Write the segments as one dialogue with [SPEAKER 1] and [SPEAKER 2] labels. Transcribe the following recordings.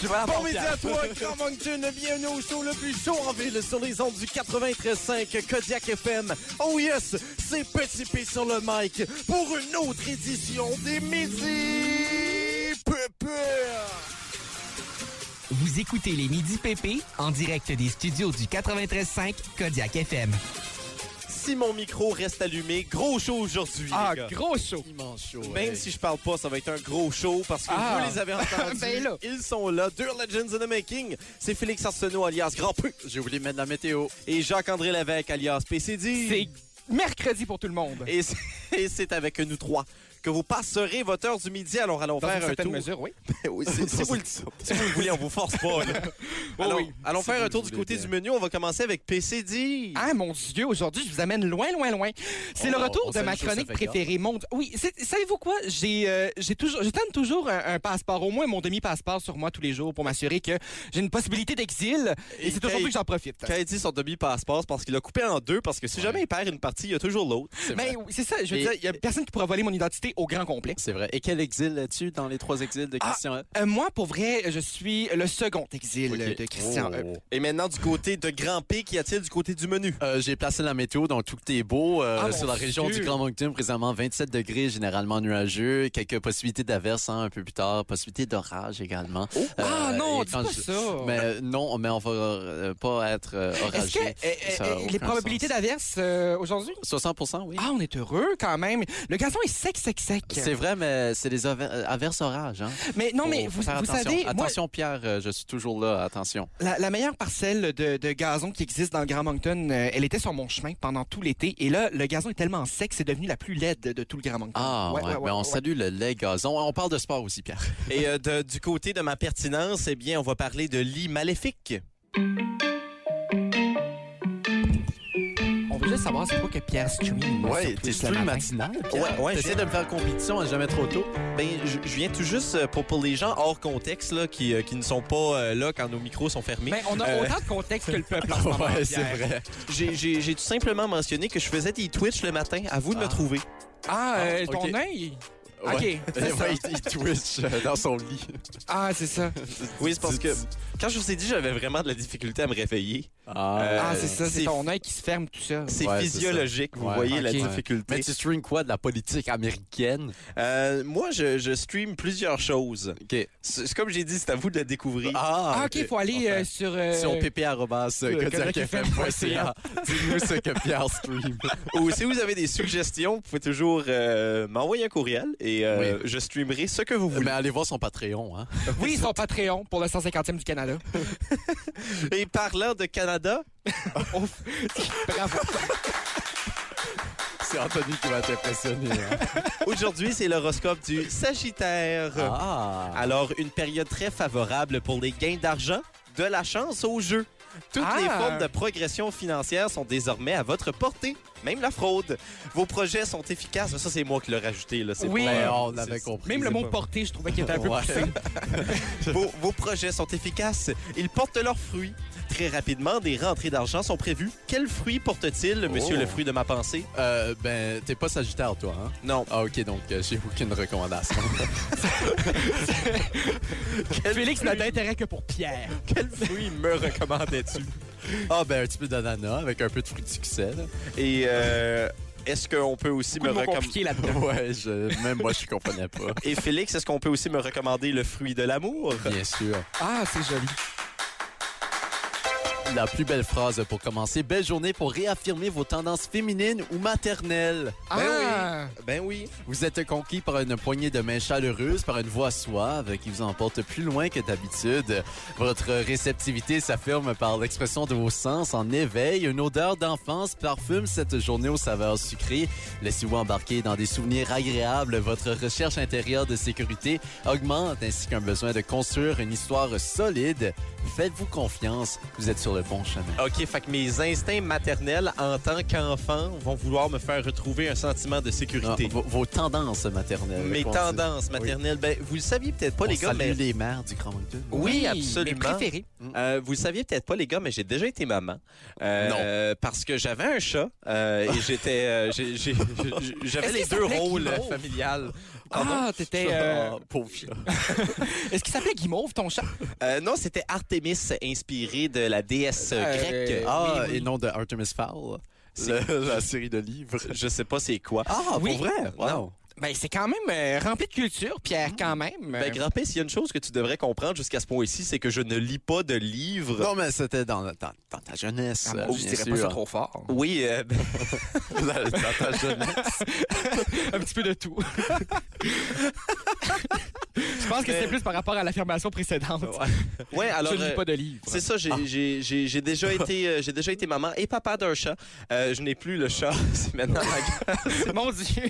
[SPEAKER 1] Tu vas
[SPEAKER 2] Bon
[SPEAKER 1] apporter
[SPEAKER 2] midi
[SPEAKER 1] à-
[SPEAKER 2] à toi, Grand Moncton. Bienvenue au show le plus chaud en ville sur les ondes du 93.5 Kodiak FM. Oh yes, c'est Petit P sur le mic pour une autre édition des Midi Pépé.
[SPEAKER 3] Vous écoutez les Midi PP en direct des studios du 93.5 Kodiak FM.
[SPEAKER 2] Si mon micro reste allumé, gros show aujourd'hui,
[SPEAKER 1] Ah,
[SPEAKER 2] les gars.
[SPEAKER 1] gros show.
[SPEAKER 4] Immense show.
[SPEAKER 2] Même si je parle pas, ça va être un gros show parce que
[SPEAKER 1] Ah.
[SPEAKER 2] vous les avez entendus.
[SPEAKER 1] Ben là.
[SPEAKER 2] Ils sont là. Deux Legends in the Making. C'est Félix Arsenault alias Grand Peu
[SPEAKER 4] J'ai oublié de mettre la météo.
[SPEAKER 2] et Jacques-André Lévesque alias PCD.
[SPEAKER 1] C'est mercredi pour tout le monde.
[SPEAKER 2] Et c'est- et c'est avec nous trois que vous passerez votre heure du midi. Alors, allons
[SPEAKER 1] Dans
[SPEAKER 2] faire
[SPEAKER 1] une
[SPEAKER 2] un
[SPEAKER 1] certaine
[SPEAKER 2] tour.
[SPEAKER 1] mesure, oui.
[SPEAKER 2] Oui, c'est- si, vous le, si vous le voulez, on vous force pas. là.
[SPEAKER 1] Oh
[SPEAKER 2] allons
[SPEAKER 1] oui.
[SPEAKER 2] allons
[SPEAKER 4] Si
[SPEAKER 2] faire
[SPEAKER 4] vous
[SPEAKER 2] un
[SPEAKER 4] le
[SPEAKER 2] tour du
[SPEAKER 4] voulez
[SPEAKER 2] côté
[SPEAKER 4] bien.
[SPEAKER 2] du menu. On va commencer avec PCD.
[SPEAKER 1] Ah mon Dieu, aujourd'hui, je vous amène loin, loin, loin. C'est le
[SPEAKER 4] Oh,
[SPEAKER 1] retour
[SPEAKER 4] on
[SPEAKER 1] de
[SPEAKER 4] salue
[SPEAKER 1] ma
[SPEAKER 4] Joseph
[SPEAKER 1] chronique
[SPEAKER 4] Edgar.
[SPEAKER 1] préférée. Mon... Dieu. Oui, c'est- savez-vous quoi? J'ai, euh, j'ai toujours, je tente toujours un, un passeport, au moins mon demi-passeport sur moi tous les jours pour m'assurer que j'ai une possibilité d'exil. Et,
[SPEAKER 2] Et
[SPEAKER 1] c'est toujours
[SPEAKER 2] Kay-
[SPEAKER 1] plus que j'en profite.
[SPEAKER 2] Quand il dit son demi-passeport, c'est parce qu'il l'a coupé en deux, parce que si jamais il perd une partie, il y a toujours l'autre.
[SPEAKER 1] Ben oui, c'est ça, je veux
[SPEAKER 4] Et-
[SPEAKER 1] dire, il y a personne qui pourra voler mon identité au grand complet.
[SPEAKER 4] C'est vrai. Et quel exil là-dessus dans les trois exils de
[SPEAKER 1] Ah.
[SPEAKER 4] Christian? Hutt?
[SPEAKER 1] Euh, moi, pour vrai, je suis le second exil
[SPEAKER 4] Ok.
[SPEAKER 1] euh, de Christian.
[SPEAKER 4] Oh.
[SPEAKER 1] Euh,
[SPEAKER 2] Et maintenant, du côté de Grand P, qu'y a-t-il du côté du menu?
[SPEAKER 4] Euh, J'ai placé la météo dans tout est beau. euh,
[SPEAKER 1] Ah, mon
[SPEAKER 4] sur la région
[SPEAKER 1] Dieu.
[SPEAKER 4] du Grand Moncton, présentement 27 degrés, généralement nuageux. Quelques possibilités d'averses hein, un peu plus tard. Possibilités d'orage également.
[SPEAKER 1] ah
[SPEAKER 4] Euh,
[SPEAKER 1] non,
[SPEAKER 4] et
[SPEAKER 1] dis
[SPEAKER 4] quand
[SPEAKER 1] pas
[SPEAKER 4] je-
[SPEAKER 1] ça.
[SPEAKER 4] Mais non, mais on va euh, pas être euh,
[SPEAKER 1] Oh. Est-ce que
[SPEAKER 4] oragé.
[SPEAKER 1] euh,
[SPEAKER 4] Ça a
[SPEAKER 1] euh, les
[SPEAKER 4] aucun
[SPEAKER 1] probabilités
[SPEAKER 4] sens.
[SPEAKER 1] d'averse euh, aujourd'hui?
[SPEAKER 4] 60 oui.
[SPEAKER 1] Ah, on est heureux quand même. Le gazon est sec, sec, sec.
[SPEAKER 4] C'est vrai, mais c'est des aver- euh, averses orages. Hein.
[SPEAKER 1] Mais non,
[SPEAKER 4] Faut-
[SPEAKER 1] mais
[SPEAKER 4] faut
[SPEAKER 1] vous,
[SPEAKER 4] faire
[SPEAKER 1] vous
[SPEAKER 4] attention.
[SPEAKER 1] savez, moi,
[SPEAKER 4] Attention, Pierre, euh, je suis toujours là. Attention.
[SPEAKER 1] la, la meilleure parcelle de, de gazon qui existe dans le Grand Moncton, euh, elle était sur mon chemin pendant tout l'été. Et là, le gazon est tellement sec, c'est devenu la plus laide de tout le Grand Moncton.
[SPEAKER 4] Ah,
[SPEAKER 1] Ouais,
[SPEAKER 4] ouais,
[SPEAKER 1] ouais,
[SPEAKER 4] ben
[SPEAKER 1] ouais,
[SPEAKER 4] on
[SPEAKER 1] ouais.
[SPEAKER 4] salue le lait gazon. On parle de sport aussi, Pierre.
[SPEAKER 2] Et euh, de- du côté de ma pertinence, eh bien, on va parler de lit maléfique.
[SPEAKER 1] On veut juste savoir c'est quoi que Pierre stream.
[SPEAKER 4] Ouais,
[SPEAKER 1] sur
[SPEAKER 4] t'es
[SPEAKER 1] Twitch le
[SPEAKER 4] stream
[SPEAKER 1] matin.
[SPEAKER 4] matinal,
[SPEAKER 2] Ouais, ouais,
[SPEAKER 4] T'essaies
[SPEAKER 2] j'ai-
[SPEAKER 4] de me faire compétition à jamais trop tôt.
[SPEAKER 2] Ben, je je viens tout juste euh, pour, pour les gens hors contexte là, qui, euh, qui ne sont pas euh, là quand nos micros sont fermés.
[SPEAKER 1] Mais Ben, on a
[SPEAKER 2] Euh,
[SPEAKER 1] autant de contexte que le peuple en ce moment,
[SPEAKER 4] Ouais,
[SPEAKER 1] Pierre.
[SPEAKER 4] vrai.
[SPEAKER 2] J'ai- J'ai j'ai tout simplement mentionné que je faisais des Twitch le matin. À vous de me
[SPEAKER 4] Ah.
[SPEAKER 2] trouver.
[SPEAKER 1] Ah, euh,
[SPEAKER 4] Ah,
[SPEAKER 1] ton
[SPEAKER 4] ok.
[SPEAKER 1] œil?
[SPEAKER 4] Ouais.
[SPEAKER 1] OK, c'est ça.
[SPEAKER 4] Ouais, il, il twitch euh, dans son lit.
[SPEAKER 1] Ah, c'est ça.
[SPEAKER 2] Oui, c'est parce que quand je vous ai dit, j'avais vraiment de la difficulté à me réveiller. Euh,
[SPEAKER 1] ah, c'est ça, c'est
[SPEAKER 2] c'est-
[SPEAKER 1] ton œil qui se ferme tout seul.
[SPEAKER 2] C'est
[SPEAKER 4] Ouais, c'est
[SPEAKER 2] physiologique, vous
[SPEAKER 4] Ouais,
[SPEAKER 2] voyez la
[SPEAKER 1] ok.
[SPEAKER 2] difficulté.
[SPEAKER 4] Mais tu stream quoi de la politique américaine?
[SPEAKER 2] Euh, moi, je, je stream plusieurs choses.
[SPEAKER 4] OK.
[SPEAKER 2] C'est c'est comme j'ai dit, c'est à vous de la découvrir.
[SPEAKER 1] Ah, ok, faut aller euh,
[SPEAKER 4] Enfin,
[SPEAKER 1] sur. euh,
[SPEAKER 4] Sur pp.kodiakfm.ca. Dis-nous ce que Pierre stream.
[SPEAKER 2] Ou si vous avez des suggestions, vous pouvez toujours euh, m'envoyer un courriel et euh, je streamerai ce que vous voulez.
[SPEAKER 4] Mais allez voir son Patreon. Hein.
[SPEAKER 1] Oui, son Patreon pour le 150e du Canada.
[SPEAKER 4] Euh, ben-
[SPEAKER 2] Et parlant de Canada,
[SPEAKER 1] Bravo.
[SPEAKER 4] C'est Anthony qui va t'impressionner. hein.
[SPEAKER 2] aujourd'hui, c'est l'horoscope du Sagittaire.
[SPEAKER 4] Ah!
[SPEAKER 2] Alors, une période très favorable pour les gains d'argent, de la chance au jeu. Toutes
[SPEAKER 1] Ah.
[SPEAKER 2] les formes de progression financière sont désormais à votre portée, même la fraude. Vos projets sont efficaces. Ça, c'est moi qui l'ai rajouté. Là. c'est euh,
[SPEAKER 1] Oui.
[SPEAKER 2] pas-
[SPEAKER 4] Mais Ben, on
[SPEAKER 2] c'est-
[SPEAKER 4] avait compris.
[SPEAKER 1] Même le
[SPEAKER 2] C'est
[SPEAKER 1] mot
[SPEAKER 2] pas-
[SPEAKER 1] porté, je trouvais qu'il était un peu
[SPEAKER 4] Ouais.
[SPEAKER 1] poussé.
[SPEAKER 2] Vos, vos projets sont efficaces. Ils portent leurs fruits. Très rapidement, des rentrées d'argent sont prévues. Quel fruit porte-t-il, monsieur
[SPEAKER 4] Oh.
[SPEAKER 2] le fruit de ma pensée?
[SPEAKER 4] Euh, ben, t'es pas Sagittaire, toi, hein?
[SPEAKER 2] Non.
[SPEAKER 4] Ah, ok, donc euh, j'ai aucune recommandation.
[SPEAKER 1] Félix n'a d'intérêt que pour Pierre.
[SPEAKER 2] Quel fruit me recommandais-tu?
[SPEAKER 4] Ah, ben, un petit peu d'ananas avec un peu de fruits de succès, là.
[SPEAKER 2] Et euh, est-ce qu'on peut aussi
[SPEAKER 1] Beaucoup de
[SPEAKER 2] me recommander...
[SPEAKER 1] mots compliqués là-dedans.
[SPEAKER 4] Ouais, je, même moi, je comprenais pas.
[SPEAKER 2] Et Félix, est-ce qu'on peut aussi me recommander le fruit de l'amour?
[SPEAKER 4] Bien sûr.
[SPEAKER 1] Ah, c'est joli.
[SPEAKER 4] La plus belle phrase pour commencer. Belle journée pour réaffirmer vos tendances féminines ou maternelles.
[SPEAKER 1] ah,
[SPEAKER 2] Ben oui.
[SPEAKER 4] Vous êtes conquis par une poignée de mains chaleureuses, par une voix suave qui vous emporte plus loin que d'habitude. Votre réceptivité s'affirme par l'expression de vos sens en éveil. Une odeur d'enfance parfume cette journée aux saveurs sucrées. Laissez-vous embarquer dans des souvenirs agréables. Votre recherche intérieure de sécurité augmente ainsi qu'un besoin de construire une histoire solide. Faites-vous confiance. Vous êtes sur le le bon chemin.
[SPEAKER 2] OK, fait que mes instincts maternels en tant qu'enfant vont vouloir me faire retrouver un sentiment de
[SPEAKER 4] Ah,
[SPEAKER 2] sécurité.
[SPEAKER 4] vos, vos tendances maternelles.
[SPEAKER 2] mes
[SPEAKER 4] qu'on dit.
[SPEAKER 2] tendances maternelles, ben, vous le saviez peut-être pas,
[SPEAKER 4] On
[SPEAKER 2] les gars,
[SPEAKER 4] salue
[SPEAKER 2] mais...
[SPEAKER 4] les mères du Grand Moncton.
[SPEAKER 2] Oui,
[SPEAKER 1] Mes
[SPEAKER 2] absolument.
[SPEAKER 1] préférés.
[SPEAKER 2] Euh, vous le saviez peut-être pas, les gars, mais j'ai déjà été maman.
[SPEAKER 4] Non.
[SPEAKER 2] non. Parce que j'avais un chat euh, et j'étais, euh, j'ai- j'ai- j'ai- j'avais
[SPEAKER 1] Est-ce
[SPEAKER 2] les
[SPEAKER 1] qu'il
[SPEAKER 2] deux
[SPEAKER 1] s'appelait
[SPEAKER 2] rôles
[SPEAKER 1] Guimauve?
[SPEAKER 2] familiales. Pardon?
[SPEAKER 1] Ah, t'étais. euh,
[SPEAKER 4] Ah,
[SPEAKER 2] Oh,
[SPEAKER 4] pauvre chat.
[SPEAKER 1] Est-ce qu'il s'appelait Guimauve, ton chat?
[SPEAKER 2] Euh, non, c'était Artemis inspiré de la déesse
[SPEAKER 1] Euh,
[SPEAKER 2] grecque.
[SPEAKER 4] Ah, et non de Artemis Fowl,
[SPEAKER 2] C'est-
[SPEAKER 4] Le- la série de livres.
[SPEAKER 2] Je sais pas c'est quoi.
[SPEAKER 4] Ah,
[SPEAKER 1] Oui.
[SPEAKER 4] pour vrai? Wow.
[SPEAKER 2] Non.
[SPEAKER 1] Ben, c'est quand même euh, rempli de culture, Pierre, quand même.
[SPEAKER 2] Ben, grand P, s'il y a une chose que tu devrais comprendre jusqu'à ce point-ci, c'est que je ne lis pas de livres.
[SPEAKER 4] Non, mais c'était dans, dans, dans ta jeunesse.
[SPEAKER 1] Ah,
[SPEAKER 4] euh,
[SPEAKER 1] bon, je
[SPEAKER 4] bien
[SPEAKER 1] dirais
[SPEAKER 4] sûr.
[SPEAKER 1] pas ça trop fort.
[SPEAKER 2] Oui, euh, ben,
[SPEAKER 4] dans ta jeunesse.
[SPEAKER 1] Un petit peu de tout. Je pense que
[SPEAKER 2] Mais-
[SPEAKER 1] c'est plus par rapport à l'affirmation précédente.
[SPEAKER 2] ouais, alors.
[SPEAKER 1] je ne
[SPEAKER 2] euh,
[SPEAKER 1] lis pas de livres.
[SPEAKER 2] C'est ça, j'ai- j'ai j'ai- j'ai déjà été euh, j'ai déjà été maman et papa d'un chat. Euh, je n'ai plus le chat, c'est maintenant ma
[SPEAKER 1] Mon Dieu.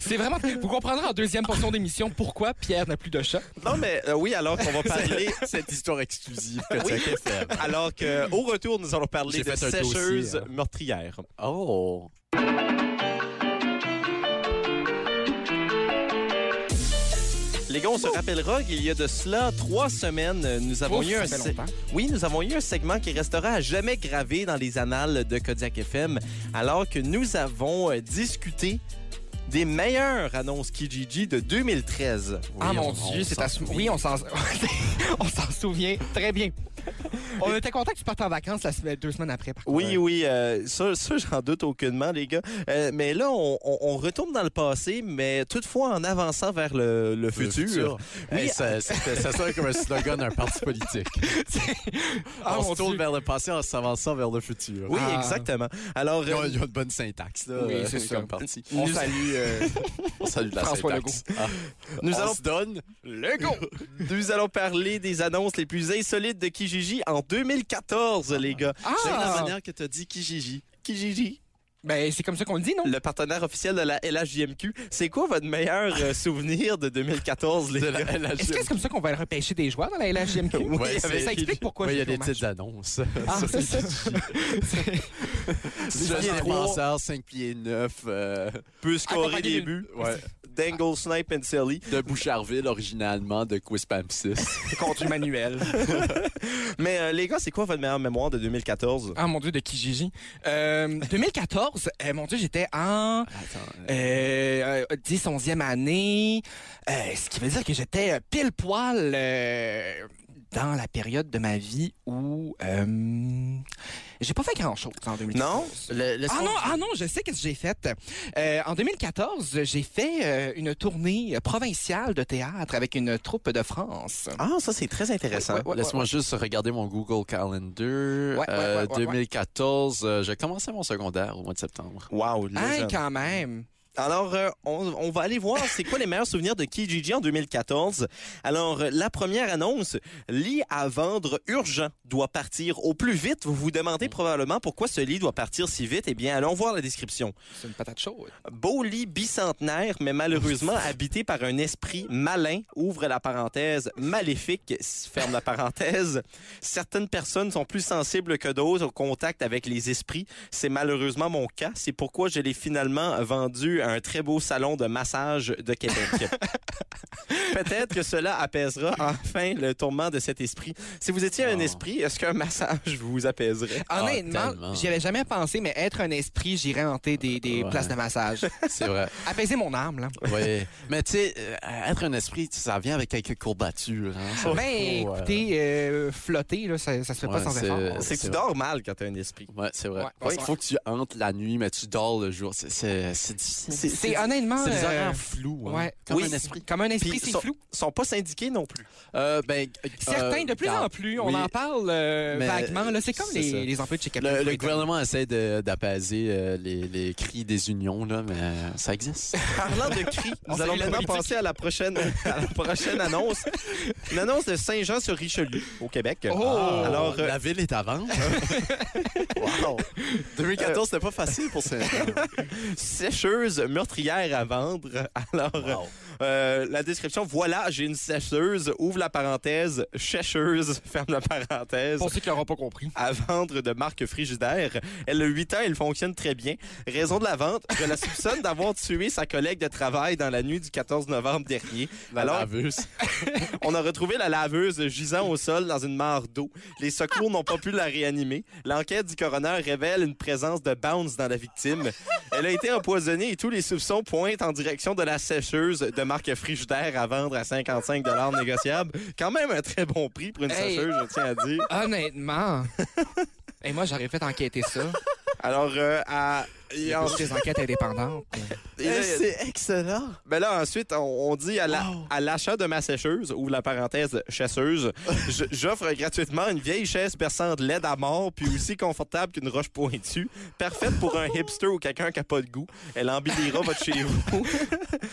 [SPEAKER 1] C'est vraiment. Vous comprendrez en deuxième portion d'émission pourquoi Pierre n'a plus de chat.
[SPEAKER 2] Non mais euh, oui, alors qu'on va parler
[SPEAKER 4] Cette histoire exclusive que tu as euh, qu'à faire.
[SPEAKER 2] alors que au retour nous allons parler
[SPEAKER 4] J'ai
[SPEAKER 2] de
[SPEAKER 4] fait un
[SPEAKER 2] sécheuse
[SPEAKER 4] dossier, hein.
[SPEAKER 2] meurtrière.
[SPEAKER 4] Oh.
[SPEAKER 2] Les gars, on se rappellera qu'il y a de cela trois semaines, euh, nous avons
[SPEAKER 1] Oh,
[SPEAKER 2] eu
[SPEAKER 1] ça
[SPEAKER 2] un
[SPEAKER 1] fait
[SPEAKER 2] sé-
[SPEAKER 1] longtemps.
[SPEAKER 2] oui, nous avons eu un segment qui restera à jamais gravé dans les annales de Kodiak FM, alors que nous avons euh, discuté des meilleures annonces Kijiji de 2013.
[SPEAKER 1] ah
[SPEAKER 4] Oui,
[SPEAKER 1] mon
[SPEAKER 4] on-
[SPEAKER 1] Dieu,
[SPEAKER 4] on
[SPEAKER 1] c'est
[SPEAKER 4] s'en
[SPEAKER 1] à sou- Oui, on s'en on s'en souvient très bien. On était content que tu partes en vacances la semaine- deux semaines après. Par contre.
[SPEAKER 2] Oui, oui, euh, ça, ça j'en doute aucunement, les gars. Euh, mais là, on, on- on retourne dans le passé, mais toutefois en avançant vers le, le futur.
[SPEAKER 4] Oui,
[SPEAKER 2] Oui,
[SPEAKER 4] ça, c'était- ça sonne comme un slogan d'un parti politique.
[SPEAKER 1] Ah,
[SPEAKER 4] on
[SPEAKER 1] mon
[SPEAKER 4] se tourne
[SPEAKER 1] Dieu.
[SPEAKER 4] vers le passé en s'avançant vers le futur.
[SPEAKER 2] Oui,
[SPEAKER 1] Ah.
[SPEAKER 2] exactement. Alors,
[SPEAKER 4] Ils ont,
[SPEAKER 2] euh,
[SPEAKER 4] ils ont une bonne syntaxe, là,
[SPEAKER 1] Oui,
[SPEAKER 4] euh,
[SPEAKER 1] c'est ça.
[SPEAKER 4] comme parti.
[SPEAKER 1] On salue euh,
[SPEAKER 4] On salue la
[SPEAKER 1] François
[SPEAKER 4] syntaxe. Ah.
[SPEAKER 2] Nous
[SPEAKER 4] on
[SPEAKER 2] allons-
[SPEAKER 4] se donne.
[SPEAKER 1] Legault.
[SPEAKER 2] nous allons parler des annonces les plus insolites de Kijiji en 2014, les gars.
[SPEAKER 4] C'est la
[SPEAKER 1] Ah!
[SPEAKER 4] manière que tu as dit Kijiji.
[SPEAKER 2] Kijiji,
[SPEAKER 1] Ben, c'est comme ça qu'on le dit, non?
[SPEAKER 2] le partenaire officiel de la LHJMQ. C'est quoi votre meilleur euh, souvenir de 2014, les
[SPEAKER 4] De
[SPEAKER 2] gars?
[SPEAKER 4] la LHJMQ.
[SPEAKER 1] Est-ce que c'est comme ça qu'on va le repêcher des joueurs dans la LHJMQ?
[SPEAKER 4] Oui, c'est-
[SPEAKER 1] ça explique pourquoi
[SPEAKER 4] Oui, il y a
[SPEAKER 1] j'ai
[SPEAKER 4] des
[SPEAKER 1] été au
[SPEAKER 4] petites annonces.
[SPEAKER 1] match. Ah, c'est ça. C'est-
[SPEAKER 4] Jeune défenseur, 5 pieds 9, euh,
[SPEAKER 2] Peut scorer
[SPEAKER 1] Accompagné
[SPEAKER 2] des
[SPEAKER 1] d'une-
[SPEAKER 2] buts.
[SPEAKER 4] ouais,
[SPEAKER 2] Dangle, Snipe and Sally.
[SPEAKER 4] de Boucherville originalement, de Quispam 6.
[SPEAKER 1] contre Emmanuel.
[SPEAKER 2] Mais euh, les gars, c'est quoi votre meilleure mémoire de 2014?
[SPEAKER 1] Ah mon dieu, de Kijiji. Euh, 2014, euh, mon dieu, j'étais en
[SPEAKER 4] Attends.
[SPEAKER 1] euh, euh, 10, 11e année, euh, ce qui veut dire que j'étais euh, pile poil euh, dans la période de ma vie où euh, j'ai pas fait grand-chose en 2014.
[SPEAKER 2] Non?
[SPEAKER 1] Ah non, ah non, je sais qu'est-ce que j'ai fait. Euh, en 2014, j'ai fait euh, une tournée provinciale de théâtre avec une troupe de France.
[SPEAKER 2] Ah, ça, c'est très intéressant.
[SPEAKER 1] Ouais, ouais, ouais,
[SPEAKER 4] Laisse-moi juste regarder mon Google Calendar.
[SPEAKER 1] ouais,
[SPEAKER 4] Euh,
[SPEAKER 1] ouais, ouais, ouais.
[SPEAKER 4] 2014, euh, j'ai commencé mon secondaire au mois de septembre.
[SPEAKER 2] Wow, le
[SPEAKER 1] Hein,
[SPEAKER 2] jeune.
[SPEAKER 1] quand même.
[SPEAKER 2] Alors, euh, on, on va aller voir c'est quoi les meilleurs souvenirs de Kijiji en 2014. Alors, euh, la première annonce, lit à vendre urgent doit partir au plus vite. Vous vous demandez probablement pourquoi ce lit doit partir si vite. Eh bien, allons voir la description.
[SPEAKER 1] C'est une patate chaude.
[SPEAKER 2] Beau lit bicentenaire, mais malheureusement habité par un esprit malin, ouvre la parenthèse, maléfique, s- ferme la parenthèse. Certaines personnes sont plus sensibles que d'autres au contact avec les esprits. C'est malheureusement mon cas. C'est pourquoi je l'ai finalement vendu à un très beau salon de massage de Québec. Peut-être que cela apaisera enfin le tourment de cet esprit. Si vous étiez un
[SPEAKER 4] Oh.
[SPEAKER 2] esprit, est-ce qu'un massage vous apaiserait?
[SPEAKER 1] Ah, Honnêtement,
[SPEAKER 4] Ah, tellement.
[SPEAKER 1] j'y avais jamais pensé, mais être un esprit, j'irais hanter des, des
[SPEAKER 4] Ouais.
[SPEAKER 1] places de massage.
[SPEAKER 4] C'est vrai.
[SPEAKER 1] Apaiser mon âme, là.
[SPEAKER 4] oui. Mais tu sais, euh, être un esprit, ça vient avec quelques courbatures. hein. Ça-
[SPEAKER 1] Ben,
[SPEAKER 4] Ouais.
[SPEAKER 1] écoutez, euh, flotter, là, ça, ça se fait
[SPEAKER 4] Ouais,
[SPEAKER 1] pas sans
[SPEAKER 4] c'est-
[SPEAKER 1] effort.
[SPEAKER 2] Euh, C'est que tu
[SPEAKER 4] c'est
[SPEAKER 2] dors mal quand t'as un esprit.
[SPEAKER 4] Ouais, c'est vrai.
[SPEAKER 1] Ouais,
[SPEAKER 4] Ouais,
[SPEAKER 1] ouais.
[SPEAKER 4] il faut que tu hantes la nuit, mais tu dors le jour. C'est- C'est c'est difficile.
[SPEAKER 2] C'est- c'est-
[SPEAKER 1] C'est honnêtement.
[SPEAKER 4] C'est des
[SPEAKER 1] euh,
[SPEAKER 4] horaires flous. hein.
[SPEAKER 1] ouais.
[SPEAKER 4] Comme
[SPEAKER 2] Oui.
[SPEAKER 4] un esprit.
[SPEAKER 1] Comme un esprit,
[SPEAKER 2] Puis
[SPEAKER 1] c'est
[SPEAKER 2] sont-
[SPEAKER 1] flou.
[SPEAKER 2] sont pas syndiqués non plus.
[SPEAKER 4] Euh, ben, euh,
[SPEAKER 1] Certains, de plus en
[SPEAKER 4] regarde,
[SPEAKER 1] plus, on
[SPEAKER 4] oui.
[SPEAKER 1] en parle euh,
[SPEAKER 4] Mais,
[SPEAKER 1] vaguement. là. C'est comme
[SPEAKER 4] c'est ça.
[SPEAKER 1] les, les emplois de chez Captain
[SPEAKER 4] Le, le
[SPEAKER 1] Freedom.
[SPEAKER 4] gouvernement essaie de- d'apaiser euh, les, les cris des unions, là, mais euh, ça existe.
[SPEAKER 2] Parlant de cris,
[SPEAKER 1] On
[SPEAKER 2] nous allons
[SPEAKER 1] salue la
[SPEAKER 2] maintenant
[SPEAKER 1] politique.
[SPEAKER 2] passer à la prochaine, à la prochaine annonce. Une annonce de Saint-Jean-sur-Richelieu, au Québec.
[SPEAKER 1] Oh!
[SPEAKER 4] Ah,
[SPEAKER 2] Alors, euh,
[SPEAKER 4] la ville est à vendre.
[SPEAKER 2] wow.
[SPEAKER 1] Euh,
[SPEAKER 4] 2014, c'était pas facile pour ça.
[SPEAKER 2] Sécheuse meurtrière à vendre. Alors, euh, Euh, la description, voilà, j'ai une sécheuse, ouvre la parenthèse, sécheuse, ferme la parenthèse.
[SPEAKER 1] Pour ceux qui n'auront pas compris.
[SPEAKER 2] à vendre de marque Frigidaire. Elle a 8 ans, elle fonctionne très bien. Raison de la vente, je la soupçonne d'avoir tué sa collègue de travail dans la nuit du 14 novembre dernier.
[SPEAKER 4] Euh,
[SPEAKER 2] Alors,
[SPEAKER 4] laveuse.
[SPEAKER 2] on a retrouvé la laveuse gisant au sol dans une mare d'eau. Les secours n'ont pas pu la réanimer. L'enquête du coroner révèle une présence de bounce dans la victime. Elle a été empoisonnée et tous les soupçons pointent en direction de la sécheuse de marque Frigidaire à vendre à 55 négociables. Quand même un très bon prix pour une
[SPEAKER 1] Hey.
[SPEAKER 2] sécheuse, je tiens à dire.
[SPEAKER 1] Honnêtement. Et moi, j'aurais fait enquêter ça.
[SPEAKER 2] Alors, euh, à... il y a-
[SPEAKER 1] Des enquêtes indépendantes.
[SPEAKER 2] Et là, il y a-
[SPEAKER 4] excellent.
[SPEAKER 2] Ben là, ensuite, on, on dit à la-
[SPEAKER 4] Wow.
[SPEAKER 2] à l'achat de ma sécheuse, ou la parenthèse chasseuse, je- j'offre gratuitement une vieille chaise perçante laide à mort, puis aussi confortable qu'une roche pointue, parfaite pour un hipster ou quelqu'un qui n'a pas de goût. Elle embellira votre chez vous.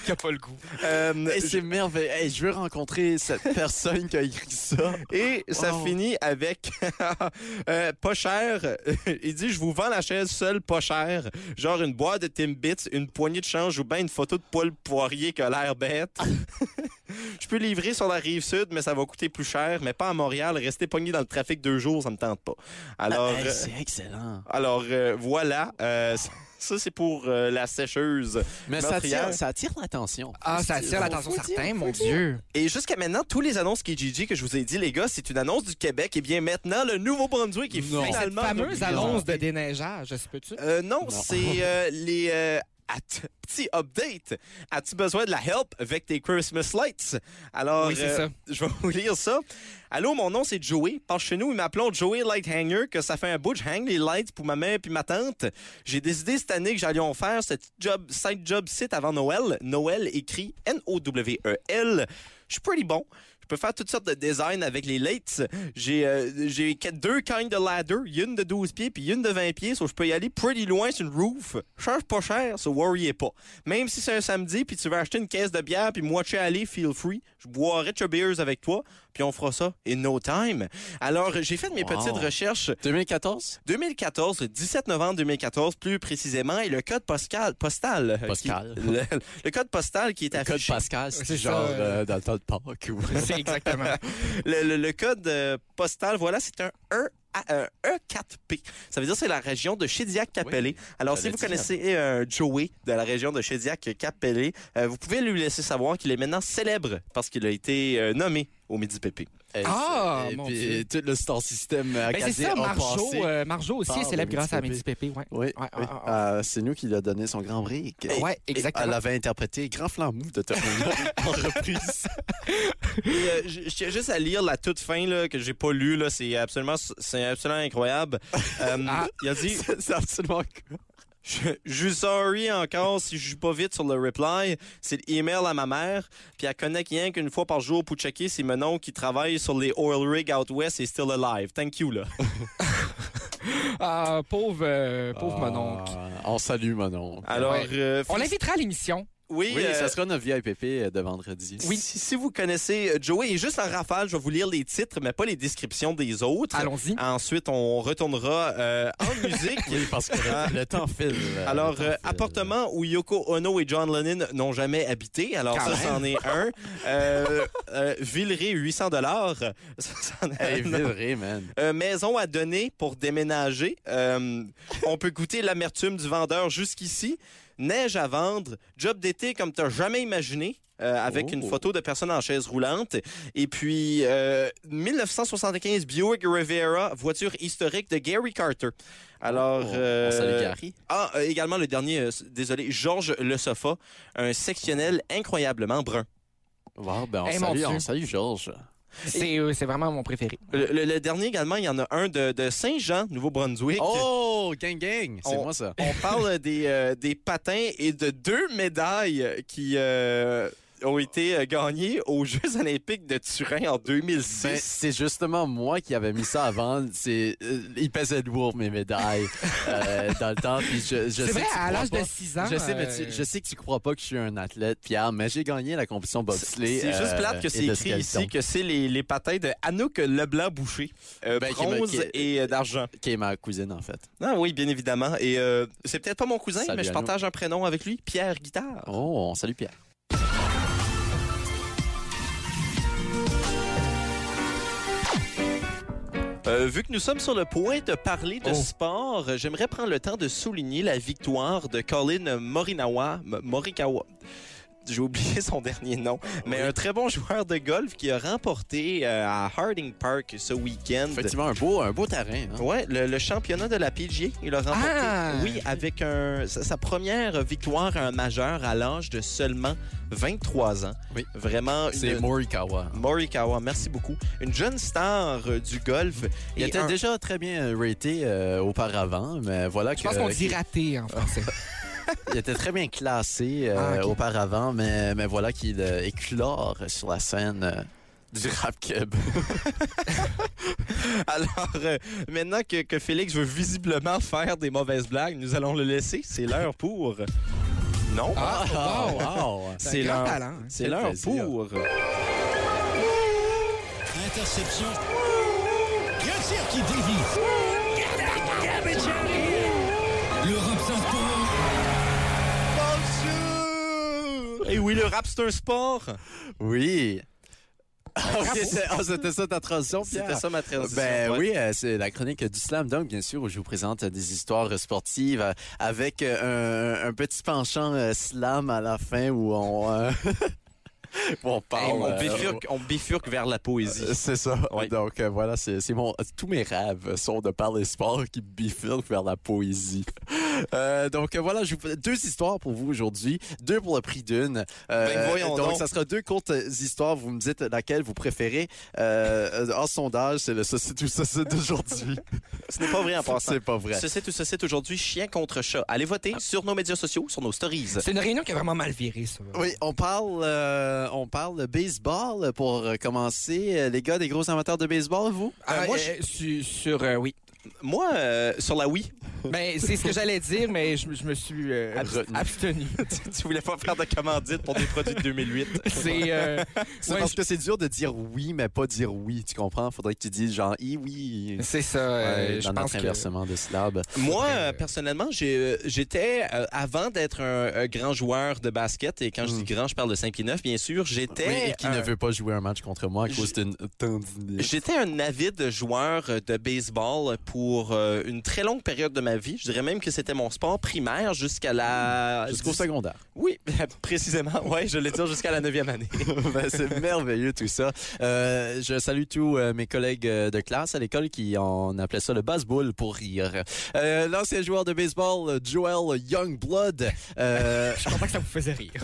[SPEAKER 1] Qui a pas le goût.
[SPEAKER 2] Euh,
[SPEAKER 4] Et Eh, c'est merveilleux. Hey, je veux rencontrer cette personne qui a écrit ça.
[SPEAKER 2] Et ça
[SPEAKER 4] Wow.
[SPEAKER 2] finit avec euh, pas cher. Il dit je vous vends la chaise seule pas cher, genre une boîte de Timbits, une poignée de change ou bien une photo de Paul Poirier qui a l'air bête. je peux livrer sur la rive sud mais ça va coûter plus cher, mais pas à Montréal, rester pogné dans le trafic deux jours, ça me tente pas. Alors euh,
[SPEAKER 4] Hey, Ah, Eh, ben, c'est excellent.
[SPEAKER 2] alors euh, voilà, euh, ça c'est pour euh, la sécheuse.
[SPEAKER 4] Mais ça
[SPEAKER 2] meurtrière.
[SPEAKER 4] attire, ça attire l'attention.
[SPEAKER 1] Ah, ça attire l'attention certaine, mon Dieu.
[SPEAKER 2] Et jusqu'à maintenant, tous les annonces Kijiji que je vous ai dit, les gars, c'est une annonce du Québec. Et bien maintenant, le Nouveau-Brunswick qui est
[SPEAKER 4] Non.
[SPEAKER 2] finalement...
[SPEAKER 4] Cette
[SPEAKER 1] Fameuse
[SPEAKER 4] Non.
[SPEAKER 1] annonce de déneigeage, se peut-tu?
[SPEAKER 2] Euh, non,
[SPEAKER 4] Non.
[SPEAKER 2] c'est euh, les... euh, at- petit update. As-tu besoin de la help avec tes Christmas lights? Alors,
[SPEAKER 1] Oui, c'est
[SPEAKER 2] euh,
[SPEAKER 1] ça.
[SPEAKER 2] je vais vous lire ça. Allô, mon nom, c'est Joey. Par chez nous, ils m'appellent Joey Lighthanger, que ça fait un bout, je hang les lights pour ma mère puis ma tante. J'ai décidé cette année que j'allions faire cette job, side job site avant Noël. Noël écrit E N-O-W-E-L. Je suis pretty bon. Je peux faire toutes sortes de designs avec les lights. J'ai euh, j'ai qu- deux kinds de ladder, une de 12 pieds puis une de 20 pieds, so je peux y aller pretty loin sur une roof. Charge pas cher, so worryez pas. Même si c'est un samedi puis tu veux acheter une caisse de bière puis moi tu aller, feel free. Je boirai your beers avec toi puis on fera ça in no time. Alors, j'ai fait mes
[SPEAKER 4] Wow.
[SPEAKER 2] petites recherches
[SPEAKER 4] 2014?
[SPEAKER 2] Euh, 2014, le 17 novembre 2014 plus précisément, et le code postal, postal, euh, qui-
[SPEAKER 4] Postal.
[SPEAKER 2] le, le code postal qui est
[SPEAKER 4] Le code
[SPEAKER 2] affiché,
[SPEAKER 4] Pascal,
[SPEAKER 1] C'est
[SPEAKER 4] c'est
[SPEAKER 1] ça,
[SPEAKER 4] genre
[SPEAKER 1] euh,
[SPEAKER 4] euh, dans le temps de Pâques. ou-
[SPEAKER 1] C'est exactement.
[SPEAKER 2] le, le- le code euh, postal, voilà, c'est un E. un E4P. Ça veut dire que c'est la région de Chédiac-Capellé. Alors, si
[SPEAKER 4] j'avais
[SPEAKER 2] vous
[SPEAKER 4] dit, hein.
[SPEAKER 2] connaissez un Joey de la région de Chédiac-Capellé, euh, vous pouvez lui laisser savoir qu'il est maintenant célèbre parce qu'il a été euh, nommé au Midi Pépé.
[SPEAKER 4] Et-
[SPEAKER 1] Ah,
[SPEAKER 4] et
[SPEAKER 1] mon
[SPEAKER 4] puis,
[SPEAKER 1] Dieu.
[SPEAKER 4] tout le star système
[SPEAKER 1] Ben, c'est
[SPEAKER 4] acadien
[SPEAKER 1] ça,
[SPEAKER 4] a
[SPEAKER 1] Marjo.
[SPEAKER 4] passé.
[SPEAKER 1] euh, Marjo aussi
[SPEAKER 4] par
[SPEAKER 1] est
[SPEAKER 4] le
[SPEAKER 1] célèbre grâce à
[SPEAKER 4] Midi
[SPEAKER 1] Midi Pépé, ouais.
[SPEAKER 4] Oui,
[SPEAKER 1] Ouais,
[SPEAKER 4] oui.
[SPEAKER 1] ouais, ouais.
[SPEAKER 4] Euh, c'est nous qui lui a donné son grand brick.
[SPEAKER 1] Ouais,
[SPEAKER 4] Et-
[SPEAKER 1] exactement.
[SPEAKER 4] Elle avait interprété Grand Flamme de Terminator en reprise.
[SPEAKER 2] Et, euh, je je tiens juste à lire la toute fin là, que j'ai pas lue. là. C'est absolument, c'est absolument incroyable. Euh,
[SPEAKER 1] Ah.
[SPEAKER 2] Il a dit...
[SPEAKER 4] C'est absolument
[SPEAKER 2] Je, je suis sorry encore si je suis pas vite sur le reply. C'est l'email à ma mère. Puis elle connecte rien qu'une fois par jour pour checker si mon nom qui travaille sur les oil rigs out west est still alive. Thank you, là.
[SPEAKER 1] Ah, pauvre, euh, pauvre
[SPEAKER 4] Ah,
[SPEAKER 1] mononcle.
[SPEAKER 4] On salue mon oncle.
[SPEAKER 2] Alors,
[SPEAKER 1] Ouais.
[SPEAKER 2] euh,
[SPEAKER 1] On
[SPEAKER 2] félici-
[SPEAKER 1] l'invitera à l'émission.
[SPEAKER 2] Oui,
[SPEAKER 4] oui,
[SPEAKER 2] euh,
[SPEAKER 4] ça sera notre vieille pépé de vendredi.
[SPEAKER 2] si- Si, vous connaissez euh, Joey, et juste en rafale, je vais vous lire les titres, mais pas les descriptions des autres.
[SPEAKER 1] Allons-y.
[SPEAKER 2] Ensuite, on retournera euh, en musique.
[SPEAKER 4] Oui, parce que le, le temps file. euh,
[SPEAKER 2] Ah. Alors,
[SPEAKER 4] le temps
[SPEAKER 2] euh,
[SPEAKER 4] file.
[SPEAKER 2] appartement où Yoko Ono et John Lennon n'ont jamais habité. Alors,
[SPEAKER 1] Quand
[SPEAKER 2] ça, c'en est un. Euh, euh, Villeray, 800 dollars.
[SPEAKER 4] Hey, Villeray, man.
[SPEAKER 2] Euh, maison à donner pour déménager. Euh, on peut goûter l'amertume du vendeur jusqu'ici. Neige à vendre. Job d'été comme t'as jamais imaginé. euh, avec
[SPEAKER 4] Oh.
[SPEAKER 2] une photo de personnes en chaise roulante. Et puis, euh, 1975, Buick Rivera, voiture historique de Gary Carter. Alors,
[SPEAKER 4] On-
[SPEAKER 2] euh,
[SPEAKER 4] Oh, on salue Gary.
[SPEAKER 2] ah, euh, également le dernier, euh, s- désolé, Georges Le Sofa, un sectionnel incroyablement brun.
[SPEAKER 4] Wow, ben, on,
[SPEAKER 1] Hey, mon
[SPEAKER 4] salue,
[SPEAKER 1] Dieu.
[SPEAKER 4] on salue Georges.
[SPEAKER 1] C'est euh, c'est vraiment mon préféré.
[SPEAKER 2] Le, le- le dernier également, il y en a un de, de Saint-Jean, Nouveau-Brunswick.
[SPEAKER 4] Oh, gang, gang. C'est
[SPEAKER 2] On-
[SPEAKER 4] moi, ça.
[SPEAKER 2] On parle des, euh, des patins et de deux médailles qui euh, ont été euh, gagnées aux Jeux olympiques de Turin en
[SPEAKER 4] Ben,
[SPEAKER 2] 2006.
[SPEAKER 4] c'est justement moi qui avait mis ça avant. C'est, euh, il pesait de lourd mes médailles euh, dans le temps. Puis je, je sais
[SPEAKER 1] C'est vrai,
[SPEAKER 4] que tu
[SPEAKER 1] à
[SPEAKER 4] crois
[SPEAKER 1] l'âge de
[SPEAKER 4] pas.
[SPEAKER 1] 6 ans.
[SPEAKER 4] Je sais, mais
[SPEAKER 1] euh,
[SPEAKER 4] tu, je sais que tu crois pas que je suis un athlète, Pierre, mais j'ai gagné la compétition bobsleigh.
[SPEAKER 2] C'est juste
[SPEAKER 4] euh,
[SPEAKER 2] plate que
[SPEAKER 4] et
[SPEAKER 2] c'est
[SPEAKER 4] de
[SPEAKER 2] écrit
[SPEAKER 4] skeleton,
[SPEAKER 2] ici que c'est les, les patins de Anouk Leblanc-Boucher, euh,
[SPEAKER 4] Ben, qui me-
[SPEAKER 2] bronze
[SPEAKER 4] qui-
[SPEAKER 2] et euh, d'argent.
[SPEAKER 4] Qui est ma cousine, en fait.
[SPEAKER 2] Ah oui, bien évidemment. Et euh, c'est peut-être pas mon cousin,
[SPEAKER 4] Salut,
[SPEAKER 2] mais je
[SPEAKER 4] Anouk.
[SPEAKER 2] partage un prénom avec lui, Pierre Guitard.
[SPEAKER 4] Oh, on salue Pierre.
[SPEAKER 2] Euh, vu que nous sommes sur le point de parler de
[SPEAKER 1] Oh.
[SPEAKER 2] sport, euh, j'aimerais prendre le temps de souligner la victoire de Colin Morinawa. M- Morikawa. J'ai oublié son dernier nom, mais un très bon joueur de golf qui a remporté euh, à Harding Park ce week-end.
[SPEAKER 4] Effectivement, un beau, un beau terrain. hein.
[SPEAKER 2] Ouais, le, le championnat de la PGA, il a remporté.
[SPEAKER 1] Ah!
[SPEAKER 2] Oui, avec un, sa, sa première victoire à un majeur à l'âge de seulement 23 ans.
[SPEAKER 4] Oui.
[SPEAKER 2] Vraiment
[SPEAKER 4] C'est
[SPEAKER 2] une,
[SPEAKER 4] Morikawa.
[SPEAKER 2] Morikawa, merci beaucoup. Une jeune star euh, du golf.
[SPEAKER 4] Il
[SPEAKER 2] Et
[SPEAKER 4] était
[SPEAKER 2] un-
[SPEAKER 4] déjà très bien raté euh, auparavant, mais voilà
[SPEAKER 1] Je
[SPEAKER 4] que-
[SPEAKER 1] pense qu'on dit raté en français.
[SPEAKER 4] Il était très bien classé euh,
[SPEAKER 1] Ah, ok.
[SPEAKER 4] auparavant, mais, mais voilà qu'il euh, éclore sur la scène euh, du rap keb.
[SPEAKER 2] Alors, euh, maintenant que, que Félix veut visiblement faire des mauvaises blagues, nous allons le laisser. C'est l'heure pour. Non?
[SPEAKER 1] Ah, wow.
[SPEAKER 4] wow!
[SPEAKER 1] C'est
[SPEAKER 2] C'est
[SPEAKER 1] un grand
[SPEAKER 2] l'heure.
[SPEAKER 1] talent. hein.
[SPEAKER 2] C'est
[SPEAKER 4] Quel
[SPEAKER 2] l'heure
[SPEAKER 4] plaisir.
[SPEAKER 2] pour.
[SPEAKER 5] Interception. Il y a un tir qui dévie. Le rap sort pour
[SPEAKER 2] Et Eh oui, le rap, c'est un sport.
[SPEAKER 4] Oui! Ah, c'était ah, c'était ça ta transition, Pierre?
[SPEAKER 2] C'était ça ma transition.
[SPEAKER 4] Ben
[SPEAKER 2] Ouais.
[SPEAKER 4] oui, euh, c'est la chronique du Slam Dunk, bien sûr, où je vous présente euh, des histoires euh, sportives euh, avec euh, un, un petit penchant euh, slam à la fin où on, euh, où on parle.
[SPEAKER 2] Hey, on,
[SPEAKER 4] euh,
[SPEAKER 2] bifurque, on bifurque vers la poésie.
[SPEAKER 4] euh, C'est ça.
[SPEAKER 2] Oui.
[SPEAKER 4] Donc euh, voilà, c'est c'est mon tous mes rêves sont de par les sports qui bifurquent vers la poésie. Euh, donc euh, voilà, je vous... deux histoires pour vous aujourd'hui, deux pour le prix d'une. Euh,
[SPEAKER 2] Ben, voyons
[SPEAKER 4] donc
[SPEAKER 2] donc.
[SPEAKER 4] ça sera deux courtes histoires. Vous me dites laquelle vous préférez. Euh, euh, en sondage, c'est le ceci tout ceci d'aujourd'hui.
[SPEAKER 2] Ce n'est pas vrai en passant.
[SPEAKER 4] c'est pas vrai.
[SPEAKER 2] Ceci tout ceci aujourd'hui, chien contre chat. Allez voter sur nos médias sociaux, sur nos stories.
[SPEAKER 1] C'est une réunion qui a vraiment mal viré, ça.
[SPEAKER 4] Oui, on parle, euh, on parle de baseball pour euh, commencer. Euh, Les gars, des gros amateurs de baseball, vous?
[SPEAKER 1] Ah,
[SPEAKER 2] Euh, moi,
[SPEAKER 1] euh, su- sur, euh, oui.
[SPEAKER 2] Moi, euh, sur la Wii,
[SPEAKER 1] Ben, c'est ce que j'allais dire, mais je, je me suis euh, abst-
[SPEAKER 4] Retenu.
[SPEAKER 1] abstenu.
[SPEAKER 2] tu voulais pas faire de commandite pour des produits de 2008.
[SPEAKER 1] C'est. euh,
[SPEAKER 4] C'est
[SPEAKER 1] ouais,
[SPEAKER 4] parce que c'est dur de dire oui, mais pas dire oui, tu comprends? Faudrait que tu dises genre i oui.
[SPEAKER 1] je- c'est ça. euh,
[SPEAKER 4] Ouais,
[SPEAKER 1] je
[SPEAKER 4] dans
[SPEAKER 1] pense
[SPEAKER 4] notre
[SPEAKER 1] que.
[SPEAKER 4] inversement de syllabes.
[SPEAKER 2] Moi,
[SPEAKER 1] Faudrait,
[SPEAKER 2] euh,
[SPEAKER 1] euh,
[SPEAKER 2] personnellement, j'ai, euh, j'étais, euh, avant d'être un, un grand joueur de basket, et quand je dis grand, je parle de 5 pieds 9, bien sûr, j'étais...
[SPEAKER 4] Hmm. Oui, et qui ne
[SPEAKER 2] un-
[SPEAKER 4] veut pas jouer un match contre moi à
[SPEAKER 2] Je-
[SPEAKER 4] cause d'une tendinite.
[SPEAKER 2] J'étais un avide joueur euh, de baseball pour euh, une très longue période de ma vie. Je dirais même que c'était mon sport primaire jusqu'à la...
[SPEAKER 4] Hmm. Jusqu'au
[SPEAKER 2] dix-
[SPEAKER 4] Ah, secondaire.
[SPEAKER 2] Oui, précisément. Oui, je l'ai dit jusqu'à la 9e année.
[SPEAKER 4] Ben, c'est merveilleux tout ça. Euh, je salue tous euh, mes collègues euh, de classe à l'école qui en appelaient ça le basse-boule pour rire. Euh, L'ancien joueur de baseball, euh, Joel Youngblood, euh,
[SPEAKER 1] Je comprends que ça vous faisait rire.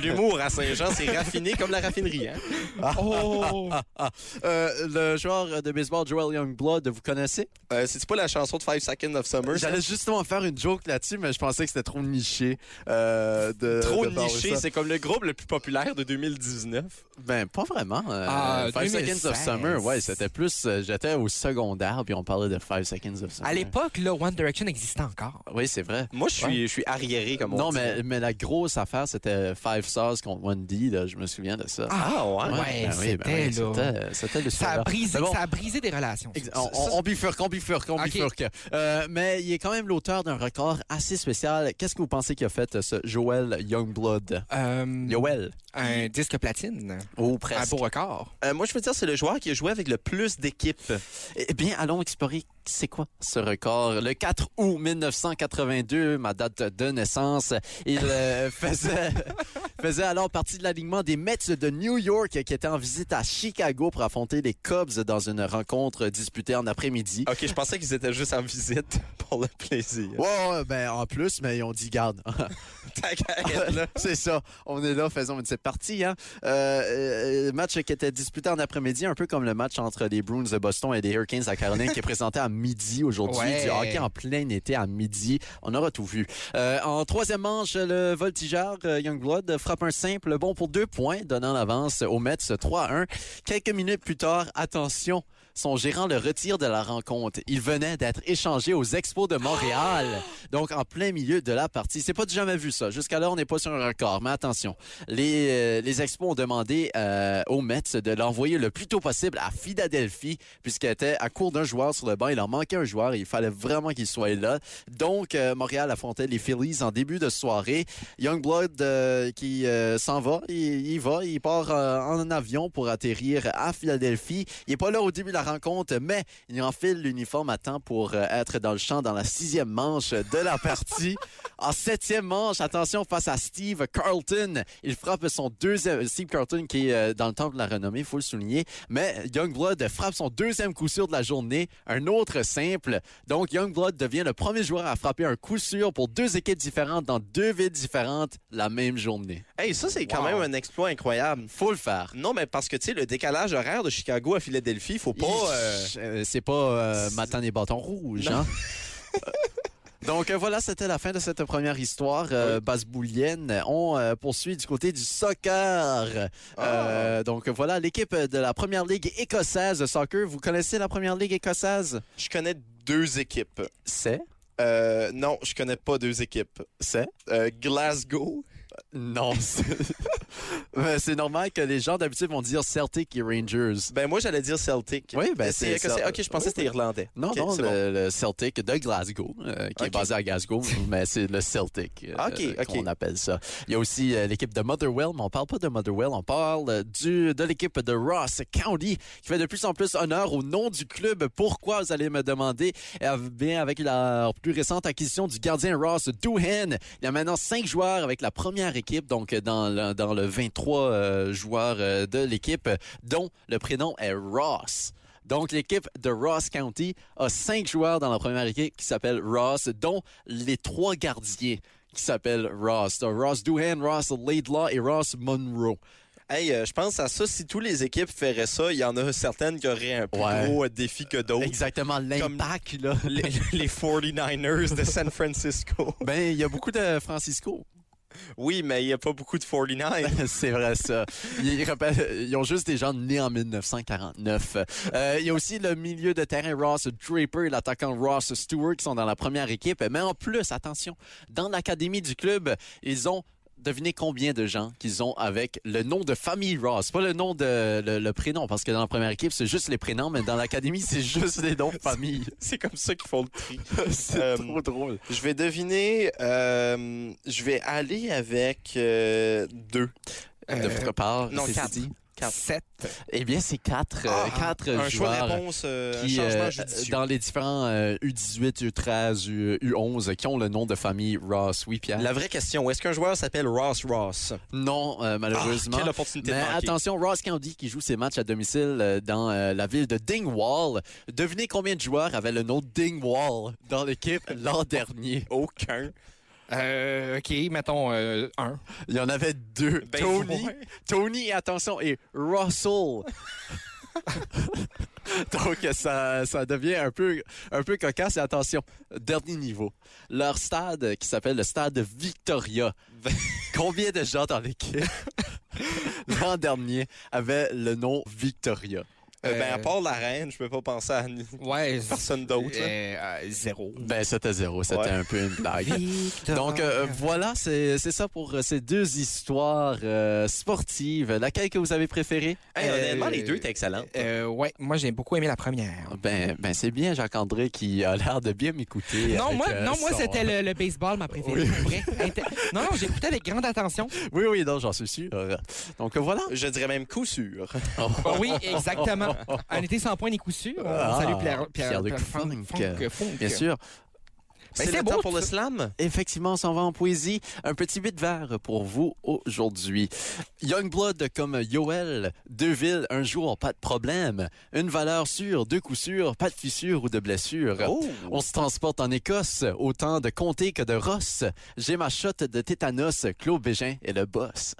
[SPEAKER 2] L'humour à Saint-Jean, c'est raffiné comme la raffinerie. Hein?
[SPEAKER 1] Oh!
[SPEAKER 4] euh, le joueur de baseball Joel Youngblood, vous connaissez?
[SPEAKER 2] Euh, C'est-tu pas la chanson de Five Seconds of Summer? ça?
[SPEAKER 4] J'allais justement faire une joke là-dessus, mais je pensais que c'était trop niché. euh, de,
[SPEAKER 2] Trop
[SPEAKER 4] de parler
[SPEAKER 2] niché,
[SPEAKER 4] ça.
[SPEAKER 2] c'est comme le groupe le plus populaire de 2019.
[SPEAKER 4] Ben, pas vraiment. Euh,
[SPEAKER 1] Ah,
[SPEAKER 4] Five
[SPEAKER 1] 2016.
[SPEAKER 4] Seconds of Summer, ouais, c'était plus. euh, J'étais au secondaire, puis on parlait de Five Seconds of Summer.
[SPEAKER 1] À l'époque, là, One Direction existait encore.
[SPEAKER 4] Oui, c'est vrai.
[SPEAKER 2] Moi, je suis, je suis arriéré,
[SPEAKER 1] Ah,
[SPEAKER 2] comme on
[SPEAKER 4] non,
[SPEAKER 2] dit.
[SPEAKER 4] mais, mais la grosse affaire, c'était Five Stars contre One D, là, je me souviens de ça. ben
[SPEAKER 2] Ah, ouais.
[SPEAKER 1] ouais, c'était, là.
[SPEAKER 4] c'était- C'était le
[SPEAKER 1] Ça a,
[SPEAKER 4] sauveur.
[SPEAKER 1] brisé,
[SPEAKER 4] Mais bon,
[SPEAKER 1] ça a brisé des relations. ça.
[SPEAKER 4] Ex- On, on- on bifurque, on bifurque, on
[SPEAKER 1] Ok.
[SPEAKER 4] bifurque. Euh, mais il est quand même l'auteur d'un record assez spécial. Qu'est-ce que vous pensez qu'il a fait, euh, ce Joel Youngblood?
[SPEAKER 1] Euh,
[SPEAKER 4] Joel.
[SPEAKER 1] un disque platine.
[SPEAKER 4] Ou
[SPEAKER 1] Un
[SPEAKER 4] presque.
[SPEAKER 1] beau record.
[SPEAKER 2] Euh, moi, je veux dire, c'est le joueur qui a joué avec le plus d'équipes.
[SPEAKER 4] Eh bien, allons explorer c'est quoi ce record. Le 4 août 1982, ma date de naissance, il euh, faisait, faisait alors partie de l'alignement des Mets de New York qui étaient en visite à Chicago pour affronter les Cubs dans une rencontre disputée en après-midi.
[SPEAKER 2] OK, je pensais qu'ils étaient juste en visite pour le plaisir.
[SPEAKER 4] Ouais, ouais, ben en plus, mais ils ont dit garde. c'est ça. On est là, faisons une cette partie. Hein. Euh, euh, match qui était disputé en après-midi, un peu comme le match entre les Bruins de Boston et les Hurricanes à Caroline qui est présenté à midi aujourd'hui.
[SPEAKER 1] Ouais.
[SPEAKER 4] Du hockey en plein été à midi. On aura tout vu. Euh, en troisième manche, le voltigeur euh, Youngblood frappe un simple bon pour deux points, donnant l'avance aux Mets 3-1. Quelques minutes plus tard, attention, son gérant le retire de la rencontre. Il venait d'être échangé aux Expos de Montréal. Donc, en plein milieu de la partie. C'est pas du jamais vu, ça. Jusqu'alors, on n'est pas sur un record. Mais attention, les, euh, les Expos ont demandé euh, aux Mets de l'envoyer le plus tôt possible à Philadelphie, puisqu'elle était à court d'un joueur sur le banc. Il en manquait un joueur et il fallait vraiment qu'il soit là. Donc, euh, Montréal affrontait les Phillies en début de soirée. Youngblood euh, qui euh, s'en va, il, il va, il part euh, en avion pour atterrir à Philadelphie. Il est pas là au début de la rencontre, mais il enfile l'uniforme à temps pour euh, être dans le champ dans la sixième manche de la partie. en septième manche, attention, face à Steve Carlton, il frappe son deuxième... Steve Carlton qui est euh, dans le temple de la renommée, il faut le souligner, mais Youngblood frappe son deuxième coup sûr de la journée, un autre simple. Donc, Youngblood devient le premier joueur à frapper un coup sûr pour deux équipes différentes dans deux villes différentes la même journée.
[SPEAKER 2] Hey, ça, c'est quand
[SPEAKER 4] Wow.
[SPEAKER 2] même un exploit incroyable.
[SPEAKER 4] Faut le faire.
[SPEAKER 2] Non, mais parce que, tu sais, le décalage horaire de Chicago à Philadelphie, faut pas... euh,
[SPEAKER 4] Euh, c'est pas euh, Matin des bâtons rouges, hein? Donc euh, voilà, c'était la fin de cette première histoire euh, basse-boulienne. On euh, poursuit du côté du soccer. Euh, Donc voilà, l'équipe de la première ligue écossaise de soccer. Vous connaissez la première ligue écossaise?
[SPEAKER 2] Je connais deux équipes.
[SPEAKER 4] C'est?
[SPEAKER 2] Euh, non, je connais pas deux équipes.
[SPEAKER 4] C'est?
[SPEAKER 2] Euh, Glasgow.
[SPEAKER 4] Non. c'est- Mais c'est normal que les gens d'habitude vont dire Celtic et Rangers.
[SPEAKER 2] Ben, moi, j'allais dire Celtic.
[SPEAKER 4] Oui, ben, c'est
[SPEAKER 2] c'est... écossais.
[SPEAKER 4] ça.
[SPEAKER 2] OK, je pensais que c'était irlandais.
[SPEAKER 4] Non,
[SPEAKER 2] Ok,
[SPEAKER 4] non,
[SPEAKER 2] c'est
[SPEAKER 4] le,
[SPEAKER 2] bon.
[SPEAKER 4] le Celtic de Glasgow, euh, qui est
[SPEAKER 2] Ok.
[SPEAKER 4] basé à Glasgow, mais c'est le Celtic euh,
[SPEAKER 2] Ok, ok.
[SPEAKER 4] qu'on appelle ça. Il y a aussi euh, l'équipe de Motherwell, mais on parle pas de Motherwell, on parle euh, du, de l'équipe de Ross County, qui fait de plus en plus honneur au nom du club. Pourquoi, vous allez me demander? Eh bien, avec la plus récente acquisition du gardien Ross Doohan, il y a maintenant cinq joueurs avec la première équipe, donc euh, dans le, dans le 23 euh, joueurs euh, de l'équipe, euh, dont le prénom est Ross. Donc, l'équipe de Ross County a cinq joueurs dans la première équipe qui s'appellent Ross, dont les trois gardiens qui s'appellent Ross. Donc, Ross Doohan, Ross Laidlaw et Ross Monroe.
[SPEAKER 2] Hey, euh, je pense à ça. Si toutes les équipes feraient ça, il y en a certaines qui auraient un plus
[SPEAKER 4] Ouais.
[SPEAKER 2] gros euh, défi que d'autres.
[SPEAKER 4] Exactement l'impact, là.
[SPEAKER 2] Les, les 49ers de San Francisco.
[SPEAKER 4] Ben, il y a beaucoup de Francisco.
[SPEAKER 2] Oui, mais il n'y a pas beaucoup de 49.
[SPEAKER 4] C'est vrai, ça. Ils, rappellent- ils ont juste des gens nés en 1949. Euh, il y a aussi le milieu de terrain Ross Draper et l'attaquant Ross Stewart qui sont dans la première équipe. Mais en plus, attention, dans l'académie du club, ils ont Devinez combien de gens qu'ils ont avec le nom de famille Ross, pas le nom de le, le prénom, parce que dans la première équipe c'est juste les prénoms, mais dans l'académie c'est juste les noms de famille.
[SPEAKER 2] C'est comme ça qu'ils font le tri.
[SPEAKER 4] c'est
[SPEAKER 2] Euh,
[SPEAKER 4] trop drôle.
[SPEAKER 2] Je vais deviner. euh, je vais aller avec euh, deux.
[SPEAKER 4] de votre part,
[SPEAKER 2] Euh, non,
[SPEAKER 4] c'est
[SPEAKER 2] quatre.
[SPEAKER 4] dit.
[SPEAKER 1] Sept.
[SPEAKER 4] Eh bien, c'est quatre, euh,
[SPEAKER 2] Ah,
[SPEAKER 4] quatre
[SPEAKER 2] un choix
[SPEAKER 4] joueurs.
[SPEAKER 2] de réponse, euh,
[SPEAKER 4] qui,
[SPEAKER 2] un changement
[SPEAKER 4] euh,
[SPEAKER 2] judicieux.
[SPEAKER 4] dans les différents euh, U18, U13, U, 11 qui ont le nom de famille Ross. Oui, Pierre?
[SPEAKER 2] La vraie question, est-ce qu'un joueur s'appelle Ross Ross?
[SPEAKER 4] Non, euh, malheureusement.
[SPEAKER 2] Ah, quelle opportunité de
[SPEAKER 4] Mais
[SPEAKER 2] manquer.
[SPEAKER 4] attention, Ross County qui joue ses matchs à domicile euh, dans euh, la ville de Dingwall. Devinez combien de joueurs avaient le nom Dingwall dans l'équipe l'an dernier.
[SPEAKER 2] Aucun.
[SPEAKER 1] Euh, OK, mettons euh, un.
[SPEAKER 4] Il y en avait deux.
[SPEAKER 2] Ben,
[SPEAKER 4] Tony,
[SPEAKER 2] ouais.
[SPEAKER 4] Tony, attention, et Russell. Donc, ça, ça devient un peu, un peu cocasse. Et attention, dernier niveau. Leur stade, euh, qui s'appelle le stade Victoria. Combien de gens dans l'équipe, l'an dernier, avaient le nom Victoria?
[SPEAKER 2] Euh, ben,
[SPEAKER 1] Euh,
[SPEAKER 2] à part la reine, je peux pas penser à ni-
[SPEAKER 1] Ouais. z-
[SPEAKER 2] personne d'autre. là.
[SPEAKER 1] euh, euh, zéro.
[SPEAKER 4] Ben, c'était zéro. C'était
[SPEAKER 2] Ouais.
[SPEAKER 4] un peu une blague. Donc euh, voilà, c'est c'est ça pour euh, ces deux histoires euh, sportives. Laquelle que vous avez préférée?
[SPEAKER 2] Hey, honnêtement,
[SPEAKER 1] euh,
[SPEAKER 2] les deux étaient excellents.
[SPEAKER 1] Euh, ouais, moi j'ai beaucoup aimé la première.
[SPEAKER 4] Ben, ben c'est bien Jacques-André qui a l'air de bien m'écouter.
[SPEAKER 1] Non,
[SPEAKER 4] avec,
[SPEAKER 1] moi,
[SPEAKER 4] euh,
[SPEAKER 1] non, moi
[SPEAKER 4] son-
[SPEAKER 1] c'était le, le baseball ma préférée.
[SPEAKER 4] Oui.
[SPEAKER 1] pour vrai. Inté- Non, non, j'écoutais avec grande attention.
[SPEAKER 4] Oui, oui, non, j'en suis sûr. Donc voilà.
[SPEAKER 2] Je dirais même coup sûr.
[SPEAKER 1] Oh oui, exactement. Un été sans point ni coup sûr. On
[SPEAKER 4] Ah,
[SPEAKER 1] salue Pierre,
[SPEAKER 4] Pierre de
[SPEAKER 1] Funk,
[SPEAKER 4] Funk.
[SPEAKER 1] Funk, Funk.
[SPEAKER 4] Bien sûr.
[SPEAKER 1] Ben,
[SPEAKER 2] c'est
[SPEAKER 1] c'est
[SPEAKER 2] le
[SPEAKER 1] beau,
[SPEAKER 2] temps pour
[SPEAKER 1] tout
[SPEAKER 2] le
[SPEAKER 1] ça.
[SPEAKER 2] slam.
[SPEAKER 4] Effectivement, on s'en va en poésie. Un petit bit vert pour vous aujourd'hui. Youngblood comme Yoel, Deville, un jour, pas de problème. Une valeur sûre, deux coups sûrs, pas de fissure ou de blessure.
[SPEAKER 2] Oh.
[SPEAKER 4] On se transporte en Écosse, autant de comté que de Ross. J'ai ma shot de tétanos, Claude Bégin est le boss.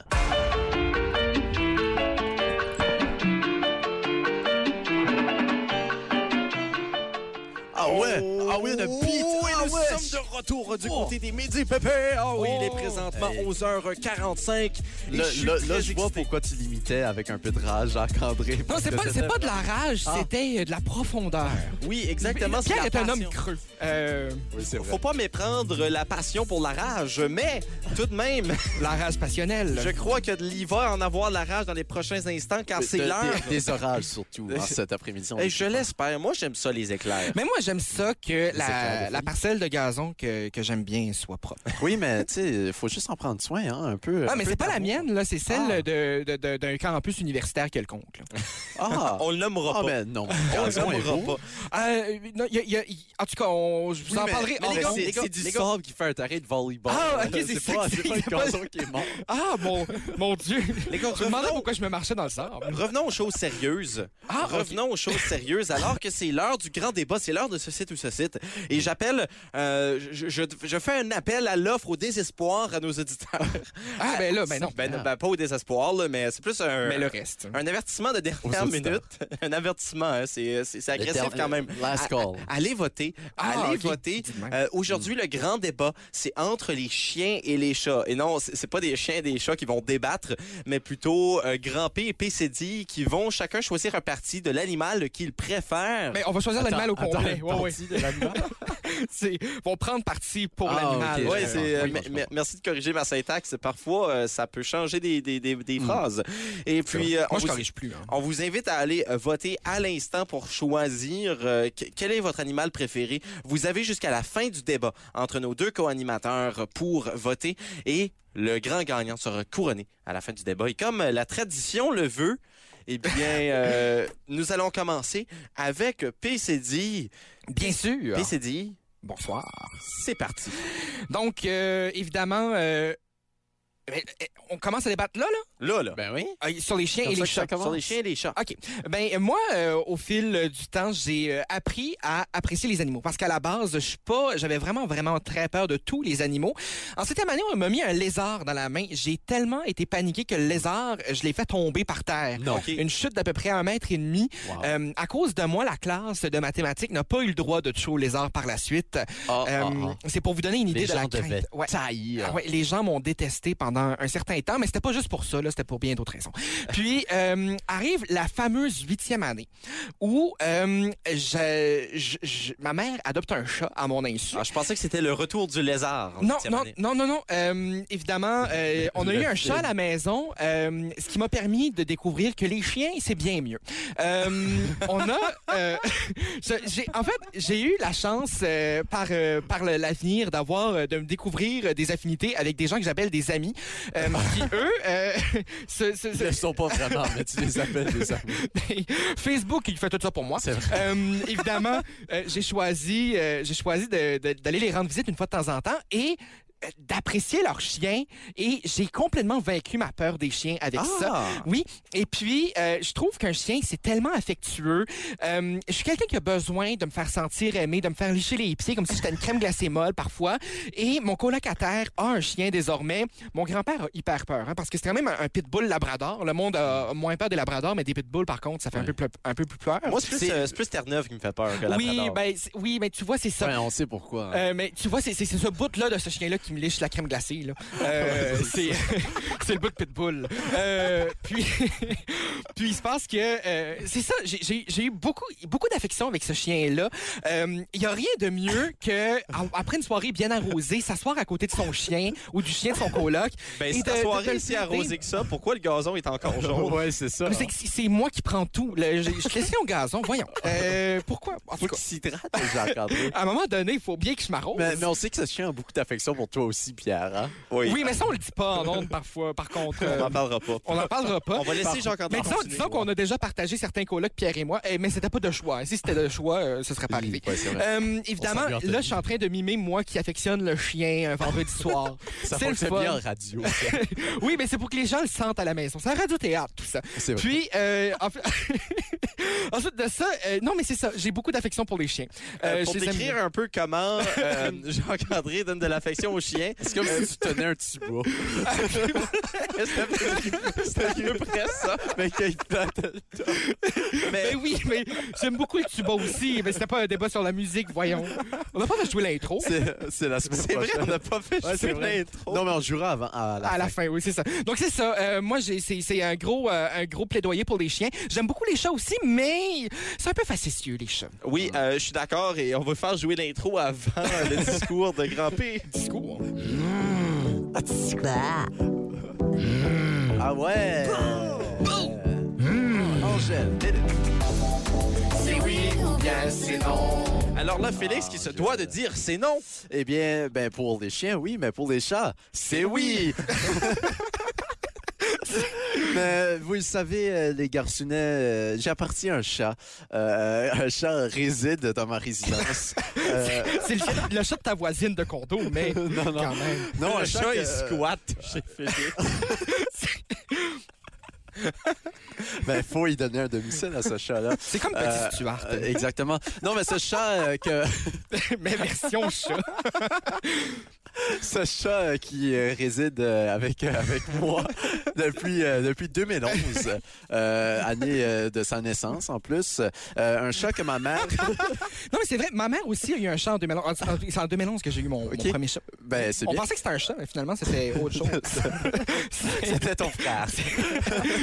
[SPEAKER 4] Ah ouais! Ah oui,
[SPEAKER 2] Oh.
[SPEAKER 4] le beat!
[SPEAKER 6] Oui,
[SPEAKER 4] ah
[SPEAKER 6] nous
[SPEAKER 4] ouais!
[SPEAKER 6] sommes de retour du
[SPEAKER 4] Oh.
[SPEAKER 6] côté des midi, pépé. Ah oui, il est
[SPEAKER 4] Oh.
[SPEAKER 6] présentement
[SPEAKER 4] Hey.
[SPEAKER 6] 11h45. Et
[SPEAKER 4] Là,
[SPEAKER 6] je suis
[SPEAKER 4] là-
[SPEAKER 6] très
[SPEAKER 4] là, je vois
[SPEAKER 6] excité.
[SPEAKER 4] pourquoi tu l'imitais avec un peu de rage, Jacques-André.
[SPEAKER 1] Non,
[SPEAKER 4] parce
[SPEAKER 1] c'est
[SPEAKER 4] que
[SPEAKER 1] pas, c'est pas de la rage,
[SPEAKER 4] Ah.
[SPEAKER 1] c'était euh, de la profondeur.
[SPEAKER 2] Oui, exactement. c'est
[SPEAKER 1] Pierre
[SPEAKER 2] la
[SPEAKER 1] est un
[SPEAKER 2] passion.
[SPEAKER 1] homme creux. Euh,
[SPEAKER 4] Oui, c'est vrai.
[SPEAKER 2] Faut pas méprendre la passion pour la rage, mais tout de même,
[SPEAKER 1] la rage passionnelle.
[SPEAKER 2] je crois que l'hiver va en avoir de la rage dans les prochains instants car c'est
[SPEAKER 4] De-
[SPEAKER 2] l'heure.
[SPEAKER 4] Des, des orages, surtout, hein, cet après-midi. on
[SPEAKER 2] Hey,
[SPEAKER 4] est
[SPEAKER 2] je l'espère. Moi, j'aime ça, les éclairs.
[SPEAKER 1] Mais moi, j'aime ça que
[SPEAKER 4] éclairs de
[SPEAKER 1] la,
[SPEAKER 4] folie.
[SPEAKER 1] la parcelle poubelle de gazon que, que j'aime bien soit propre.
[SPEAKER 4] Oui, mais tu sais, faut juste en prendre soin, hein, un peu.
[SPEAKER 1] Ah,
[SPEAKER 4] un
[SPEAKER 1] mais
[SPEAKER 4] peu
[SPEAKER 1] c'est pas la
[SPEAKER 4] d'amour.
[SPEAKER 1] mienne, là, c'est celle
[SPEAKER 4] Ah.
[SPEAKER 1] de- de- de- d'un campus universitaire quelconque. là.
[SPEAKER 4] Ah,
[SPEAKER 2] On le nommera
[SPEAKER 4] ah
[SPEAKER 2] pas.
[SPEAKER 4] ben
[SPEAKER 2] On
[SPEAKER 4] non.
[SPEAKER 2] le
[SPEAKER 4] Gazon est
[SPEAKER 2] nommera
[SPEAKER 4] beau.
[SPEAKER 2] pas.
[SPEAKER 1] Euh, non, y a- y a- y- en tout cas, on- je vous
[SPEAKER 4] Ah. Oui,
[SPEAKER 1] en
[SPEAKER 4] mais-
[SPEAKER 1] parlerai.
[SPEAKER 4] Oh, mais
[SPEAKER 1] hors
[SPEAKER 4] les gars,
[SPEAKER 1] onde.
[SPEAKER 4] c'est- c'est du sable qui fait un taré de volleyball.
[SPEAKER 1] Ah, ok,
[SPEAKER 4] Là,
[SPEAKER 1] c'est
[SPEAKER 4] pas,
[SPEAKER 1] ça que
[SPEAKER 4] c'est pas le
[SPEAKER 1] c'est-
[SPEAKER 4] gazon qui est mort.
[SPEAKER 1] Ah, mon, mon Dieu!
[SPEAKER 2] Les gars,
[SPEAKER 1] Je me demandais
[SPEAKER 2] revenons-
[SPEAKER 1] pourquoi je me marchais dans le sable.
[SPEAKER 2] Revenons aux choses sérieuses.
[SPEAKER 1] Ah, ok.
[SPEAKER 2] Revenons aux choses sérieuses, alors que c'est l'heure du grand débat, c'est l'heure de ce site ou ce site. Et j'appelle, euh, je, je, je fais un appel à l'offre au désespoir à nos auditeurs.
[SPEAKER 1] Ah, ben là, ben non.
[SPEAKER 2] Ben, ben, pas au désespoir, là, mais c'est plus
[SPEAKER 4] ben,
[SPEAKER 2] un,
[SPEAKER 1] Mais le reste.
[SPEAKER 2] un avertissement de dernière
[SPEAKER 4] Aux auditeurs.
[SPEAKER 2] minute. un avertissement, hein, c'est c'est- c'est agressif
[SPEAKER 4] Le
[SPEAKER 2] quand même.
[SPEAKER 4] dernier- Last call.
[SPEAKER 2] Allez voter,
[SPEAKER 1] Ah,
[SPEAKER 2] allez
[SPEAKER 1] ok.
[SPEAKER 2] voter.
[SPEAKER 1] Dis de même.
[SPEAKER 2] Euh,
[SPEAKER 1] Mm.
[SPEAKER 2] Aujourd'hui, le grand débat, c'est entre les chiens et les chats. Et non, c'est c'est pas des chiens et des chats qui vont débattre, mais plutôt euh, Grand P et PCD qui vont chacun choisir un parti de l'animal qu'ils préfèrent.
[SPEAKER 1] Mais Eh, on va choisir l'animal au
[SPEAKER 4] Attends,
[SPEAKER 1] complet. Ouais,
[SPEAKER 4] attends,
[SPEAKER 1] ouais.
[SPEAKER 4] parti de l'animal.
[SPEAKER 1] C'est- Ils vont prendre parti pour
[SPEAKER 4] euh, Ah,
[SPEAKER 1] l'animal.
[SPEAKER 4] ok,
[SPEAKER 2] Ouais,
[SPEAKER 4] euh,
[SPEAKER 2] c'est, euh,
[SPEAKER 4] oui,
[SPEAKER 2] me-
[SPEAKER 4] je
[SPEAKER 2] me- merci de corriger ma syntaxe. Parfois, euh, ça peut changer des, des- des- des phrases. Et puis, euh, on,
[SPEAKER 1] Moi, je
[SPEAKER 2] vous,
[SPEAKER 1] corrige plus. hein.
[SPEAKER 2] on vous invite à aller euh, voter à l'instant pour choisir euh, que- quel est votre animal préféré. Vous avez jusqu'à la fin du débat entre nos deux co-animateurs pour voter et le grand gagnant sera couronné à la fin du débat. Et comme euh, la tradition le veut, eh bien, euh, nous allons commencer avec PCD.
[SPEAKER 1] Bien
[SPEAKER 4] Ah.
[SPEAKER 1] sûr.
[SPEAKER 2] PCD,
[SPEAKER 1] Bonsoir.
[SPEAKER 2] c'est parti.
[SPEAKER 1] Donc, euh, évidemment, euh, ben, eh, on commence à débattre là, là?
[SPEAKER 2] Là, là.
[SPEAKER 4] Ben oui.
[SPEAKER 1] Ah, Sur les chiens
[SPEAKER 4] Comme
[SPEAKER 1] et
[SPEAKER 4] ça
[SPEAKER 1] les
[SPEAKER 4] que ça
[SPEAKER 1] chats.
[SPEAKER 2] Sur les chiens et les chats.
[SPEAKER 1] OK. Ben euh, moi, euh, au fil euh, du temps, j'ai euh, appris à apprécier les animaux parce qu'à la base, je suis pas, j'avais vraiment vraiment très peur de tous les animaux. En cette année, on m'a mis un lézard dans la main. J'ai tellement été paniqué que le lézard, euh, je l'ai fait tomber par terre.
[SPEAKER 4] Non.
[SPEAKER 2] OK.
[SPEAKER 1] Une chute d'à peu près un mètre et demi.
[SPEAKER 4] Wow.
[SPEAKER 1] Euh, à cause de moi, la classe de mathématiques n'a pas eu le droit de toucher au lézard par la suite.
[SPEAKER 4] Ah,
[SPEAKER 1] Euh,
[SPEAKER 4] ah, ah.
[SPEAKER 1] C'est pour vous donner une idée
[SPEAKER 4] Les
[SPEAKER 1] de la
[SPEAKER 4] gens
[SPEAKER 1] crainte.
[SPEAKER 4] devaient
[SPEAKER 1] Ouais.
[SPEAKER 4] taillir.
[SPEAKER 1] Ah ouais, les gens m'ont détesté pendant un certain temps, mais c'était pas juste pour ça, là, c'était pour bien d'autres raisons. Puis euh, arrive la fameuse huitième année où euh, je- je- je- ma mère adopte un chat à mon insu.
[SPEAKER 2] Ah, je pensais que c'était le retour du lézard. en
[SPEAKER 1] Non,
[SPEAKER 2] septième
[SPEAKER 1] non,
[SPEAKER 2] année.
[SPEAKER 1] non, non, non. Euh, évidemment, euh, on a eu un chat à la maison, euh, ce qui m'a permis de découvrir que les chiens, c'est bien mieux. Euh, on a, euh, je- j'ai, en fait, j'ai eu la chance euh, par euh, par le- l'avenir d'avoir euh, de me découvrir euh, des affinités avec des gens que j'appelle des amis, euh, qui eux, euh, se- se-
[SPEAKER 4] Ils
[SPEAKER 1] se-
[SPEAKER 4] ne sont pas vraiment, mais tu les appelles des amis.
[SPEAKER 1] Facebook, il fait tout ça pour moi.
[SPEAKER 4] C'est vrai.
[SPEAKER 1] Euh, évidemment, euh, j'ai choisi, euh, j'ai choisi de- de- d'aller les rendre visite une fois de temps en temps et euh, d'apprécier leurs chiens et j'ai complètement vaincu ma peur des chiens avec
[SPEAKER 2] Ah!
[SPEAKER 1] ça. Oui, et puis euh, je trouve qu'un chien c'est tellement affectueux. Euh, je suis quelqu'un qui a besoin de me faire sentir aimé, de me faire licher les pieds comme si j'étais une crème glacée molle parfois. Et mon colocataire a un chien désormais. Mon grand-père a hyper peur hein, parce que c'est quand même un, un pitbull labrador. Le monde a moins peur des labradors, mais des pitbulls par contre ça fait un peu plus, un peu plus peur.
[SPEAKER 2] Moi, c'est plus, euh, c'est plus Terre-Neuve qui me fait peur que la
[SPEAKER 1] Oui, ben, c'est- oui, mais tu vois, c'est ça.
[SPEAKER 4] Ouais, on sait pourquoi. hein.
[SPEAKER 1] Euh, mais tu vois, c'est c'est- c'est ce bout-là de ce chien-là qui me liche la crème glacée. là. Euh, c'est c'est le bout de Pitbull. Euh, puis, puis il se passe que... euh, c'est ça, j'ai- j'ai j'ai eu beaucoup, beaucoup d'affection avec ce chien-là. Euh, Il y n'y a rien de mieux que, a- après une soirée bien arrosée, s'asseoir à côté de son chien ou du chien de son coloc.
[SPEAKER 2] Ben,
[SPEAKER 1] Et
[SPEAKER 2] si
[SPEAKER 1] de-
[SPEAKER 2] ta
[SPEAKER 1] de
[SPEAKER 2] soirée
[SPEAKER 1] belles
[SPEAKER 2] est si arrosée que ça, pourquoi le gazon est encore jaune?
[SPEAKER 4] ouais, oh. c'est ça.
[SPEAKER 1] Mais c'est que C'est c'est moi qui prends tout. Le- je, je te laissais au gazon, voyons. Euh, pourquoi? En tout
[SPEAKER 4] Faut
[SPEAKER 1] cas,
[SPEAKER 4] qu'il s'hydrate, Jacques-André.
[SPEAKER 1] à un moment donné, il faut bien que je m'arrose.
[SPEAKER 4] Mais, mais on sait que ce chien a beaucoup d'affection pour toi aussi, Pierre. Hein?
[SPEAKER 1] Oui, mais ça, on le dit pas en ondes parfois. Par contre,
[SPEAKER 2] on
[SPEAKER 1] euh,
[SPEAKER 2] n'en parlera pas.
[SPEAKER 1] on n'en parlera pas.
[SPEAKER 2] On va laisser Jean-André
[SPEAKER 1] Mais disons,
[SPEAKER 2] continuer.
[SPEAKER 1] disons qu'on a déjà partagé certains colocs, Pierre et moi, eh, mais c'était pas de choix. hein. Si c'était de choix, euh, ce serait pas arrivé.
[SPEAKER 4] Ouais, c'est vrai.
[SPEAKER 1] Euh,
[SPEAKER 4] On
[SPEAKER 1] évidemment,
[SPEAKER 4] s'en vient,
[SPEAKER 1] là, je suis en train de mimer moi qui affectionne le chien un vendredi soir.
[SPEAKER 4] ça
[SPEAKER 1] c'est le
[SPEAKER 4] fonctionne
[SPEAKER 1] fun.
[SPEAKER 4] bien en radio. ça.
[SPEAKER 1] Oui, mais c'est pour que les gens le sentent à la maison. C'est un radio-théâtre, tout ça.
[SPEAKER 4] C'est vrai.
[SPEAKER 1] Puis, euh, en fait- ensuite de ça, euh, non, mais c'est ça. J'ai beaucoup d'affection pour les chiens.
[SPEAKER 2] Euh,
[SPEAKER 1] Euh,
[SPEAKER 2] pour
[SPEAKER 1] je les aime
[SPEAKER 2] décrire un peu comment euh, Jean-André donne de l'affection aux chiens,
[SPEAKER 4] C'est comme si tu tenais un tuba.
[SPEAKER 2] c'est à peu près ça.
[SPEAKER 4] Mais qu'il
[SPEAKER 1] Mais
[SPEAKER 2] Mais
[SPEAKER 1] Ben oui, mais j'aime beaucoup le tuba aussi, mais c'était pas un débat sur la musique, voyons. On n'a pas fait jouer l'intro.
[SPEAKER 4] C'est c'est la semaine
[SPEAKER 2] c'est vrai,
[SPEAKER 4] prochaine.
[SPEAKER 2] on n'a pas fait
[SPEAKER 4] Ouais, c'est
[SPEAKER 2] jouer
[SPEAKER 4] vrai.
[SPEAKER 2] l'intro.
[SPEAKER 4] Non, mais on jouera avant. Ah, À la
[SPEAKER 1] À la
[SPEAKER 4] fin.
[SPEAKER 1] fin, oui, c'est ça. Donc c'est ça. Euh, moi, j'ai- c'est c'est un gros, euh, un gros plaidoyer pour les chiens. J'aime beaucoup les chats aussi, mais c'est un peu facétieux les chats.
[SPEAKER 2] Oui, euh, je suis d'accord et on va faire jouer l'intro avant le discours de Grand P.
[SPEAKER 1] Discours.
[SPEAKER 4] Ah ouais! Euh, Angèle, t'es-
[SPEAKER 5] C'est oui ou bien c'est non.
[SPEAKER 2] Ah Alors là, Félix qui se doit de dire c'est non.
[SPEAKER 4] Eh bien, ben pour les chiens, oui, mais pour les chats, c'est oui. Mais vous le savez, euh, les garçonnets, euh, j'appartiens à un chat. Euh, un chat réside dans ma résidence. Euh,
[SPEAKER 1] C'est le, chat- le chat de ta voisine de condo, mais
[SPEAKER 4] non, non.
[SPEAKER 1] quand même.
[SPEAKER 4] Non, un
[SPEAKER 2] le
[SPEAKER 4] chat,
[SPEAKER 2] chat est
[SPEAKER 4] que-
[SPEAKER 2] squat chez Félix.
[SPEAKER 4] Ben, faut y donner un demi-sel à ce chat-là.
[SPEAKER 1] C'est comme Petit
[SPEAKER 4] Euh,
[SPEAKER 1] Stuart,
[SPEAKER 4] Euh, exactement. Non, mais ce chat euh, que...
[SPEAKER 1] mais version chat.
[SPEAKER 4] ce chat euh, qui euh, réside euh, avec, euh, avec moi depuis, euh, depuis 2011, euh, année euh, de sa naissance en plus. Euh, un chat que ma mère,
[SPEAKER 1] Non, mais c'est vrai, ma mère aussi a eu un chat en 2011. Ah, C'est en 2011 que j'ai eu mon, mon
[SPEAKER 4] Ok.
[SPEAKER 1] premier chat.
[SPEAKER 4] ben c'est
[SPEAKER 1] On
[SPEAKER 4] bien.
[SPEAKER 1] pensait que c'était un chat, mais finalement, c'était autre chose.
[SPEAKER 4] C'était ton frère.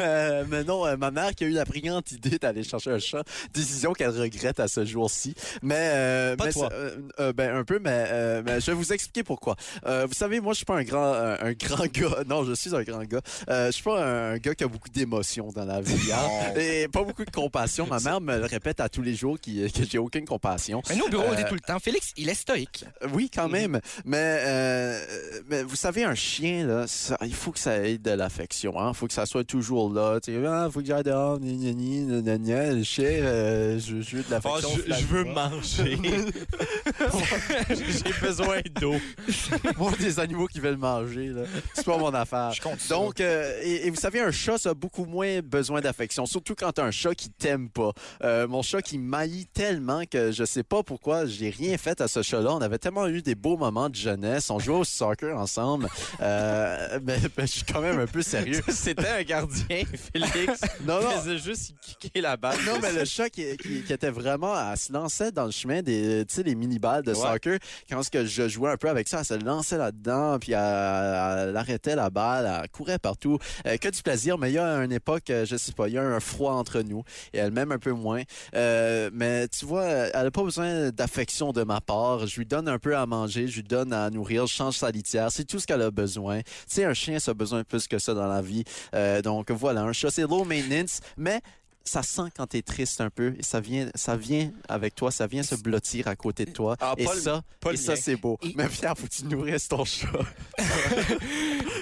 [SPEAKER 4] Euh, mais non, euh, ma mère qui a eu la brillante idée d'aller chercher un chat, décision qu'elle regrette à ce jour-ci. Mais, euh,
[SPEAKER 2] Pas
[SPEAKER 4] mais
[SPEAKER 2] toi.
[SPEAKER 4] c'est- euh, euh, ben un peu, mais, euh, mais je vais vous expliquer pourquoi. Euh, vous savez, moi je suis pas un grand, euh, un, un grand gars. Non, je suis un grand gars. Euh, je suis pas un, gars qui a beaucoup d'émotions dans la vie. hein. Et pas beaucoup de compassion. Ma mère me le répète à tous les jours qui- que j'ai aucune compassion.
[SPEAKER 1] mais nous, au bureau, on
[SPEAKER 4] Euh,
[SPEAKER 1] dit tout le temps, Félix, il est stoïque.
[SPEAKER 4] Oui, quand même. Mais, euh, mais vous savez, un chien, là, ça- il faut que ça ait de l'affection. Il faut que ça soit toujours là. Il faut que j'aille dehors. Ni, ni, ni, ni, ni, ni. Le chien, euh, je, je veux de
[SPEAKER 2] Oh,
[SPEAKER 4] l'affection.
[SPEAKER 2] je, je veux manger. J'ai besoin d'eau.
[SPEAKER 4] Moi, des animaux qui veulent manger, là, c'est pas mon affaire.
[SPEAKER 1] Je compte ça.
[SPEAKER 4] Donc, euh, et, et vous savez, un chat, ça a beaucoup moins besoin d'affection, surtout quand t'as un chat qui t'aime pas. Euh, mon chat qui maillit tellement que je sais pas pourquoi j'ai rien fait à ce chat-là. On avait tellement eu des beaux moments de jeunesse. On jouait au soccer ensemble. Euh, mais, mais je suis quand même un peu sérieux.
[SPEAKER 2] C'était un gardien, Félix.
[SPEAKER 4] Non,
[SPEAKER 2] Il
[SPEAKER 4] non.
[SPEAKER 2] faisait juste kicker la balle.
[SPEAKER 4] Non, mais le chat qui, qui- qui était vraiment à se lancer dans le chemin des, euh, tu sais, les mini-balles de
[SPEAKER 2] Ouais.
[SPEAKER 4] soccer, quand ce que je jouais un peu avec ça, elle se lançait là-dedans, puis elle, elle arrêtait la balle, elle courait partout. Euh, que du plaisir, mais il y a une époque, euh, je sais pas, il y a un froid entre nous, et elle m'aime un peu moins. Euh, mais tu vois, elle a pas besoin d'affection de ma part. Je lui donne un peu à manger, je lui donne à nourrir, je change sa litière, c'est tout ce qu'elle a besoin. Tu sais, un chien, ça a besoin plus que ça dans la vie. Euh, donc voilà, un chat, c'est low maintenance, mais ça sent quand t'es triste un peu et ça vient, ça vient avec toi, ça vient se blottir à côté de toi.
[SPEAKER 2] Ah,
[SPEAKER 4] et
[SPEAKER 2] pas le-
[SPEAKER 4] ça,
[SPEAKER 2] pas
[SPEAKER 4] et
[SPEAKER 2] le
[SPEAKER 4] ça
[SPEAKER 2] mien.
[SPEAKER 4] c'est beau.
[SPEAKER 1] Et-
[SPEAKER 4] Mais Pierre, faut que tu nourrisses ton chat.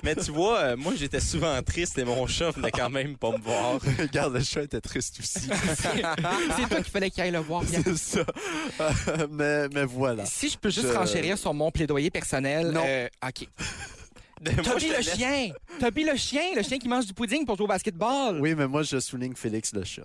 [SPEAKER 2] Mais tu vois, euh, moi, j'étais souvent triste et mon chat venait quand même pas me voir.
[SPEAKER 4] Regarde, le chat était triste aussi.
[SPEAKER 1] C'est toi qu'il fallait qu'il aille le voir. Bien.
[SPEAKER 4] c'est ça. Euh, mais, mais voilà.
[SPEAKER 1] Si je peux juste
[SPEAKER 4] Je-
[SPEAKER 1] renchérir sur mon plaidoyer personnel.
[SPEAKER 4] Non.
[SPEAKER 1] euh, OK.
[SPEAKER 2] Moi, je
[SPEAKER 1] Toby
[SPEAKER 2] te
[SPEAKER 1] le
[SPEAKER 2] laisse.
[SPEAKER 1] chien! Toby le chien! Le chien qui mange du pudding pour jouer au basketball!
[SPEAKER 4] Oui, mais moi, je souligne Félix le chat.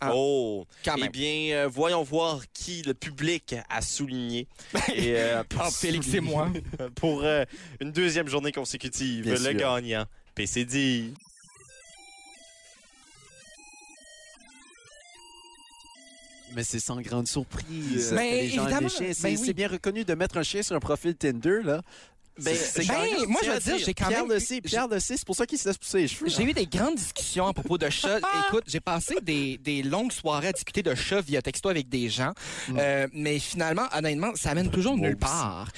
[SPEAKER 1] Ah.
[SPEAKER 2] Oh,
[SPEAKER 1] Quand
[SPEAKER 2] eh
[SPEAKER 1] même.
[SPEAKER 2] bien, euh, voyons voir qui le public a souligné. Et, euh, pour
[SPEAKER 1] Ben, Ah, Félix et
[SPEAKER 2] souligner-
[SPEAKER 1] moi.
[SPEAKER 2] Pour euh, une deuxième journée consécutive,
[SPEAKER 4] Bien
[SPEAKER 2] le
[SPEAKER 4] sûr.
[SPEAKER 2] gagnant, PCD.
[SPEAKER 4] Mais c'est sans grande surprise.
[SPEAKER 1] Mais
[SPEAKER 4] que les gens aiment les
[SPEAKER 1] évidemment,
[SPEAKER 4] chiens. C'est
[SPEAKER 1] ben oui.
[SPEAKER 4] c'est bien reconnu de mettre un chien sur un profil Tinder, là.
[SPEAKER 2] Ben,
[SPEAKER 4] C'est- c'est
[SPEAKER 1] ben,
[SPEAKER 4] quand même-
[SPEAKER 1] moi, je veux
[SPEAKER 4] Tiens,
[SPEAKER 1] dire, j'ai quand
[SPEAKER 4] Pierre
[SPEAKER 1] même
[SPEAKER 4] Le
[SPEAKER 1] eu-
[SPEAKER 4] sait, Pierre le sait, c'est pour ça qu'il se laisse pousser les cheveux.
[SPEAKER 1] J'ai eu des grandes discussions à propos de chats. Écoute, j'ai passé des, des longues soirées à discuter de chats via texto avec des gens, Euh, mais finalement, honnêtement, ça amène toujours nulle part.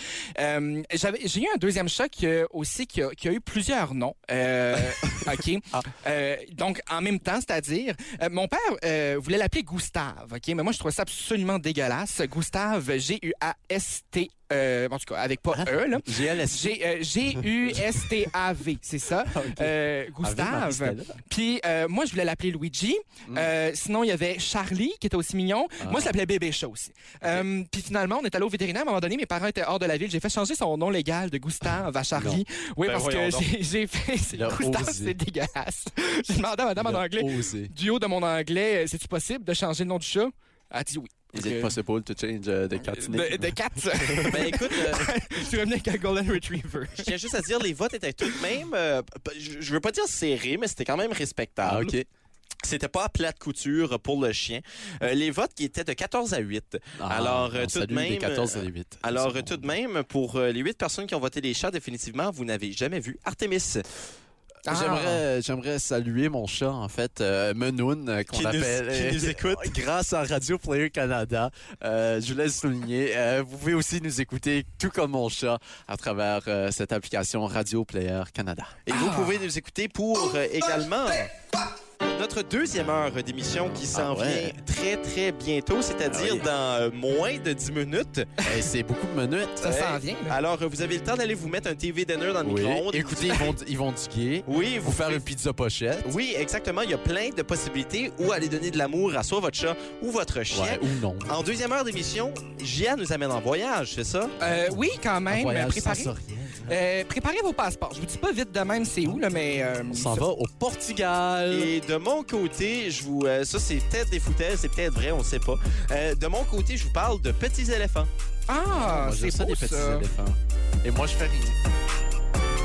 [SPEAKER 1] Euh, j'avais- j'ai eu un deuxième chat qui, a- aussi qui a, qui a eu plusieurs noms. Euh, ok. Euh, donc en même temps, c'est-à-dire, euh, mon père euh, voulait l'appeler Gustave. Ok, mais moi je trouvais ça absolument dégueulasse. Gustave, G U A S T. Euh, en tout cas, avec pas E là.
[SPEAKER 4] J'ai
[SPEAKER 1] G, euh, G-U-S-T-A-V, c'est ça.
[SPEAKER 4] Ah
[SPEAKER 1] Euh, Gustave. Puis euh, moi, je voulais l'appeler Luigi. Euh, sinon, il y avait Charlie, qui était aussi mignon.
[SPEAKER 4] Ah.
[SPEAKER 1] Moi, je l'appelais Bébé Chat aussi. Euh, puis finalement, on est allé au vétérinaire. À un moment donné, mes parents étaient hors de la ville. J'ai fait changer son nom légal de Gustave à Charlie. Oui,
[SPEAKER 2] Ben
[SPEAKER 1] parce
[SPEAKER 2] voyons
[SPEAKER 1] que
[SPEAKER 2] donc.
[SPEAKER 1] j'ai- j'ai fait... c'est-
[SPEAKER 4] Il a
[SPEAKER 1] Gustave,
[SPEAKER 4] osé.
[SPEAKER 1] c'est dégueulasse. J'ai demandé à madame en anglais,
[SPEAKER 4] Osé.
[SPEAKER 1] du haut de mon anglais, euh, c'est-tu possible de changer le nom du chat? Elle a dit oui.
[SPEAKER 4] Is
[SPEAKER 1] Donc,
[SPEAKER 4] it
[SPEAKER 1] euh,
[SPEAKER 4] possible to change uh, the cat name?
[SPEAKER 1] de, de quatre.
[SPEAKER 2] Ben écoute, euh,
[SPEAKER 1] je suis revenu avec un Golden Retriever.
[SPEAKER 2] je tiens juste à dire, les votes étaient tout de même, euh, p- je je veux pas dire serrés, mais c'était quand même respectable.
[SPEAKER 4] Ah, OK.
[SPEAKER 2] C'était pas à plate couture pour le chien. Euh, les votes qui étaient de 14 à 8.
[SPEAKER 4] Ah,
[SPEAKER 2] Alors, euh,
[SPEAKER 4] on
[SPEAKER 2] tout
[SPEAKER 4] salue
[SPEAKER 2] de même,
[SPEAKER 4] les 14 et les 8.
[SPEAKER 2] Alors,
[SPEAKER 4] C'est bon.
[SPEAKER 2] tout de même, pour euh, les 8 personnes qui ont voté les chats, définitivement, vous n'avez jamais vu Artemis.
[SPEAKER 1] Ah.
[SPEAKER 4] J'aimerais, euh, j'aimerais saluer mon chat, en fait, euh, Menoun, euh, qu'on
[SPEAKER 2] Qui nous-
[SPEAKER 4] appelle.
[SPEAKER 2] qui nous écoute.
[SPEAKER 4] Grâce à Radio Player Canada. Euh, je voulais le souligner. Euh, vous pouvez aussi nous écouter, tout comme mon chat, à travers euh, cette application Radio Player Canada.
[SPEAKER 2] Et vous
[SPEAKER 1] Ah.
[SPEAKER 2] pouvez nous écouter pour euh, également. notre deuxième heure d'émission qui s'en
[SPEAKER 4] Ah ouais.
[SPEAKER 2] vient très, très bientôt, c'est-à-dire
[SPEAKER 4] Ah oui.
[SPEAKER 2] dans euh, moins de 10 minutes.
[SPEAKER 4] Hey, Eh, c'est beaucoup de minutes.
[SPEAKER 3] Ça s'en
[SPEAKER 2] Hey.
[SPEAKER 3] vient, là.
[SPEAKER 2] Alors, euh, vous avez le temps d'aller vous mettre un TV dinner dans le
[SPEAKER 4] Oui.
[SPEAKER 2] micro-ondes.
[SPEAKER 4] Écoutez, ils vont, ils vont diguer.
[SPEAKER 2] Oui,
[SPEAKER 4] Vous faire
[SPEAKER 2] pouvez-
[SPEAKER 4] une pizza pochette.
[SPEAKER 2] Oui, exactement. Il y a plein de possibilités où aller donner de l'amour à soit votre chat ou votre chien. Ah,
[SPEAKER 4] Ouais, ou non.
[SPEAKER 2] En deuxième heure d'émission, Gia nous amène en voyage, c'est ça?
[SPEAKER 1] Euh, oui, quand
[SPEAKER 4] Un
[SPEAKER 1] même.
[SPEAKER 4] voyage
[SPEAKER 1] Préparez,
[SPEAKER 4] sensoriel.
[SPEAKER 1] euh, préparez vos passeports. Je vous dis pas vite de même c'est où, là, mais... euh,
[SPEAKER 4] On s'en va au Portugal.
[SPEAKER 6] Euh,
[SPEAKER 2] Et de mon côté, je vous. euh, ça, c'est peut-être des foutaises, c'est peut-être vrai, on ne sait pas. Euh, de mon côté, je vous parle de petits éléphants.
[SPEAKER 1] Ah,
[SPEAKER 4] Moi, j'aime
[SPEAKER 1] c'est
[SPEAKER 4] ça,
[SPEAKER 1] beau,
[SPEAKER 4] des petits
[SPEAKER 1] ça.
[SPEAKER 4] éléphants. Et moi, je fais rien.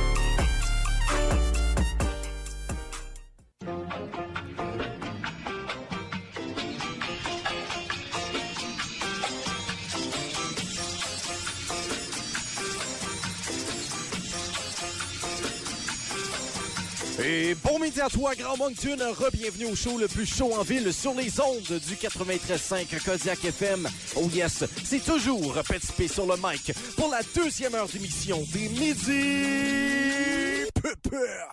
[SPEAKER 6] Et bon midi à toi, Grand Moncton. Re-bienvenue au show le plus chaud en ville sur les ondes du 93.5 Kodiak FM. Oh yes, c'est toujours Petit P sur le mic pour la deuxième heure d'émission des midi. Pupeurs.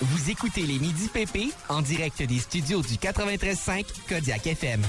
[SPEAKER 3] Vous écoutez les Midi PP en direct des studios du 93.5 Kodiak FM.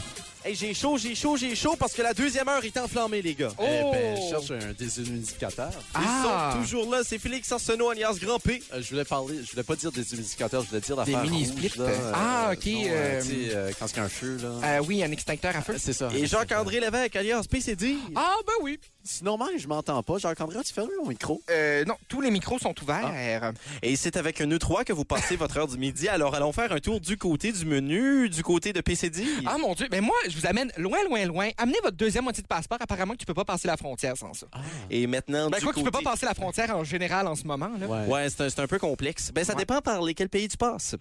[SPEAKER 6] Hey, j'ai chaud, j'ai chaud, j'ai chaud parce que la deuxième heure est enflammée, les gars.
[SPEAKER 1] Oh!
[SPEAKER 4] Eh ben, je cherche un déshumidificateur.
[SPEAKER 2] Ils
[SPEAKER 1] Ah!
[SPEAKER 2] sont toujours là. C'est Félix Arsenault, alias Grand P.
[SPEAKER 4] Euh, je voulais parler, je voulais pas dire déshumidificateur, je voulais dire
[SPEAKER 1] Des
[SPEAKER 4] l'affaire
[SPEAKER 1] mini-splits.
[SPEAKER 4] rouge, là, euh,
[SPEAKER 1] Ah, ok,
[SPEAKER 4] non,
[SPEAKER 1] euh,
[SPEAKER 4] tu sais, euh, quand il y a un feu, là.
[SPEAKER 1] Euh, oui, un extincteur à feu.
[SPEAKER 4] C'est
[SPEAKER 6] Ah,
[SPEAKER 4] ça.
[SPEAKER 2] Et Jacques-André Lévesque, alias PCD.
[SPEAKER 1] Ah, ben oui.
[SPEAKER 4] Sinon, même, je m'entends pas. Jacques-André, tu fermes mon micro?
[SPEAKER 1] Euh, non, tous les micros sont ouverts.
[SPEAKER 4] Ah.
[SPEAKER 2] Et c'est avec nous trois que vous passez votre heure du midi. Alors, allons faire un tour du côté du menu, du côté de PCD.
[SPEAKER 1] Ah mon Dieu, mais moi, je vous amène loin, loin, loin. Amenez votre deuxième moitié de passeport. Apparemment que tu peux pas passer la frontière sans
[SPEAKER 4] Ah,
[SPEAKER 1] ça.
[SPEAKER 2] Et maintenant,
[SPEAKER 1] Ben
[SPEAKER 2] du
[SPEAKER 1] quoi que tu
[SPEAKER 2] côté...
[SPEAKER 1] peux pas passer la frontière en général en ce moment. Là.
[SPEAKER 4] Ouais.
[SPEAKER 2] Ouais, c'est un, c'est un peu complexe. Ben, ça
[SPEAKER 1] Ouais.
[SPEAKER 2] dépend par lesquels pays tu passes.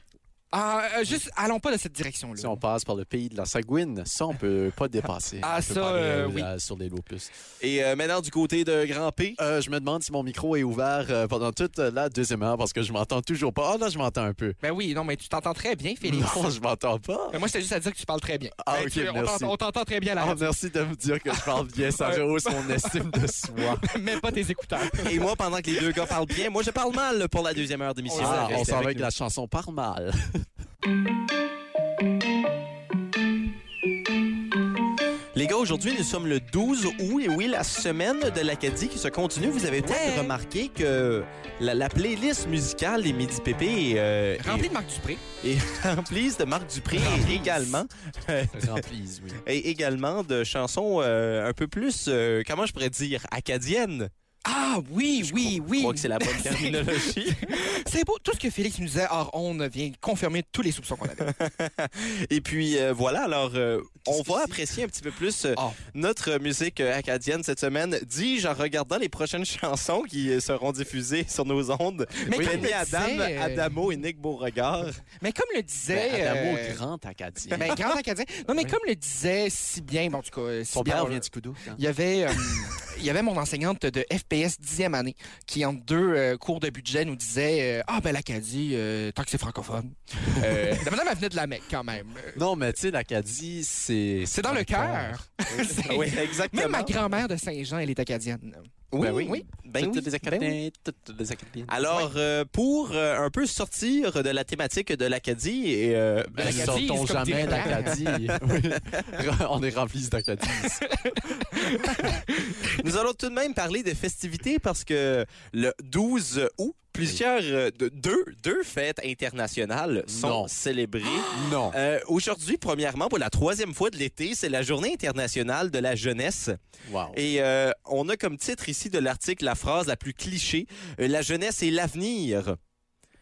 [SPEAKER 1] Ah, euh, juste, allons pas de cette direction-là.
[SPEAKER 4] Si on passe par le pays de la Sagouine, ça, on peut pas dépasser.
[SPEAKER 1] Ah,
[SPEAKER 4] On peut
[SPEAKER 1] ça,
[SPEAKER 4] parler,
[SPEAKER 1] euh, oui.
[SPEAKER 4] euh, sur les lopus.
[SPEAKER 2] Et euh, maintenant, du côté de Grand P.
[SPEAKER 4] Euh, je me demande si mon micro est ouvert euh, pendant toute euh, la deuxième heure parce que je m'entends toujours pas. Ah, là, je m'entends un peu.
[SPEAKER 1] Ben oui, non, mais tu t'entends très bien, Félix.
[SPEAKER 4] Non, je m'entends pas.
[SPEAKER 1] Ben moi, c'était juste à dire que tu parles très bien.
[SPEAKER 4] Ah,
[SPEAKER 1] Ben,
[SPEAKER 4] ok,
[SPEAKER 1] tu- on
[SPEAKER 4] merci.
[SPEAKER 1] t'entend- on t'entend très bien à la
[SPEAKER 4] Ah,
[SPEAKER 1] radio.
[SPEAKER 4] merci de me dire que je parle bien. Ça
[SPEAKER 1] Ouais.
[SPEAKER 4] rehausse mon estime de soi.
[SPEAKER 1] Mets pas tes écouteurs.
[SPEAKER 2] Et moi, pendant que les deux gars parlent bien, moi, je parle mal pour la deuxième heure d'émission.
[SPEAKER 1] Ah,
[SPEAKER 2] Restez
[SPEAKER 4] on s'en va
[SPEAKER 2] avec
[SPEAKER 4] avec la chanson par mal.
[SPEAKER 2] Les gars, aujourd'hui, nous sommes le 12 août et oui, la semaine de l'Acadie qui se continue. Vous avez peut-être
[SPEAKER 1] Ouais.
[SPEAKER 2] remarqué que la, la playlist musicale des Midi Pépé euh,
[SPEAKER 1] Rempli de Marc Dupré.
[SPEAKER 2] est, est remplie de Marc Dupré et également,
[SPEAKER 4] Remplis, oui.
[SPEAKER 2] et également de chansons euh, un peu plus, euh, comment je pourrais dire, acadiennes.
[SPEAKER 1] Ah oui, oui,
[SPEAKER 2] Je
[SPEAKER 1] oui.
[SPEAKER 2] crois que c'est la bonne terminologie.
[SPEAKER 1] C'est beau. Tout ce que Félix nous disait hors on vient confirmer tous les soupçons qu'on avait.
[SPEAKER 2] Et puis euh, voilà, alors euh, on
[SPEAKER 1] Qu'est-ce que
[SPEAKER 2] va
[SPEAKER 1] c'est?
[SPEAKER 2] apprécier un petit peu plus euh,
[SPEAKER 1] Ah.
[SPEAKER 2] notre musique euh, acadienne cette semaine, dis-je en regardant les prochaines chansons qui euh, seront diffusées sur nos ondes.
[SPEAKER 1] Mais
[SPEAKER 2] Oui,
[SPEAKER 1] comme
[SPEAKER 2] Benny
[SPEAKER 1] le
[SPEAKER 2] Adam,
[SPEAKER 1] disait, euh,
[SPEAKER 2] Adamo et Nick Beauregard.
[SPEAKER 1] Mais comme le disait...
[SPEAKER 4] Ben, Adamo,
[SPEAKER 1] euh,
[SPEAKER 4] grand Acadien.
[SPEAKER 1] ben, grand Acadien. Non, mais comme le disait si bien, bon, en tout cas, euh, si
[SPEAKER 4] Son
[SPEAKER 1] bien,
[SPEAKER 4] père
[SPEAKER 1] on-
[SPEAKER 4] vient du Coudou. hein?
[SPEAKER 1] Il y avait. euh, Il y avait mon enseignante de FPS 10e année qui, en deux euh, cours de budget, nous disait euh, Ah, ben l'Acadie, euh, tant que c'est francophone. Euh, la madame, elle venait de la Mecque quand même. Euh,
[SPEAKER 4] Ben, Non, mais tu sais, l'Acadie, c'est.
[SPEAKER 1] C'est dans le cœur. C'est-
[SPEAKER 2] Oui, exactement.
[SPEAKER 1] Même ma grand-mère de Saint-Jean, elle est acadienne.
[SPEAKER 4] Ben oui.
[SPEAKER 2] Ben
[SPEAKER 4] Toutes
[SPEAKER 2] oui.
[SPEAKER 4] les Acadiens, toutes les Acadiens.
[SPEAKER 2] Alors, euh, pour euh, un peu sortir de la thématique de l'Acadie et euh,
[SPEAKER 4] Ben,
[SPEAKER 1] l'Acadie,
[SPEAKER 4] sortons
[SPEAKER 1] c'est comme
[SPEAKER 4] jamais
[SPEAKER 1] des plans.
[SPEAKER 4] d'Acadie. Oui. On est remplis d'Acadie.
[SPEAKER 2] Nous allons tout de même parler des festivités parce que le 12 août, plusieurs euh, de- deux, deux fêtes internationales sont
[SPEAKER 4] Non.
[SPEAKER 2] célébrées.
[SPEAKER 4] Non.
[SPEAKER 2] Euh, Aujourd'hui, premièrement, pour la troisième fois de l'été, c'est la Journée internationale de la jeunesse.
[SPEAKER 4] Wow.
[SPEAKER 2] Et euh, on a comme titre ici de l'article la phrase la plus cliché euh, La jeunesse est l'avenir.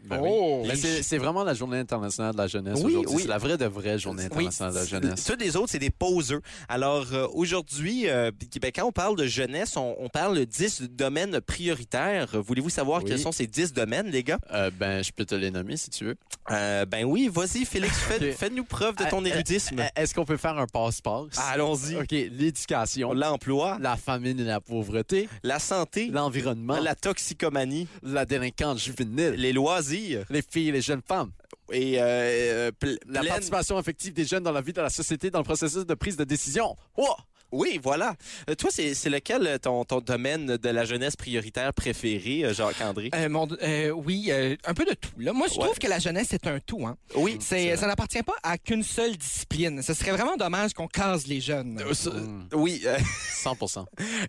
[SPEAKER 4] Ben oui.
[SPEAKER 1] oh!
[SPEAKER 4] Mais c'est c'est vraiment la journée internationale de la jeunesse
[SPEAKER 2] Oui,
[SPEAKER 4] aujourd'hui.
[SPEAKER 2] oui.
[SPEAKER 4] C'est la vraie de vraie journée
[SPEAKER 2] Oui.
[SPEAKER 4] internationale de la jeunesse.
[SPEAKER 2] Tous les autres, c'est des poseurs. Alors euh, aujourd'hui, euh, ben, quand on parle de jeunesse, on, on parle de 10 domaines prioritaires. Voulez-vous savoir
[SPEAKER 4] Oui.
[SPEAKER 2] quels sont ces 10 domaines, les gars?
[SPEAKER 4] Euh, ben, je peux te les nommer si tu veux.
[SPEAKER 2] Euh, ben oui, vas-y, Félix, fais-
[SPEAKER 4] Ok.
[SPEAKER 2] fais-nous preuve de ton
[SPEAKER 4] Ah,
[SPEAKER 2] érudisme.
[SPEAKER 4] Euh, Est-ce qu'on peut faire un passeport?
[SPEAKER 2] Allons-y.
[SPEAKER 4] OK, l'éducation,
[SPEAKER 2] L'emploi,
[SPEAKER 4] la famine et la pauvreté,
[SPEAKER 2] la santé,
[SPEAKER 4] l'environnement, la...
[SPEAKER 2] la toxicomanie,
[SPEAKER 4] délinquance juvénile,
[SPEAKER 2] les loisirs
[SPEAKER 4] les filles et les jeunes femmes,
[SPEAKER 2] et euh, euh, pl-
[SPEAKER 4] la
[SPEAKER 2] pleine-
[SPEAKER 4] participation affective des jeunes dans la vie de la société dans le processus de prise de décision. Oh!
[SPEAKER 2] Oui, voilà. Euh, toi, c'est c'est lequel euh, ton, ton domaine de la jeunesse prioritaire préféré, euh, Jacques-André?
[SPEAKER 1] Euh, mon- euh, oui, euh, un peu de tout. Là. Moi, je
[SPEAKER 2] Ouais.
[SPEAKER 1] trouve que la jeunesse, c'est un tout. Hein.
[SPEAKER 2] Oui,
[SPEAKER 1] C'est, ça n'appartient pas à qu'une seule discipline. Ce serait vraiment dommage qu'on case les jeunes.
[SPEAKER 2] Euh, ce- Oui, euh,
[SPEAKER 4] 100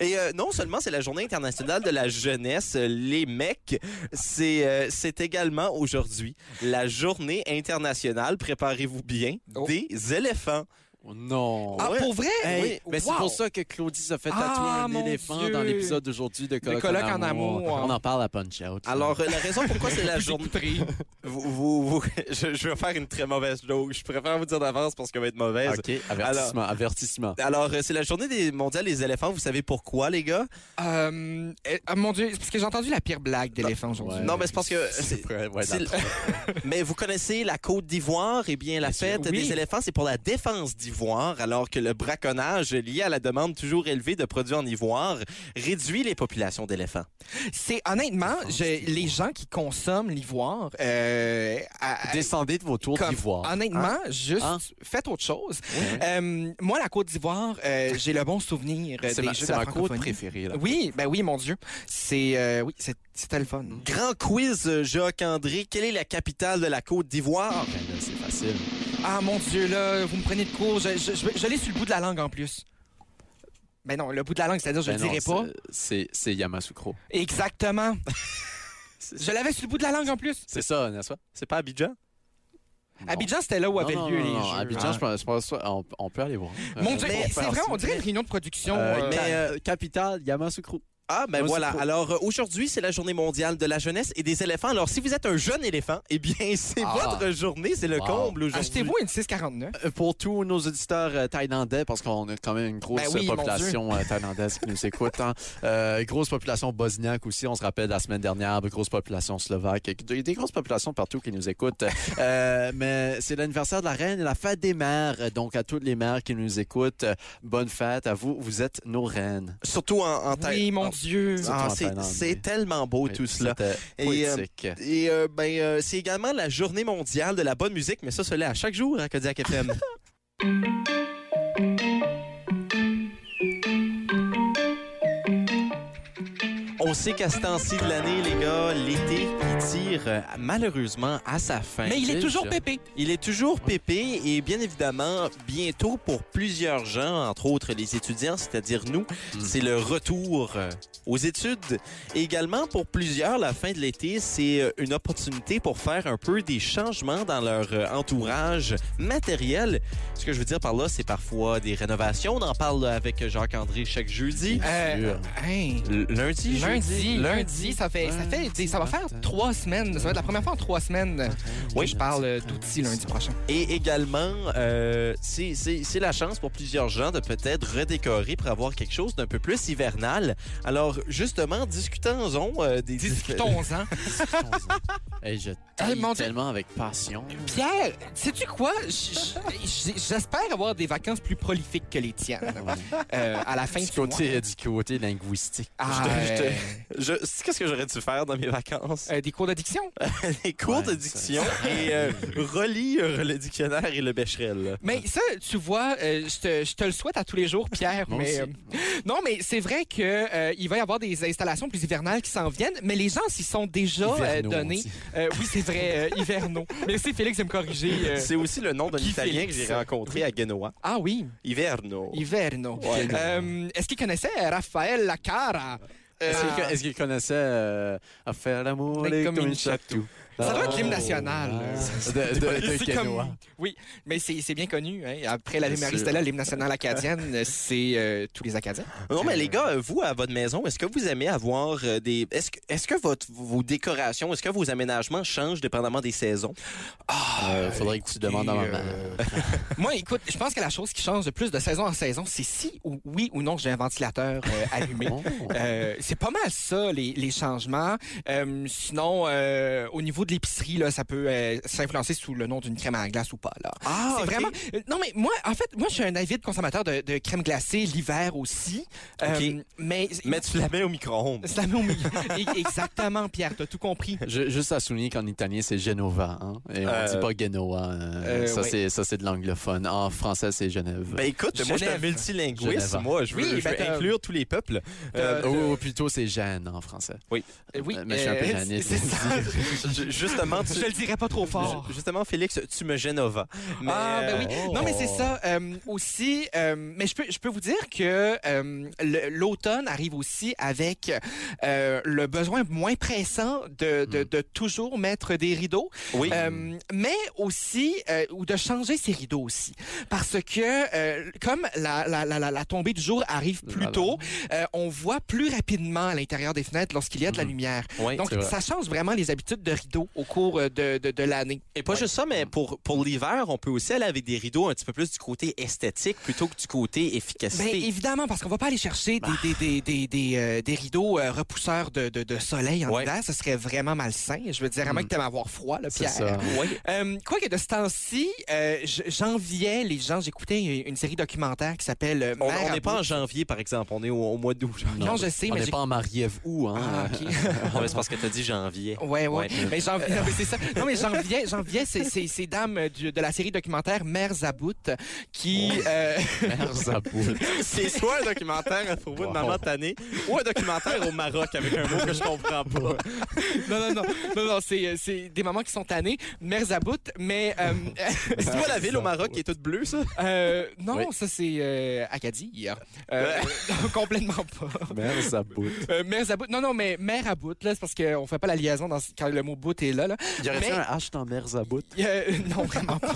[SPEAKER 2] et euh, non seulement c'est la journée internationale de la jeunesse, euh, les mecs, c'est euh, c'est également aujourd'hui la journée internationale, préparez-vous bien,
[SPEAKER 1] Oh.
[SPEAKER 2] des éléphants.
[SPEAKER 4] Oh, Non.
[SPEAKER 1] Ah,
[SPEAKER 2] ouais.
[SPEAKER 1] pour vrai?
[SPEAKER 4] Hey,
[SPEAKER 1] Oui.
[SPEAKER 4] Mais c'est
[SPEAKER 1] Wow.
[SPEAKER 4] pour ça que Claudie se fait tatouer
[SPEAKER 1] Ah,
[SPEAKER 4] un
[SPEAKER 1] mon
[SPEAKER 4] éléphant
[SPEAKER 1] Dieu.
[SPEAKER 4] dans l'épisode d'aujourd'hui de Colloque,
[SPEAKER 1] Colloque en amour.
[SPEAKER 4] On en parle à Punch Out.
[SPEAKER 2] Alors, euh, la raison pourquoi c'est la journée... Vous, vous- vous- je, je vais faire une très mauvaise joke. Je préfère vous dire d'avance parce qu'elle va être
[SPEAKER 1] euh,
[SPEAKER 2] mauvaise.
[SPEAKER 4] OK, avertissement, avertissement.
[SPEAKER 2] Alors, euh, c'est la journée des mondiales des éléphants. Vous savez pourquoi, les gars?
[SPEAKER 1] Euh, euh, ah, mon Dieu, c'est parce que j'ai entendu la pire blague d'éléphant aujourd'hui.
[SPEAKER 4] Ouais.
[SPEAKER 2] Non, mais c'est parce que... c'est-
[SPEAKER 4] Ouais, ouais,
[SPEAKER 2] C'est- Mais vous connaissez la Côte d'Ivoire? Eh bien, la fête
[SPEAKER 1] oui.
[SPEAKER 2] des éléphants, c'est pour la défense d'Ivoire, alors que le braconnage lié à la demande toujours élevée de produits en ivoire réduit les populations d'éléphants.
[SPEAKER 1] C'est honnêtement, je- les gens qui consomment l'ivoire, euh, à- à-
[SPEAKER 4] Descendez de vos tours
[SPEAKER 1] comme- Ah,
[SPEAKER 4] d'ivoire.
[SPEAKER 1] honnêtement, juste
[SPEAKER 4] Hein?
[SPEAKER 1] faites autre chose. Euh, moi, la Côte d'Ivoire, euh, j'ai le bon souvenir euh,
[SPEAKER 4] C'est
[SPEAKER 1] des
[SPEAKER 4] ma,
[SPEAKER 1] jeux
[SPEAKER 4] c'est
[SPEAKER 1] de la
[SPEAKER 4] ma côte
[SPEAKER 1] francophonie.
[SPEAKER 4] préférée. Là.
[SPEAKER 1] Oui, ben oui, mon Dieu. C'est euh, oui, c'est- c'était le fun.
[SPEAKER 4] Mm.
[SPEAKER 2] Grand quiz, euh, Jacques-André. Quelle est la capitale de la Côte d'Ivoire?
[SPEAKER 4] Ben là, c'est facile.
[SPEAKER 1] Ah mon Dieu, là, vous me prenez de court. Je, je, je- je l'ai sur le bout de la langue en plus. Ben non, le bout de la langue, c'est-à-dire je
[SPEAKER 4] Ben
[SPEAKER 1] le
[SPEAKER 4] non,
[SPEAKER 1] dirai pas.
[SPEAKER 4] C'est c'est- c'est Yamasukro.
[SPEAKER 1] Exactement. je l'avais sur le bout de la langue en plus.
[SPEAKER 4] C'est ça, n'est-ce pas?
[SPEAKER 2] C'est pas Abidjan?
[SPEAKER 1] Abidjan, c'était là où
[SPEAKER 4] Non,
[SPEAKER 1] avaient
[SPEAKER 4] non,
[SPEAKER 1] lieu
[SPEAKER 4] non,
[SPEAKER 1] les
[SPEAKER 4] non,
[SPEAKER 1] jeux.
[SPEAKER 4] Abidjan,
[SPEAKER 1] Ah.
[SPEAKER 4] je pense, je pense- on, on peut aller voir.
[SPEAKER 1] Mon Dieu,
[SPEAKER 2] Mais
[SPEAKER 1] c'est
[SPEAKER 2] faire
[SPEAKER 1] vrai,
[SPEAKER 2] ça.
[SPEAKER 1] on dirait une réunion de production.
[SPEAKER 4] Euh,
[SPEAKER 1] euh,
[SPEAKER 4] mais euh, capitale, Yamasukro.
[SPEAKER 2] Ah, ben
[SPEAKER 4] Moi,
[SPEAKER 2] voilà.
[SPEAKER 4] c'est pas-
[SPEAKER 2] Alors, euh, aujourd'hui, c'est la journée mondiale de la jeunesse et des éléphants. Alors, si vous êtes un jeune éléphant, eh bien, c'est
[SPEAKER 4] Ah.
[SPEAKER 2] votre journée. C'est le
[SPEAKER 4] Wow.
[SPEAKER 2] comble aujourd'hui.
[SPEAKER 1] Achetez-vous une 649.
[SPEAKER 4] Euh, Pour tous nos auditeurs euh, thaïlandais, parce qu'on a quand même une grosse
[SPEAKER 1] Ben oui,
[SPEAKER 4] euh,
[SPEAKER 1] mon
[SPEAKER 4] population euh, thaïlandaise qui nous écoute. hein. Euh, grosse population bosniaque aussi, on se rappelle la semaine dernière, de grosse population slovaque, et des, des grosses populations partout qui nous écoutent. Euh, mais c'est l'anniversaire de la reine et la fête des mères. Donc à toutes les mères qui nous écoutent, euh, bonne fête à vous. Vous êtes nos reines.
[SPEAKER 2] Surtout en,
[SPEAKER 4] Ah,
[SPEAKER 2] en Thaï-
[SPEAKER 1] Oui, mon
[SPEAKER 2] en-
[SPEAKER 1] Dieu.
[SPEAKER 4] Surtout
[SPEAKER 2] Ah,
[SPEAKER 4] en
[SPEAKER 2] c'est-
[SPEAKER 4] Thaïlande,
[SPEAKER 2] c'est
[SPEAKER 4] oui.
[SPEAKER 2] tellement beau tout cela.
[SPEAKER 4] C'était
[SPEAKER 2] Et,
[SPEAKER 4] poétique.
[SPEAKER 2] Et euh, ben, euh, c'est également la journée mondiale de la bonne musique, mais ça, cela à chaque jour à Kodiak FM. On sait qu'à ce temps-ci de l'année, les gars, l'été qui tire euh, malheureusement à sa
[SPEAKER 4] Ah,
[SPEAKER 2] fin.
[SPEAKER 1] Mais il est toujours pépé.
[SPEAKER 2] Il est toujours pépé et bien évidemment, bientôt pour plusieurs gens, entre autres les étudiants, c'est-à-dire nous, c'est le retour euh, aux études. Et également pour plusieurs, la fin de l'été, c'est euh, une opportunité pour faire un peu des changements dans leur euh, entourage matériel. Ce que je veux dire par là, c'est parfois des rénovations. On en parle avec Jacques-André chaque jeudi.
[SPEAKER 1] Euh, hein.
[SPEAKER 2] L- Lundi,
[SPEAKER 1] Lundi,
[SPEAKER 2] jeudi.
[SPEAKER 1] lundi, ça fait, ça fait, des- ça va faire trois semaines. Ça va être la première fois en trois semaines.
[SPEAKER 2] Oui.
[SPEAKER 1] que je parle euh, d'outils lundi prochain.
[SPEAKER 2] Et également, euh, c'est c'est- c'est la chance pour plusieurs gens de peut-être redécorer pour avoir quelque chose d'un peu plus hivernal. Alors, justement, discutons-en euh, des...
[SPEAKER 1] Discutons-en.
[SPEAKER 4] Et je t'aime
[SPEAKER 1] Ah, mon Dieu.
[SPEAKER 4] tellement avec passion.
[SPEAKER 1] Pierre, sais-tu quoi? J- j- J'espère avoir des vacances plus prolifiques que les tiennes euh, à la fin
[SPEAKER 4] Du
[SPEAKER 1] du mois.
[SPEAKER 4] côté, du côté linguistique.
[SPEAKER 1] Ah,
[SPEAKER 2] Je te- je te-
[SPEAKER 1] euh,
[SPEAKER 2] Je- Qu'est-ce que j'aurais dû faire dans mes vacances?
[SPEAKER 1] euh, des cours d'addiction?
[SPEAKER 2] Les cours
[SPEAKER 4] Ouais,
[SPEAKER 2] de diction et euh, relire le dictionnaire et le bécherel.
[SPEAKER 1] Mais ça, tu vois, euh, je te- je te le souhaite à tous les jours, Pierre.
[SPEAKER 4] Moi
[SPEAKER 1] mais
[SPEAKER 4] aussi.
[SPEAKER 1] euh, Non, mais c'est vrai que euh, il va y avoir des installations plus hivernales qui s'en viennent, mais les gens s'y sont déjà euh,
[SPEAKER 4] Hivernaux, on
[SPEAKER 1] donnés.
[SPEAKER 4] dit.
[SPEAKER 1] Euh, oui, c'est vrai, euh, hivernaux. Merci, Félix, de me corriger. euh.
[SPEAKER 2] C'est aussi le nom d'un
[SPEAKER 1] Guy
[SPEAKER 2] Italien que
[SPEAKER 1] Félix.
[SPEAKER 2] j'ai rencontré à Genoa.
[SPEAKER 1] Ah oui,
[SPEAKER 2] Hiverno.
[SPEAKER 1] hiverno.
[SPEAKER 2] Ouais.
[SPEAKER 1] Euh, Est-ce qu'il connaissait Raphaël Lacara?
[SPEAKER 4] Est-ce
[SPEAKER 1] Euh,
[SPEAKER 4] qu'il co- est-ce qu'il connaissait euh, à faire l'amour
[SPEAKER 1] Mais
[SPEAKER 4] les-
[SPEAKER 1] comme
[SPEAKER 4] comme,
[SPEAKER 1] une
[SPEAKER 4] une chatou?
[SPEAKER 1] Ça doit
[SPEAKER 4] doit
[SPEAKER 1] être l'hymne national, euh.
[SPEAKER 4] Ah. De, de, de
[SPEAKER 1] C'est
[SPEAKER 4] Quénois.
[SPEAKER 1] comme- Oui, mais c'est c'est bien connu. hein. Après la
[SPEAKER 4] Bien
[SPEAKER 1] Marie
[SPEAKER 4] sûr.
[SPEAKER 1] Stella, l'hymne national acadienne, c'est euh, tous les Acadiens.
[SPEAKER 2] Non, mais les gars, euh, vous, à votre maison, est-ce que vous aimez avoir euh, des... Est-ce que, est-ce que votre, vos décorations, est-ce que vos aménagements changent dépendamment des saisons?
[SPEAKER 4] Euh, faudrait que tu demandes à ma mère.
[SPEAKER 1] euh, Moi, écoute, je pense que la chose qui change de plus de saison en saison, c'est si ou oui ou non j'ai un ventilateur euh, allumé.
[SPEAKER 4] Oh.
[SPEAKER 1] Euh, c'est pas mal ça, les, les changements. Euh, sinon, euh, au niveau niveau de l'épicerie, là, ça peut euh, s'influencer sous le nom d'une crème à la glace ou pas. Là.
[SPEAKER 2] Ah,
[SPEAKER 1] c'est
[SPEAKER 2] ok.
[SPEAKER 1] vraiment. euh, Non, mais moi, en fait, moi, je suis un avide consommateur de, de crème glacée l'hiver aussi. Euh,
[SPEAKER 2] Ok.
[SPEAKER 1] mais.
[SPEAKER 2] Mais tu la mets au micro-ondes.
[SPEAKER 1] Ça met au milieu. E- Exactement, Pierre, t'as tout compris.
[SPEAKER 4] Je- juste à souligner qu'en italien, c'est Genova. Hein? Et on
[SPEAKER 2] Euh,
[SPEAKER 4] dit pas Genoa. hein.
[SPEAKER 1] euh,
[SPEAKER 4] ça,
[SPEAKER 1] oui.
[SPEAKER 4] c'est, ça, c'est de l'anglophone. En français, c'est Genève.
[SPEAKER 2] Ben écoute, moi je suis un
[SPEAKER 1] Genève.
[SPEAKER 2] multilinguiste,
[SPEAKER 4] Genève.
[SPEAKER 2] moi je veux,
[SPEAKER 1] Oui,
[SPEAKER 2] je
[SPEAKER 1] ben,
[SPEAKER 2] veux
[SPEAKER 1] t'as-
[SPEAKER 2] inclure tous les peuples. Euh,
[SPEAKER 1] t'as-
[SPEAKER 4] ou, ou plutôt, c'est Jeanne en français.
[SPEAKER 1] Euh, Oui,
[SPEAKER 4] Mais je suis un peu
[SPEAKER 1] euh,
[SPEAKER 4] gêné de
[SPEAKER 1] c'est
[SPEAKER 4] le
[SPEAKER 1] ça.
[SPEAKER 2] ju- justement, tu-
[SPEAKER 1] Je le dirais pas trop fort.
[SPEAKER 2] ju- justement Félix, tu me Genova. Mais,
[SPEAKER 1] Ah, ben oui.
[SPEAKER 2] euh,
[SPEAKER 1] Non, mais c'est ça. euh, aussi, euh, mais je peux, je peux vous dire que euh, le- l'automne arrive aussi avec euh, le besoin moins pressant de,
[SPEAKER 4] Hmm.
[SPEAKER 1] de, de toujours mettre des rideaux,
[SPEAKER 2] Oui.
[SPEAKER 1] euh, mais aussi, euh, ou de changer ses rideaux aussi. Parce que, euh, comme la, la, la, la- la tombée du jour arrive plus
[SPEAKER 4] Voilà.
[SPEAKER 1] tôt, euh, on voit plus rapidement à l'intérieur des fenêtres lorsqu'il y a de la
[SPEAKER 4] Mhm.
[SPEAKER 1] lumière.
[SPEAKER 2] Ouais.
[SPEAKER 1] Donc,
[SPEAKER 4] c'est vrai.
[SPEAKER 1] ça change vraiment les habitudes de rideaux au cours euh, de, de, de l'année.
[SPEAKER 2] Et pas juste ça, mais pour, pour l'hiver, on peut aussi aller avec des rideaux un petit peu plus du côté esthétique plutôt que du côté
[SPEAKER 1] Ben,
[SPEAKER 2] efficacité.
[SPEAKER 1] évidemment, parce qu'on va pas aller chercher des, des, des, des, des, euh, des rideaux euh, repousseurs de, de, de soleil en
[SPEAKER 2] Ouais.
[SPEAKER 1] hiver. Ce serait vraiment malsain. Je veux dire, à moins que tu avoir froid, là,
[SPEAKER 4] Mm. C'est
[SPEAKER 1] Pierre.
[SPEAKER 4] ça.
[SPEAKER 2] Oui.
[SPEAKER 1] Euh, quoi que de ce temps-ci, euh, j- j'enviais les gens. J'écoutais une série documentaire qui s'appelle euh,
[SPEAKER 2] On
[SPEAKER 1] Mère
[SPEAKER 2] on
[SPEAKER 1] à
[SPEAKER 2] n'est
[SPEAKER 1] bout.
[SPEAKER 2] pas en janvier, par exemple. On est au, au mois d'août.
[SPEAKER 1] Non, je sais,
[SPEAKER 4] on
[SPEAKER 1] mais
[SPEAKER 4] n'est
[SPEAKER 1] j'ai-
[SPEAKER 4] pas en Mariev ou.
[SPEAKER 1] Ah,
[SPEAKER 4] Hein?
[SPEAKER 1] ok.
[SPEAKER 2] Ah, mais c'est parce que t'as dit janvier.
[SPEAKER 1] Ouais, ouais.
[SPEAKER 2] Ouais.
[SPEAKER 1] Mais j'en non, mais c'est ça. Non, mais j'enviais, j'enviais ces, ces, ces dames euh, du- de la série documentaire Mères à bout qui, euh,
[SPEAKER 4] Mère Zaboul.
[SPEAKER 2] C'est soit un documentaire à propos
[SPEAKER 4] Wow.
[SPEAKER 2] de maman tannée ou un documentaire au Maroc avec un mot que je comprends pas.
[SPEAKER 1] non, non, non, non, non, c'est, euh, c'est des mamans qui sont tannées, Mères à bout, mais, euh,
[SPEAKER 2] C'est quoi la ville au Maroc qui est toute bleue, ça?
[SPEAKER 1] Euh, non,
[SPEAKER 2] Oui.
[SPEAKER 1] ça c'est euh, Acadie. Euh, non, complètement pas.
[SPEAKER 4] Mère Zaboul.
[SPEAKER 1] Euh, mère à bout. Non, non, mais mère à bout, là, c'est parce qu'on fait pas la liaison dans, quand le mot bout est là. là.
[SPEAKER 4] Il y aurait
[SPEAKER 1] Mais-
[SPEAKER 4] un H dans Mère Zaboul?
[SPEAKER 1] Euh, non, vraiment pas.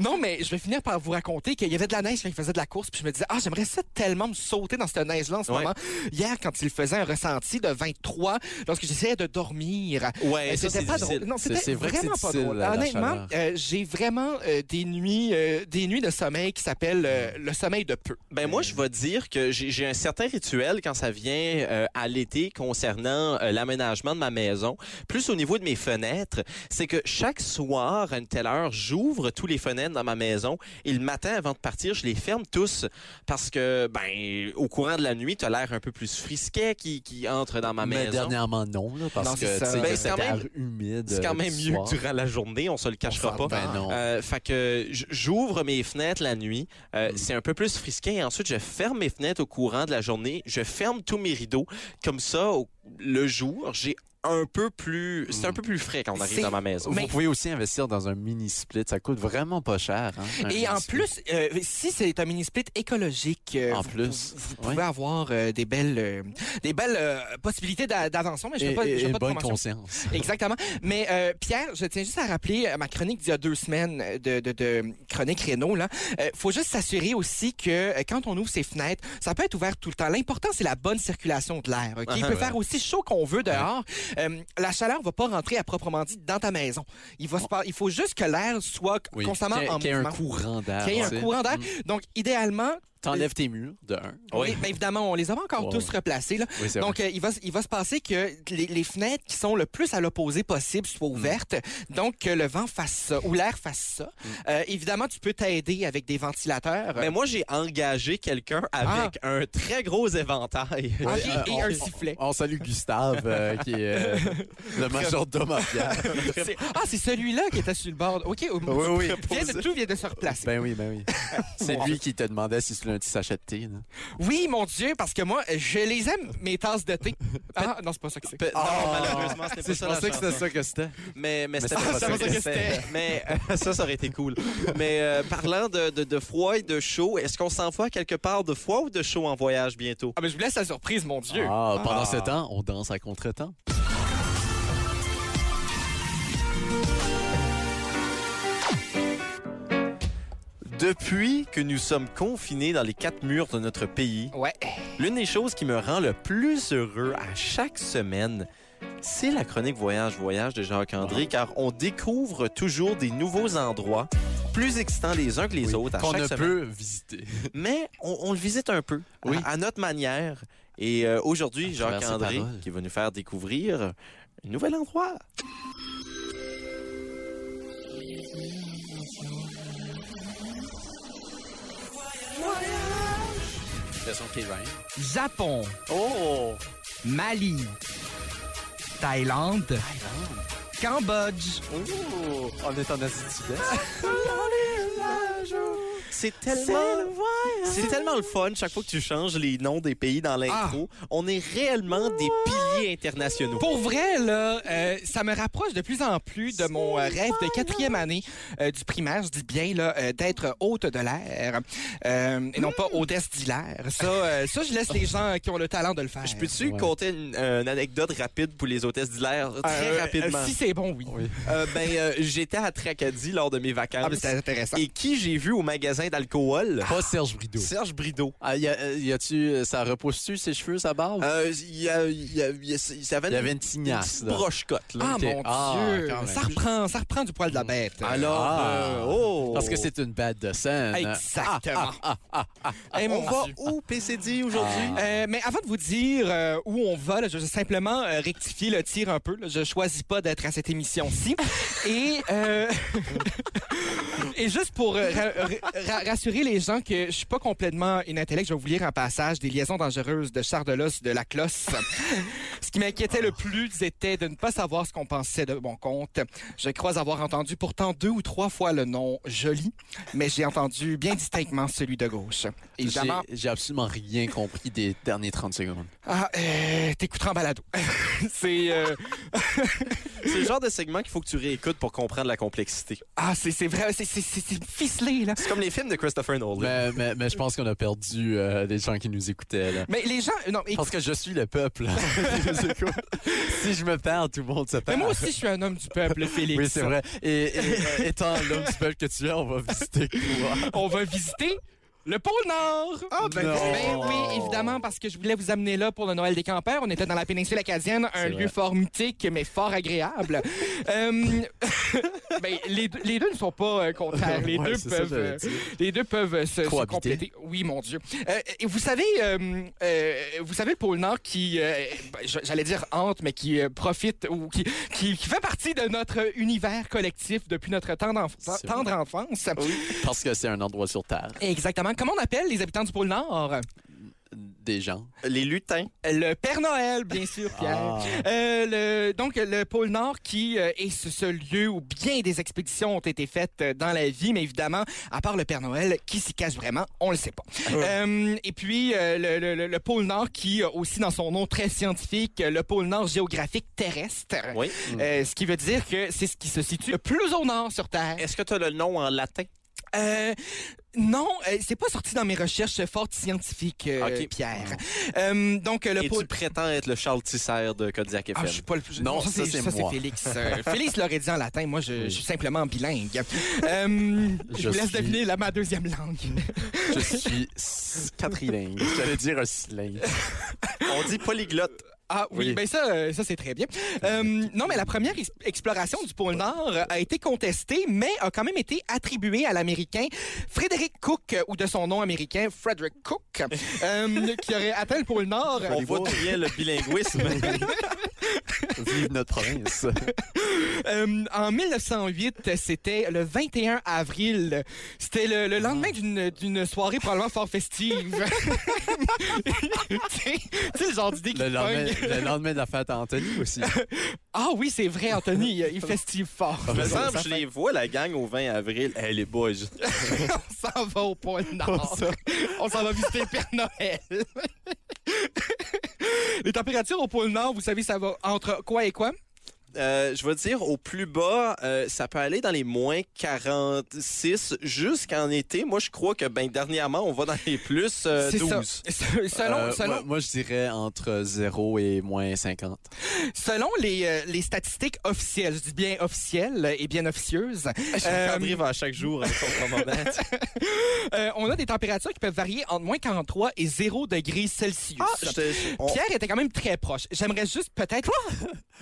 [SPEAKER 1] non, mais je vais finir par vous raconter qu'il y avait de la neige quand il faisait de la course, puis je me disais, ah, j'aimerais ça tellement me sauter dans cette neige-là en ce
[SPEAKER 2] Ouais.
[SPEAKER 1] moment. Hier, quand il faisait un ressenti de 23, lorsque j'essayais de dormir,
[SPEAKER 2] Ouais,
[SPEAKER 1] Euh,
[SPEAKER 2] ça,
[SPEAKER 1] c'était
[SPEAKER 2] c'est
[SPEAKER 1] pas
[SPEAKER 2] difficile.
[SPEAKER 1] drôle. Non,
[SPEAKER 4] Eh, C'est-
[SPEAKER 1] c'était
[SPEAKER 4] c'est vrai que
[SPEAKER 1] vraiment
[SPEAKER 4] c'est
[SPEAKER 1] pas
[SPEAKER 4] difficile,
[SPEAKER 1] drôle.
[SPEAKER 4] la- la
[SPEAKER 1] Honnêtement,
[SPEAKER 4] chaleur.
[SPEAKER 1] euh, j'ai vraiment euh, des nuits, euh, des nuits de sommeil qui s'appellent euh, le sommeil de peu.
[SPEAKER 2] Ben moi, je vais dire que j'ai j'ai un certain rituel quand ça vient euh, à l'été concernant euh, l'aménagement de ma maison, plus au niveau de mes fenêtres. C'est que chaque soir, à une telle heure, j'ouvre tous les fenêtres dans ma maison et le matin, avant de partir, je les ferme tous parce que, ben, au courant de la nuit, t'as l'air un peu plus frisquet qui, qui entre dans ma
[SPEAKER 4] Mais
[SPEAKER 2] maison.
[SPEAKER 4] dernièrement, non, là, parce
[SPEAKER 1] Non,
[SPEAKER 4] que
[SPEAKER 1] c'est ça.
[SPEAKER 4] tu sais, il y
[SPEAKER 2] Ben,
[SPEAKER 4] a
[SPEAKER 2] c'est
[SPEAKER 4] cet
[SPEAKER 2] quand même-
[SPEAKER 4] air humide.
[SPEAKER 2] C'est quand même
[SPEAKER 4] du
[SPEAKER 2] mieux
[SPEAKER 4] soir.
[SPEAKER 2] durant la journée, on se le cachera
[SPEAKER 4] On
[SPEAKER 2] pas.
[SPEAKER 4] s'en- Ben non.
[SPEAKER 1] Ah.
[SPEAKER 2] Euh, fait que j- j'ouvre mes fenêtres la nuit, euh, c'est un peu plus frisqué. Et ensuite, je ferme mes fenêtres au courant de la journée. Je ferme tous mes rideaux. Comme ça, au- le jour, j'ai un peu plus. C'est un peu plus frais quand on arrive
[SPEAKER 1] C'est-
[SPEAKER 2] dans ma maison.
[SPEAKER 1] Mais-
[SPEAKER 4] Vous pouvez aussi investir dans un mini split. Ça coûte vraiment pas cher. hein, un
[SPEAKER 1] Et en
[SPEAKER 4] mini split.
[SPEAKER 1] plus, euh, si c'est un mini split écologique, euh,
[SPEAKER 4] En
[SPEAKER 1] vous,
[SPEAKER 4] plus,
[SPEAKER 1] vous- vous
[SPEAKER 4] oui.
[SPEAKER 1] pouvez avoir euh, des belles, euh, des belles euh, possibilités d'a- d'avancement. Mais je
[SPEAKER 4] Et,
[SPEAKER 1] fais pas,
[SPEAKER 4] et-
[SPEAKER 1] je fais
[SPEAKER 4] et
[SPEAKER 1] pas de
[SPEAKER 4] bonne
[SPEAKER 1] promotion.
[SPEAKER 4] conscience.
[SPEAKER 1] Exactement. Mais euh, Pierre, je tiens juste à rappeler euh, ma chronique d'il y a deux semaines euh, de, de, de chronique Renault. Là, Euh, faut juste s'assurer aussi que euh, quand on ouvre ses fenêtres, ça peut être ouvert tout le temps. L'important c'est la bonne circulation de l'air. ok? Il
[SPEAKER 2] Ah,
[SPEAKER 1] peut
[SPEAKER 2] ouais.
[SPEAKER 1] faire aussi chaud qu'on veut dehors. Euh, la chaleur va pas rentrer à proprement dit dans ta maison. Il va se par- il faut juste que l'air soit
[SPEAKER 4] Oui.
[SPEAKER 1] constamment
[SPEAKER 4] Qu'il y ait-
[SPEAKER 1] en
[SPEAKER 4] qu'il y ait
[SPEAKER 1] mouvement.
[SPEAKER 4] un courant d'air.
[SPEAKER 1] Qu'il y ait
[SPEAKER 4] tu
[SPEAKER 1] un
[SPEAKER 4] sais.
[SPEAKER 1] courant d'air.
[SPEAKER 4] Mm.
[SPEAKER 1] Donc, idéalement,
[SPEAKER 4] T'enlèves tes murs de un.
[SPEAKER 1] oui. ben, évidemment, on les a pas encore
[SPEAKER 4] Ouais,
[SPEAKER 1] tous
[SPEAKER 4] ouais.
[SPEAKER 1] replacés. Là.
[SPEAKER 4] Oui, c'est vrai.
[SPEAKER 1] Donc, euh, il, va, s- il va se passer que les, les fenêtres qui sont le plus à l'opposé possible
[SPEAKER 4] Mm.
[SPEAKER 1] soient ouvertes. Donc, que le vent fasse ça ou l'air fasse ça.
[SPEAKER 4] Mm.
[SPEAKER 1] Euh, évidemment, tu peux t'aider avec des ventilateurs.
[SPEAKER 2] Mais moi, j'ai engagé quelqu'un avec un très gros éventail.
[SPEAKER 1] Ok,
[SPEAKER 4] euh,
[SPEAKER 1] et
[SPEAKER 4] on-
[SPEAKER 1] un sifflet.
[SPEAKER 4] On salue Gustave, euh, qui est euh, le majordome à Pierre.
[SPEAKER 1] C'est- Ah, c'est celui-là qui était sur le bord. OK, au-
[SPEAKER 4] Oui, oui.
[SPEAKER 1] vient de, tout vient de se replacer.
[SPEAKER 4] Ben oui, ben oui. C'est lui qui te demandait si tu voulais un petit sachet de thé. là.
[SPEAKER 1] Oui, mon Dieu, parce que moi, je les aime, mes tasses de thé. Ah, non, c'est pas ça que c'est.
[SPEAKER 2] Pe- Non,
[SPEAKER 4] Ah.
[SPEAKER 2] malheureusement, ce n'est pas
[SPEAKER 4] Je
[SPEAKER 2] ça. la
[SPEAKER 4] pensais que
[SPEAKER 2] chanson.
[SPEAKER 4] c'était ça que c'était.
[SPEAKER 2] Mais, mais c'était
[SPEAKER 4] c'est
[SPEAKER 2] pas
[SPEAKER 4] pas
[SPEAKER 2] ça
[SPEAKER 4] ça
[SPEAKER 2] que
[SPEAKER 1] que
[SPEAKER 2] c'était. Mais euh, ça, ça aurait été cool. Mais euh, parlant de, de, de froid et de chaud, est-ce qu'on s'envoie quelque part de froid ou de chaud en voyage bientôt?
[SPEAKER 1] Ah, mais je vous laisse la surprise, mon Dieu.
[SPEAKER 4] Ah, pendant ce temps, on danse à contre-temps.
[SPEAKER 2] Depuis que nous sommes confinés dans les quatre murs de notre pays,
[SPEAKER 4] Ah.
[SPEAKER 1] Ouais.
[SPEAKER 2] l'une des choses qui me rend le plus heureux à chaque semaine, c'est la chronique Voyage Voyage de Jacques-André, car on découvre toujours des nouveaux endroits, plus excitants les uns que les autres à
[SPEAKER 4] Qu'on
[SPEAKER 2] chaque
[SPEAKER 4] ne
[SPEAKER 2] semaine.
[SPEAKER 4] peut visiter.
[SPEAKER 2] Mais on, on le visite un peu, à-
[SPEAKER 4] Oui.
[SPEAKER 2] à, notre manière. Et euh, aujourd'hui,
[SPEAKER 4] À travers ses
[SPEAKER 2] Jacques-André,
[SPEAKER 4] paroles.
[SPEAKER 2] qui va nous faire découvrir un nouvel endroit.
[SPEAKER 4] OK, Ryan.
[SPEAKER 3] Japon,
[SPEAKER 4] Oh!
[SPEAKER 3] Mali, Thaïlande, Cambodge.
[SPEAKER 4] Oh! On est en Asie du Sud-Est.
[SPEAKER 2] C'est tellement... C'est tellement le fun, chaque fois que tu changes les noms des pays dans l'intro, on est réellement des piliers internationaux.
[SPEAKER 1] Pour vrai, là, euh, ça me rapproche de plus en plus de mon euh, rêve de quatrième année euh, du primaire, je dis bien, là, euh, d'être hôte de l'air euh, et non pas
[SPEAKER 3] Hmm.
[SPEAKER 1] hôtesse d'hilaire. Ça, euh, ça, je laisse les gens qui ont le talent de le faire.
[SPEAKER 2] Je peux-tu compter une, euh, une anecdote rapide pour les hôtesses d'hilaire? Très
[SPEAKER 1] Euh,
[SPEAKER 2] rapidement.
[SPEAKER 1] euh, si c'est bon, oui.
[SPEAKER 2] Euh, ben, euh, j'étais à Tracadie lors de mes
[SPEAKER 1] Ah,
[SPEAKER 2] vacances.
[SPEAKER 1] mais c'est intéressant.
[SPEAKER 2] et qui j'ai vu au magasin d'alcool?
[SPEAKER 4] Pas Serge Brideau.
[SPEAKER 2] Serge Brideau.
[SPEAKER 4] Ah, y a, euh, y a-tu, ça repousse-tu ses cheveux, sa barbe?
[SPEAKER 2] Euh, Il y a- il y a- il y a- ça avait
[SPEAKER 4] Il y avait
[SPEAKER 2] une
[SPEAKER 4] une tignasse,
[SPEAKER 2] petite
[SPEAKER 4] là.
[SPEAKER 2] broche-cotte, là.
[SPEAKER 1] Ah,
[SPEAKER 4] ok.
[SPEAKER 1] mon
[SPEAKER 4] Ah,
[SPEAKER 1] Dieu!
[SPEAKER 4] quand même.
[SPEAKER 1] Ça reprend, ça reprend du poil de la bête.
[SPEAKER 2] Alors,
[SPEAKER 4] Ah.
[SPEAKER 2] euh, oh!
[SPEAKER 4] Parce que c'est une bête de scène. hein.
[SPEAKER 1] Exactement.
[SPEAKER 2] ah,
[SPEAKER 1] Eh,
[SPEAKER 2] On
[SPEAKER 1] mon
[SPEAKER 2] va
[SPEAKER 1] Dieu.
[SPEAKER 2] où, PCD, aujourd'hui?
[SPEAKER 4] Ah.
[SPEAKER 1] Euh, mais avant de vous dire euh, où on va, là, je vais simplement euh, rectifier le tir un peu. là. Je choisis pas d'être à cette émission-ci. Et, euh, et juste pour euh, ra- ra- rassurer les gens que je suis pas complètement inintellect, je vais vous lire un passage des liaisons dangereuses de Charles Delos de la Closse. Ce qui m'inquiétait le plus était de ne pas savoir ce qu'on pensait de mon compte. Je crois avoir entendu pourtant deux ou trois fois le nom Joli, mais j'ai entendu bien distinctement celui de gauche.
[SPEAKER 4] J'ai,
[SPEAKER 1] Évidemment,
[SPEAKER 4] j'ai absolument rien compris des derniers 30 secondes.
[SPEAKER 1] ah, euh, t'écouteras en balado. c'est euh,
[SPEAKER 2] C'est le genre de segment qu'il faut que tu réécoutes pour comprendre la complexité.
[SPEAKER 1] ah, c'est c'est vrai, c'est c'est c'est- c'est ficelé là.
[SPEAKER 2] C'est comme les films de Christopher Nolan.
[SPEAKER 4] Mais, mais, mais je pense qu'on a perdu euh, les gens qui nous écoutaient. Là.
[SPEAKER 1] Mais les gens, non, écoute,
[SPEAKER 4] Parce que je suis le peuple. qui nous écoute. si je me perds, tout le monde se
[SPEAKER 1] mais
[SPEAKER 4] perd.
[SPEAKER 1] moi aussi je suis un homme du peuple, Félix.
[SPEAKER 4] Oui, c'est vrai. Et, et, euh, étant l'homme du peuple que tu es, on va visiter quoi?
[SPEAKER 1] On va visiter. Le pôle Nord! Ah,
[SPEAKER 4] ben Non.
[SPEAKER 1] ben oui, évidemment, parce que je voulais vous amener là pour le Noël des campeurs. On était dans la péninsule acadienne, un
[SPEAKER 4] C'est
[SPEAKER 1] lieu
[SPEAKER 4] vrai.
[SPEAKER 1] fort mythique, mais fort agréable. Euh, ben, les, deux- les deux ne sont pas euh, contraires. Les
[SPEAKER 4] Ouais,
[SPEAKER 1] deux
[SPEAKER 4] c'est ça,
[SPEAKER 1] peuvent...
[SPEAKER 4] j'allais
[SPEAKER 1] euh,
[SPEAKER 4] dire.
[SPEAKER 1] Les deux peuvent euh, se, se
[SPEAKER 4] Cohabiter.
[SPEAKER 1] compléter. Oui, mon Dieu. Euh, et vous savez, euh, euh, vous savez le pôle Nord qui, euh, ben, j- j'allais dire hante, mais qui euh, profite ou qui, qui, qui fait partie de notre univers collectif depuis notre tendre, enf-
[SPEAKER 4] C'est
[SPEAKER 1] tendre enfance.
[SPEAKER 4] Parce que c'est un endroit sur Terre.
[SPEAKER 1] Exactement. Comment on appelle les habitants du pôle Nord?
[SPEAKER 4] Des gens.
[SPEAKER 2] Les lutins.
[SPEAKER 1] Le Père Noël, bien sûr, Pierre.
[SPEAKER 4] Ah.
[SPEAKER 1] Euh, le, donc, le pôle Nord qui euh, est ce, ce lieu où bien des expéditions ont été faites euh, dans la vie, mais évidemment, à part le Père Noël, qui s'y cache vraiment, on le sait pas.
[SPEAKER 4] Ah
[SPEAKER 1] Euh, et puis, euh, le, le- le- le pôle Nord qui, a aussi dans son nom très scientifique, euh, le pôle Nord géographique terrestre,
[SPEAKER 2] Oui.
[SPEAKER 1] Euh, ce qui veut dire que c'est ce qui se situe le plus au nord sur Terre.
[SPEAKER 2] Est-ce que tu as le nom en latin?
[SPEAKER 1] Euh, non, euh, c'est pas sorti dans mes recherches fortes scientifiques, euh,
[SPEAKER 2] Ok.
[SPEAKER 1] Pierre. Euh, donc, euh, le
[SPEAKER 2] Et
[SPEAKER 1] pôle...
[SPEAKER 2] tu prétends être le Charles Tisser de Kodiak FM.
[SPEAKER 1] Ah, je suis pas le plus.
[SPEAKER 4] Non, ça, c'est moi.
[SPEAKER 1] Félix. Euh, Félix l'aurait dit en latin. Moi, je, je suis simplement bilingue. Euh, je,
[SPEAKER 4] Je
[SPEAKER 1] vous laisse
[SPEAKER 4] suis-
[SPEAKER 1] deviner la, ma deuxième langue.
[SPEAKER 4] Je suis s- quadrilingue. J'allais dire un sling.
[SPEAKER 2] On dit polyglotte.
[SPEAKER 1] Ah oui,
[SPEAKER 2] Oui.
[SPEAKER 1] ben ça, euh, ça c'est très bien. Euh, non, mais la première ex- exploration du pôle Nord euh, a été contestée, mais a quand même été attribuée à l'Américain Frédéric Cook, euh, ou de son nom américain Frederick Cook, euh, qui aurait atteint le pôle Nord.
[SPEAKER 2] On voit d'où vient le bilinguisme.
[SPEAKER 4] Vive notre province.
[SPEAKER 1] Euh, en 1908, c'était le 21 avril. C'était le, le
[SPEAKER 4] Ah.
[SPEAKER 1] lendemain d'une- d'une soirée probablement fort festive. tu sais, tu sais, le genre d'idée qui
[SPEAKER 4] Le
[SPEAKER 1] te
[SPEAKER 4] lendemain,
[SPEAKER 1] pogne.
[SPEAKER 4] le lendemain de la fête à Anthony aussi.
[SPEAKER 1] Ah oui, c'est vrai, Anthony, il, il festive fort.
[SPEAKER 4] Ah.
[SPEAKER 2] Il me semble je les vois, la gang, au 20 avril. Hey, les boys.
[SPEAKER 1] On s'en va au pôle Nord. On s'en va visiter le Père Noël. Les températures au pôle Nord, vous savez, ça va entre quoi et quoi?
[SPEAKER 2] Euh, je vais dire, au plus bas, euh, ça peut aller dans les moins 46 jusqu'en été. Moi, je crois que, ben, dernièrement, on va dans les plus euh,
[SPEAKER 1] C'est ça.
[SPEAKER 2] 12.
[SPEAKER 1] Selon,
[SPEAKER 4] Euh,
[SPEAKER 1] selon,
[SPEAKER 4] ouais, moi, je dirais entre 0 et moins 50.
[SPEAKER 1] Selon les, euh, les statistiques officielles, je dis bien officielles et bien officieuses, euh,
[SPEAKER 2] André va à chaque jour hein, avec son commandant.
[SPEAKER 1] euh, on a des températures qui peuvent varier entre moins 43 et 0 degrés Celsius.
[SPEAKER 2] Ah, je te- je- on-
[SPEAKER 1] Pierre était quand même très proche. J'aimerais juste peut-être...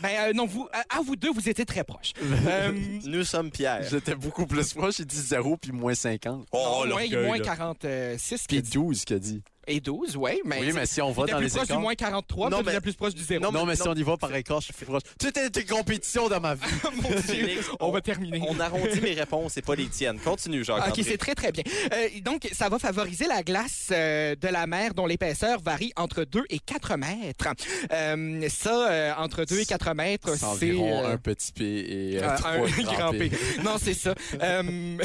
[SPEAKER 1] Ben euh, non, vous, à, à vous deux, vous étiez très proches. Euh,
[SPEAKER 2] Nous sommes Pierre. Oh,
[SPEAKER 4] J'étais beaucoup plus proche. J'ai dit 0 puis moins 50.
[SPEAKER 1] non,
[SPEAKER 2] l'orgueil,
[SPEAKER 1] moins, moins
[SPEAKER 2] là.
[SPEAKER 1] 46.
[SPEAKER 4] Puis
[SPEAKER 1] que-
[SPEAKER 4] 12 qu'il a dit.
[SPEAKER 1] et 12, ouais, mais.
[SPEAKER 4] Oui, mais si on va
[SPEAKER 1] T'étais
[SPEAKER 4] dans
[SPEAKER 1] Ben, plus
[SPEAKER 4] les
[SPEAKER 1] proche du
[SPEAKER 4] écarts.
[SPEAKER 1] moins 43,
[SPEAKER 2] Non,
[SPEAKER 1] non, mais
[SPEAKER 2] mais-
[SPEAKER 1] plus proche du zéro.
[SPEAKER 4] Non, mais, si on y va par écart, je suis plus proche. Tout est une compétition dans ma vie.
[SPEAKER 1] Mon Dieu,
[SPEAKER 2] Félix,
[SPEAKER 1] on va terminer.
[SPEAKER 2] On arrondit mes réponses, c'est pas les tiennes. Continue, Jacques.
[SPEAKER 1] Ok, c'est très, très bien. Euh, donc, ça va favoriser la glace euh, de la mer dont l'épaisseur varie entre 2 et 4 mètres. Euh, ça, euh, entre 2 et 4 mètres,
[SPEAKER 4] C'est
[SPEAKER 1] c'est...
[SPEAKER 4] environ
[SPEAKER 1] euh,
[SPEAKER 4] un petit P et euh,
[SPEAKER 1] euh,
[SPEAKER 4] trois
[SPEAKER 1] un grand
[SPEAKER 4] grands
[SPEAKER 1] P. Non, c'est ça. Euh,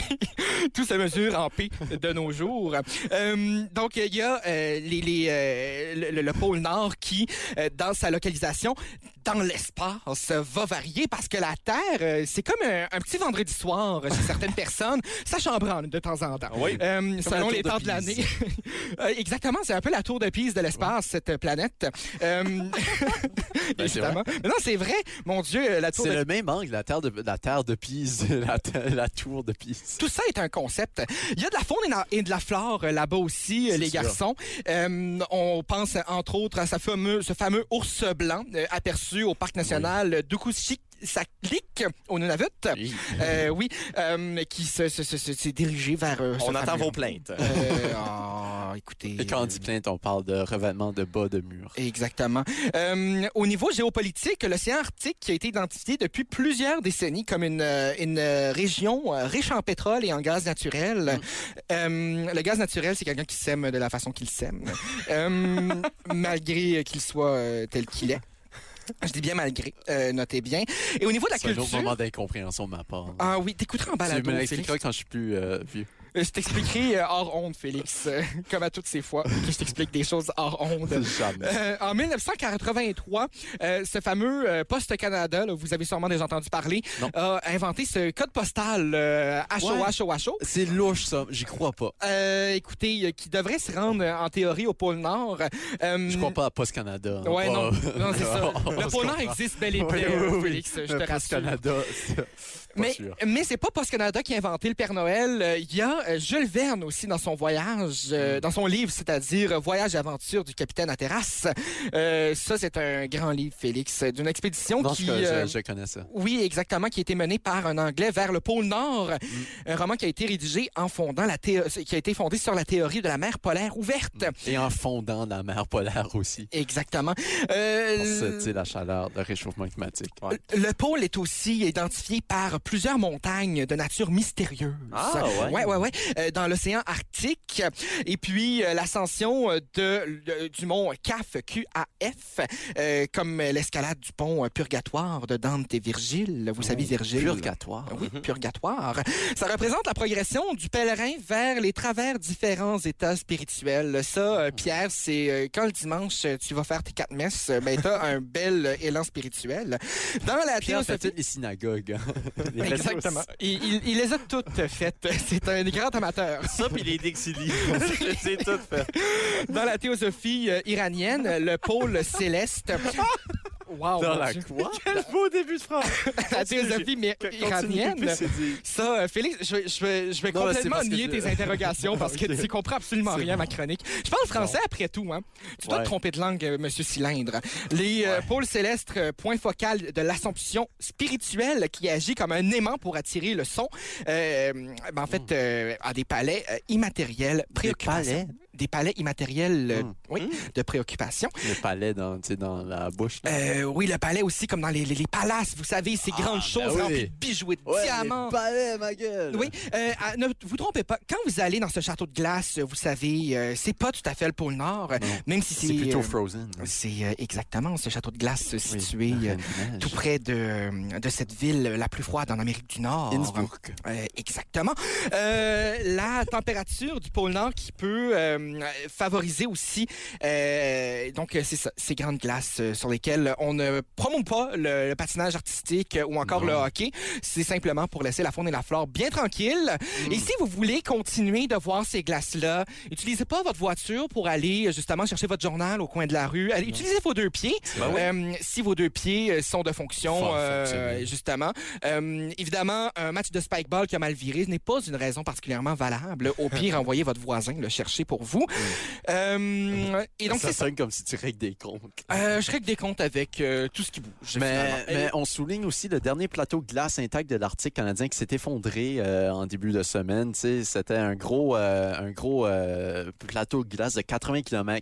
[SPEAKER 1] tout se mesure en P de nos jours. Euh, donc, il y a euh, les, les, euh, le- le, le pôle Nord qui, euh, dans sa localisation, dans l'espace, euh, va varier parce que la Terre, euh, c'est comme un, un petit vendredi soir chez certaines personnes. Ça chambranle de temps en temps.
[SPEAKER 2] Oui.
[SPEAKER 1] Euh, selon
[SPEAKER 4] tour
[SPEAKER 1] les
[SPEAKER 4] de
[SPEAKER 1] temps de l'année.
[SPEAKER 4] Pise.
[SPEAKER 1] Euh, exactement, c'est un peu la tour de Pise de l'espace, cette planète. Euh,
[SPEAKER 4] Ben, c'est vrai.
[SPEAKER 1] évidemment. Mais non, c'est vrai. Mon Dieu, euh, la tour de
[SPEAKER 4] C'est le même angle, la terre de, la terre de Pise, la, te- la tour de Pise.
[SPEAKER 1] Tout ça est un concept. Il y a de la faune et na- et de la flore euh, là-bas aussi, euh,
[SPEAKER 4] C'est
[SPEAKER 1] les
[SPEAKER 4] sûr.
[SPEAKER 1] garçons. Euh, on pense euh, entre autres à sa fameux- ce fameux ours blanc euh, aperçu au parc national d'Ukushik-Saklik au Nunavut.
[SPEAKER 4] Oui.
[SPEAKER 1] Euh, oui, euh, qui se- se- se- se- s'est dirigé vers. euh, ce
[SPEAKER 2] On entend
[SPEAKER 1] fameux-
[SPEAKER 2] vos plaintes.
[SPEAKER 1] Euh, oh, écoutez.
[SPEAKER 4] Et quand on dit plainte, on parle de revêtement de bas de mur.
[SPEAKER 1] Exactement. Euh, au niveau géopolitique, l'océan Arctique qui a été identifié depuis plusieurs décennies comme une, euh, une euh, région euh, riche en pétrole et en gaz naturel. Euh, le gaz naturel, c'est quelqu'un qui s'aime de la façon qu'il s'aime, Euh, malgré qu'il soit euh, tel qu'il est. Je dis bien malgré, euh, notez bien. Et au niveau de la
[SPEAKER 4] C'est un autre
[SPEAKER 1] culture...
[SPEAKER 4] moment d'incompréhension de ma part.
[SPEAKER 1] Ah oui, t'écouteras en
[SPEAKER 4] tu
[SPEAKER 1] balado,
[SPEAKER 4] me
[SPEAKER 1] Félix.
[SPEAKER 4] l'expliqueras quand je suis plus euh, vieux.
[SPEAKER 1] Euh, Je t'expliquerai euh, hors onde, Félix, euh, comme à toutes ces fois que je t'explique des choses hors onde.
[SPEAKER 4] Jamais.
[SPEAKER 1] Euh, en 1983, euh, ce fameux euh, Poste Canada, là, vous avez sûrement déjà entendu parler,
[SPEAKER 4] Non.
[SPEAKER 1] a euh, inventé ce code postal euh, HOHOHO.
[SPEAKER 4] C'est louche, ça. J'y crois pas.
[SPEAKER 1] Euh, écoutez, euh, qui devrait se rendre euh, en théorie au pôle Nord. Euh,
[SPEAKER 4] Je
[SPEAKER 3] Mm.
[SPEAKER 4] crois pas à Post Canada. hein.
[SPEAKER 1] Ouais, non,
[SPEAKER 4] Pas-
[SPEAKER 1] non c'est ça. Le
[SPEAKER 4] On se
[SPEAKER 1] pôle Nord
[SPEAKER 4] comprend.
[SPEAKER 1] existe bel et
[SPEAKER 4] Oui,
[SPEAKER 1] bien,
[SPEAKER 4] oui,
[SPEAKER 1] euh,
[SPEAKER 4] oui.
[SPEAKER 1] Félix, je
[SPEAKER 4] Le
[SPEAKER 1] te
[SPEAKER 4] Post
[SPEAKER 1] rassure.
[SPEAKER 4] Canada, c'est pas
[SPEAKER 1] Mais,
[SPEAKER 4] sûr.
[SPEAKER 1] mais c'est pas Post Canada qui a inventé le Père Noël. Euh, Il y a euh, Jules Verne aussi dans son voyage, euh, dans son livre, c'est-à-dire euh, Voyage et aventure du capitaine à terrasse. Euh, ça, c'est un grand livre, Félix, euh, d'une expédition
[SPEAKER 4] Non, je,
[SPEAKER 1] qui...
[SPEAKER 4] je-
[SPEAKER 1] euh,
[SPEAKER 4] je connais ça.
[SPEAKER 1] oui, exactement, qui a été mené par un Anglais vers le pôle Nord.
[SPEAKER 4] Mm.
[SPEAKER 1] Un roman qui a été rédigé en fondant la théo- qui a été fondé sur la théorie de la mer polaire ouverte.
[SPEAKER 4] Et en fondant la mer polaire aussi.
[SPEAKER 1] Exactement. Euh,
[SPEAKER 4] Pour sentir la chaleur, le réchauffement climatique.
[SPEAKER 1] le pôle est aussi identifié par plusieurs montagnes de nature mystérieuse.
[SPEAKER 2] Ah, ouais.
[SPEAKER 1] Ouais, ouais, ouais. Euh, dans l'océan Arctique. Et puis, euh, l'ascension euh, de, le- du mont CAF, Q-A-F, euh, comme euh, l'escalade du pont euh, Purgatoire de Dante et Virgile. Vous
[SPEAKER 2] Mmh.
[SPEAKER 1] savez, Virgile.
[SPEAKER 4] Purgatoire.
[SPEAKER 1] Oui, purgatoire. Ça représente la progression du pèlerin vers les travers différents états spirituels. Ça,
[SPEAKER 4] Ah.
[SPEAKER 1] euh, Pierre, c'est euh, quand le dimanche euh, tu vas faire tes quatre messes, euh, ben t'as un bel euh, élan spirituel. Dans la
[SPEAKER 4] Pierre
[SPEAKER 1] théosophie.
[SPEAKER 4] fait les synagogues. hein. Les
[SPEAKER 1] Exactement.
[SPEAKER 4] restos.
[SPEAKER 1] Il, il- il les a toutes faites. C'est un grand amateur.
[SPEAKER 2] Ça, puis les Dixili. c'est tout fait.
[SPEAKER 1] Dans la théosophie euh, iranienne, le pôle céleste.
[SPEAKER 2] Oh
[SPEAKER 1] Wow,
[SPEAKER 4] Dans
[SPEAKER 1] mon
[SPEAKER 4] la
[SPEAKER 1] Dieu.
[SPEAKER 4] quoi?
[SPEAKER 6] Beau début de phrase.
[SPEAKER 1] La théosophie mais- iranienne. Ça, euh, Félix, je, vais- je vais- je vais
[SPEAKER 4] Non, mais c'est
[SPEAKER 1] complètement
[SPEAKER 4] parce que
[SPEAKER 1] nier
[SPEAKER 4] je-
[SPEAKER 1] tes interrogations parce que
[SPEAKER 4] Ok.
[SPEAKER 1] tu comprends absolument
[SPEAKER 4] C'est
[SPEAKER 1] rien à
[SPEAKER 4] bon.
[SPEAKER 1] ma chronique. Je parle français après tout, hein. Tu dois
[SPEAKER 4] Ouais.
[SPEAKER 1] te tromper de langue, euh, Monsieur Cylindre. Les euh, pôles célestes, euh, point focal de l'assomption spirituelle qui agit comme un aimant pour attirer le son, euh, ben, en fait, euh, à des palais euh, immatériels préoccupations.
[SPEAKER 4] palais?
[SPEAKER 1] Des palais immatériels, euh,
[SPEAKER 4] Mm.
[SPEAKER 1] oui, de préoccupation.
[SPEAKER 4] Le palais dans, tu sais, dans la bouche. là.
[SPEAKER 1] Euh, oui, le palais aussi, comme dans les, les- les palaces, vous savez, ces grandes choses
[SPEAKER 4] Ah, ben oui.
[SPEAKER 1] remplies de bijoux et de
[SPEAKER 4] Ouais,
[SPEAKER 1] diamants.
[SPEAKER 4] le palais, ma gueule!
[SPEAKER 1] Oui, euh, ah, ne vous trompez pas. Quand vous allez dans ce château de glace, euh, vous savez, euh, c'est pas tout à fait le pôle Nord, euh, même si c'est.
[SPEAKER 4] C'est plutôt
[SPEAKER 1] euh,
[SPEAKER 4] Frozen. hein.
[SPEAKER 1] c'est euh, exactement ce château de glace euh,
[SPEAKER 4] Oui.
[SPEAKER 1] situé euh,
[SPEAKER 4] Neige.
[SPEAKER 1] tout près de, euh, de cette ville euh, la plus froide en Amérique du Nord.
[SPEAKER 4] Innsbruck.
[SPEAKER 1] Euh, exactement. Euh, la température du pôle Nord qui peut euh, favoriser aussi euh, donc euh, c'est ça, ces grandes glaces euh, sur lesquelles on ne promeut pas le, le patinage artistique euh, ou encore
[SPEAKER 4] Non.
[SPEAKER 1] le hockey. C'est simplement pour laisser la faune et la flore bien tranquilles.
[SPEAKER 4] Mm.
[SPEAKER 1] Et si vous voulez continuer de voir ces glaces-là, utilisez pas votre voiture pour aller euh, justement chercher votre journal au coin de la rue. Allez, utilisez vos deux pieds.
[SPEAKER 4] Ben
[SPEAKER 1] Euh, si vos deux pieds euh, sont de fonction,
[SPEAKER 4] Fort
[SPEAKER 1] euh,
[SPEAKER 4] fonctionnel.
[SPEAKER 1] justement. Euh, évidemment, un match de spikeball qui a mal viré n'est pas une raison particulièrement valable. Au pire, envoyez votre voisin le chercher pour vous. vous. Euh, et donc,
[SPEAKER 4] ça
[SPEAKER 1] c'est ça.
[SPEAKER 4] sonne comme si tu règles des comptes.
[SPEAKER 1] Euh, je règle des comptes avec euh, tout ce qui bouge.
[SPEAKER 4] Mais,
[SPEAKER 1] finalement.
[SPEAKER 4] mais on souligne aussi le dernier plateau de glace intact de l'Arctique canadien qui s'est effondré euh, en début de semaine. Tu sais, C'était un gros, euh, un gros euh, plateau de glace de 80 km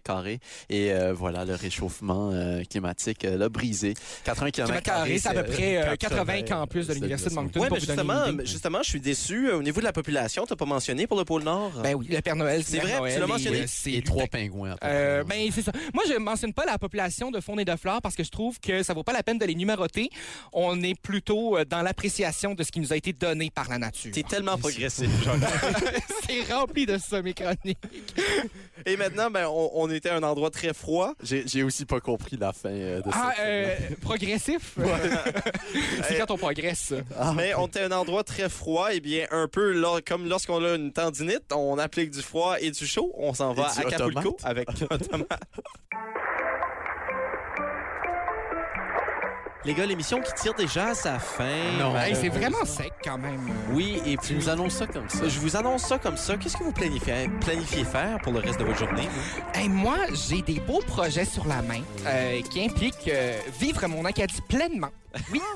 [SPEAKER 4] et euh, voilà, le réchauffement euh, climatique euh, l'a brisé. 80 km
[SPEAKER 1] Kilomètres carrés, c'est à peu près, euh, 80 campus de l'Université de Moncton.
[SPEAKER 2] Ouais,
[SPEAKER 1] pour
[SPEAKER 2] mais
[SPEAKER 1] vous donner une
[SPEAKER 2] justement,
[SPEAKER 1] idée.
[SPEAKER 2] mais justement, je suis déçu. Euh, Au niveau de la population, t'as pas mentionné pour le pôle Nord.
[SPEAKER 1] Ben oui, le Père Noël,
[SPEAKER 2] C'est
[SPEAKER 1] Père
[SPEAKER 2] vrai,
[SPEAKER 1] Noël,
[SPEAKER 2] tu l'as
[SPEAKER 1] et,
[SPEAKER 2] mentionné.
[SPEAKER 1] euh, c'est
[SPEAKER 4] Et trois pingouins. à peu
[SPEAKER 1] Euh,
[SPEAKER 4] près.
[SPEAKER 1] ben c'est ça. Moi je mentionne pas la population de faune et de fleurs parce que je trouve que ça vaut pas la peine de les numéroter. On est plutôt euh, dans l'appréciation de ce qui nous a été donné par la nature.
[SPEAKER 2] T'es tellement progressif, Jean.
[SPEAKER 1] C'est rempli de ça mes chroniques.
[SPEAKER 2] Et maintenant, ben, on, on était à un endroit très froid.
[SPEAKER 4] J'ai j'ai aussi pas compris la fin euh, de
[SPEAKER 1] Ah
[SPEAKER 4] cette
[SPEAKER 1] euh, progressif. c'est quand on progresse.
[SPEAKER 2] mais on était à un endroit très froid. Et bien, un peu lor- comme lorsqu'on a une tendinite, on applique du froid et du chaud. On s'en va
[SPEAKER 4] du
[SPEAKER 2] à Acapulco
[SPEAKER 4] automate.
[SPEAKER 2] avec un tomate. Les gars, l'émission qui tire déjà à sa fin.
[SPEAKER 4] Non.
[SPEAKER 1] Hey, c'est vraiment sec quand même.
[SPEAKER 2] Oui, et
[SPEAKER 4] Tu
[SPEAKER 2] puis...
[SPEAKER 4] nous annonces ça comme ça.
[SPEAKER 2] Je vous annonce ça comme ça. Qu'est-ce que vous planifiez, planifiez faire pour le reste de votre journée?
[SPEAKER 1] Hey, moi, j'ai des beaux projets sur la main euh, qui impliquent euh, vivre mon Acadie pleinement.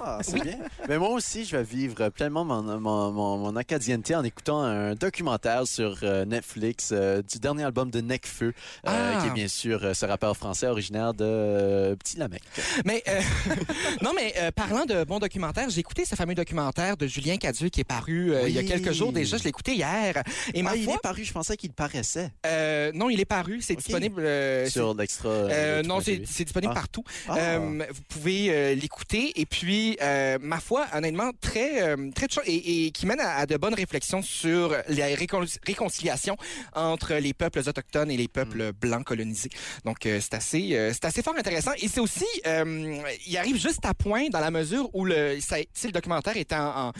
[SPEAKER 4] Ah, c'est bien. Mais moi aussi, je vais vivre pleinement mon, mon, mon, mon acadienneté en écoutant un documentaire sur euh, Netflix euh, du dernier album de Necfeu, euh,
[SPEAKER 1] Ah.
[SPEAKER 4] qui est bien sûr euh, ce rappeur français originaire de euh, Petit Lamec.
[SPEAKER 1] Mais euh, non, mais euh, parlant de bons documentaires, j'ai écouté ce fameux documentaire de Julien Cadieux qui est paru euh, il y a
[SPEAKER 4] Oui.
[SPEAKER 1] quelques jours déjà. Je l'ai écouté hier. Et ma
[SPEAKER 4] Ah, il
[SPEAKER 1] foi,
[SPEAKER 4] est paru, je pensais qu'il paraissait
[SPEAKER 1] euh, non, il est paru. C'est
[SPEAKER 4] Ok.
[SPEAKER 1] disponible. euh,
[SPEAKER 4] sur l'extra.
[SPEAKER 1] c'est-
[SPEAKER 4] euh,
[SPEAKER 1] euh,
[SPEAKER 4] de
[SPEAKER 1] non,
[SPEAKER 4] Trois
[SPEAKER 1] c'est
[SPEAKER 4] TV.
[SPEAKER 1] c'est disponible
[SPEAKER 4] Ah.
[SPEAKER 1] partout.
[SPEAKER 4] Ah.
[SPEAKER 1] Euh, vous pouvez euh, l'écouter. Et puis, euh, ma foi, honnêtement, très, euh, très touchant et, et qui mène à, à de bonnes réflexions sur la récon- réconciliation entre les peuples autochtones et les peuples blancs colonisés. Donc, euh, c'est assez, euh, c'est assez fort intéressant. Et c'est aussi, euh, il arrive juste à point dans la mesure où le, ça- tu sais, le documentaire est en, en-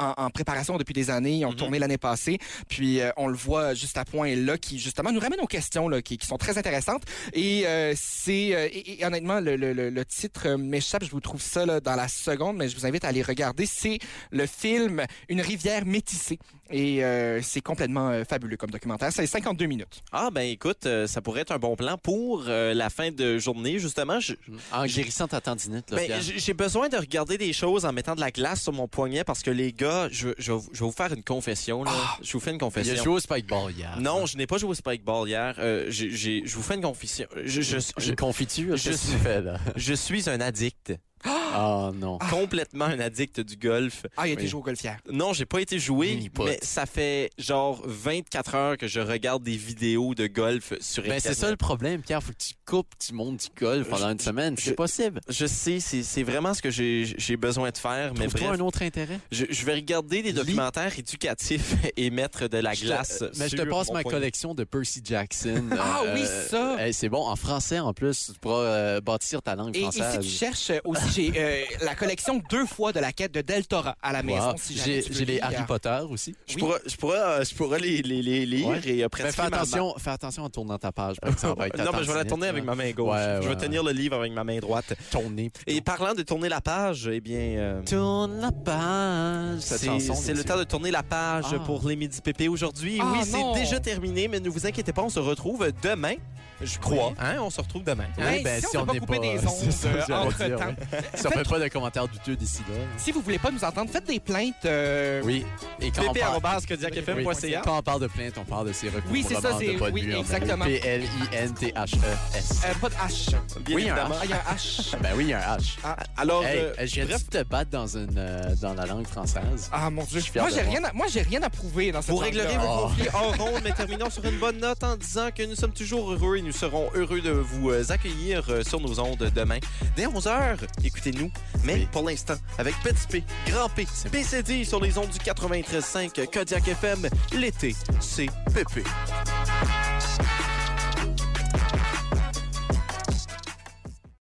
[SPEAKER 1] en- en préparation depuis des années. Ils ont tourné l'année passée. Puis, euh, on le voit juste à point là, qui justement nous ramène aux questions là, qui- qui sont très intéressantes. Et euh, c'est euh, et, et honnêtement le, le, le, le titre euh, m'échappe, je vous trouve ça là, dans la seconde, mais je vous invite à aller regarder. C'est le film Une rivière métissée et euh, c'est complètement euh, fabuleux comme documentaire. C'est 52 minutes.
[SPEAKER 2] Ah ben écoute, euh, ça pourrait être un bon plan pour euh, la fin de journée justement. Je-
[SPEAKER 4] En guérissant ta tendinite, là,
[SPEAKER 2] ben,
[SPEAKER 4] Pierre.
[SPEAKER 2] j- j'ai besoin de regarder des choses en mettant de la glace sur mon poignet parce que les gars, je, je- je vais vous faire une confession là. Je vous fais une
[SPEAKER 4] Il a
[SPEAKER 2] confession.
[SPEAKER 4] joué au spikeball hier.
[SPEAKER 2] Non, je n'ai pas joué au spikeball hier. Euh, j'ai- j'ai- je vous fais une confession. Je, je- je-
[SPEAKER 4] Une confiture,
[SPEAKER 2] je
[SPEAKER 4] je
[SPEAKER 2] suis-
[SPEAKER 4] suis fait là.
[SPEAKER 2] je suis un addict,
[SPEAKER 4] Ah non.
[SPEAKER 2] complètement un addict du golf.
[SPEAKER 1] Ah, il y a des
[SPEAKER 4] Oui.
[SPEAKER 1] jours golfières.
[SPEAKER 2] Non, j'ai pas été joué,
[SPEAKER 4] Mini pot.
[SPEAKER 2] mais ça fait genre 24 heures que je regarde des vidéos de golf sur
[SPEAKER 4] Ben, c'est
[SPEAKER 2] Internet.
[SPEAKER 4] ça le problème, Pierre. Faut que tu coupes du monde du golf pendant une semaine.
[SPEAKER 2] je-
[SPEAKER 4] C'est possible.
[SPEAKER 2] Je sais, c'est c'est vraiment ce que j'ai j'ai besoin de faire, mais
[SPEAKER 4] Trouve-toi
[SPEAKER 2] bref. euh,
[SPEAKER 4] un autre intérêt.
[SPEAKER 2] Je, je vais regarder des
[SPEAKER 4] Lis.
[SPEAKER 2] documentaires éducatifs et mettre de la
[SPEAKER 4] Je te-
[SPEAKER 2] glace.
[SPEAKER 4] Mais je te
[SPEAKER 2] sur
[SPEAKER 4] passe
[SPEAKER 2] mon
[SPEAKER 4] ma
[SPEAKER 2] poignet.
[SPEAKER 4] collection de Percy Jackson. euh,
[SPEAKER 1] Ah oui, ça!
[SPEAKER 4] hey, c'est bon, en français en plus, tu pourras euh, bâtir ta langue
[SPEAKER 1] Et, et si
[SPEAKER 4] française.
[SPEAKER 1] tu cherches euh, aussi, j'ai euh, la collection deux fois de la quête de Deltora à la
[SPEAKER 4] Wow.
[SPEAKER 1] maison. Si jamais
[SPEAKER 4] J'ai
[SPEAKER 1] tu veux
[SPEAKER 4] j'ai les
[SPEAKER 1] lire.
[SPEAKER 4] Harry Potter aussi.
[SPEAKER 2] Je
[SPEAKER 1] Oui.
[SPEAKER 2] pourrais, je pourrais, euh, je pourrais les, les, les lire
[SPEAKER 4] Ouais.
[SPEAKER 2] et euh,
[SPEAKER 4] Mais
[SPEAKER 2] prescrire
[SPEAKER 4] fais
[SPEAKER 2] ma-
[SPEAKER 4] attention, fais attention en tournant ta page, par exemple. avec ta
[SPEAKER 2] Non, mais je vais la
[SPEAKER 4] tendinite,
[SPEAKER 2] tourner
[SPEAKER 4] là.
[SPEAKER 2] avec ma main gauche.
[SPEAKER 4] Ouais,
[SPEAKER 2] je vais
[SPEAKER 4] ouais,
[SPEAKER 2] tenir le livre avec ma main droite.
[SPEAKER 4] Ton nez.
[SPEAKER 2] Et parlant de tourner la page, eh bien, euh,
[SPEAKER 4] Tourne la page. Cette
[SPEAKER 2] c'est
[SPEAKER 4] chanson,
[SPEAKER 2] c'est le
[SPEAKER 4] messieurs.
[SPEAKER 2] temps de tourner la page
[SPEAKER 4] Ah.
[SPEAKER 2] pour les Midi Pépé aujourd'hui.
[SPEAKER 1] Ah,
[SPEAKER 2] oui,
[SPEAKER 1] non.
[SPEAKER 2] c'est déjà terminé, mais ne vous inquiétez pas, on se retrouve demain. Je crois. Hein, on se retrouve demain.
[SPEAKER 4] Oui,
[SPEAKER 1] Hein,
[SPEAKER 4] ben,
[SPEAKER 1] si on
[SPEAKER 4] si
[SPEAKER 1] n'a
[SPEAKER 4] on
[SPEAKER 1] pas
[SPEAKER 4] n'est
[SPEAKER 1] coupé
[SPEAKER 4] pas.
[SPEAKER 1] des ondes,
[SPEAKER 4] c'est ça que
[SPEAKER 1] euh,
[SPEAKER 4] j'allais dire,
[SPEAKER 1] entre-temps.
[SPEAKER 4] ouais. Si on fait pas de commentaires douteux d'ici là.
[SPEAKER 1] Si vous voulez pas nous entendre, faites des plaintes. euh,
[SPEAKER 4] Oui. Et quand on
[SPEAKER 2] Pépé,
[SPEAKER 4] parle-
[SPEAKER 2] arrobase, kodiakfm.ca.
[SPEAKER 4] Quand on parle de plainte, on parle de ses recours
[SPEAKER 1] Oui,
[SPEAKER 4] pour
[SPEAKER 1] c'est
[SPEAKER 4] le
[SPEAKER 1] ça,
[SPEAKER 4] manque de
[SPEAKER 1] c'est-
[SPEAKER 4] bonne
[SPEAKER 1] oui,
[SPEAKER 4] nuit en
[SPEAKER 1] exactement.
[SPEAKER 4] P L I N T H E S.
[SPEAKER 1] euh, pas de H.
[SPEAKER 2] Bien
[SPEAKER 4] Oui, un
[SPEAKER 2] évidemment.
[SPEAKER 1] Ah, il y a un H.
[SPEAKER 4] Ben oui, il y a un H.
[SPEAKER 2] Alors,
[SPEAKER 4] Hey,
[SPEAKER 2] euh,
[SPEAKER 4] je viens
[SPEAKER 2] bref,
[SPEAKER 4] de te battre dans une euh, dans la langue française.
[SPEAKER 1] Ah mon
[SPEAKER 4] Je
[SPEAKER 1] dieu.
[SPEAKER 4] suis fier
[SPEAKER 1] Moi
[SPEAKER 4] de
[SPEAKER 1] j'ai
[SPEAKER 4] moi.
[SPEAKER 1] rien, à, moi j'ai rien à prouver dans cette
[SPEAKER 2] Vous réglerez
[SPEAKER 1] langue-là.
[SPEAKER 2] vos
[SPEAKER 4] Oh.
[SPEAKER 2] conflits en ronde, mais terminons sur une bonne note en disant que nous sommes toujours heureux et nous serons heureux de vous euh, accueillir euh, sur nos ondes demain dès 11h. Écoutez-nous, mais
[SPEAKER 4] Oui.
[SPEAKER 2] pour l'instant, avec Petit P, Grand P, PCD sur les ondes du 93.5 Kodiak FM, l'été, c'est Pépé.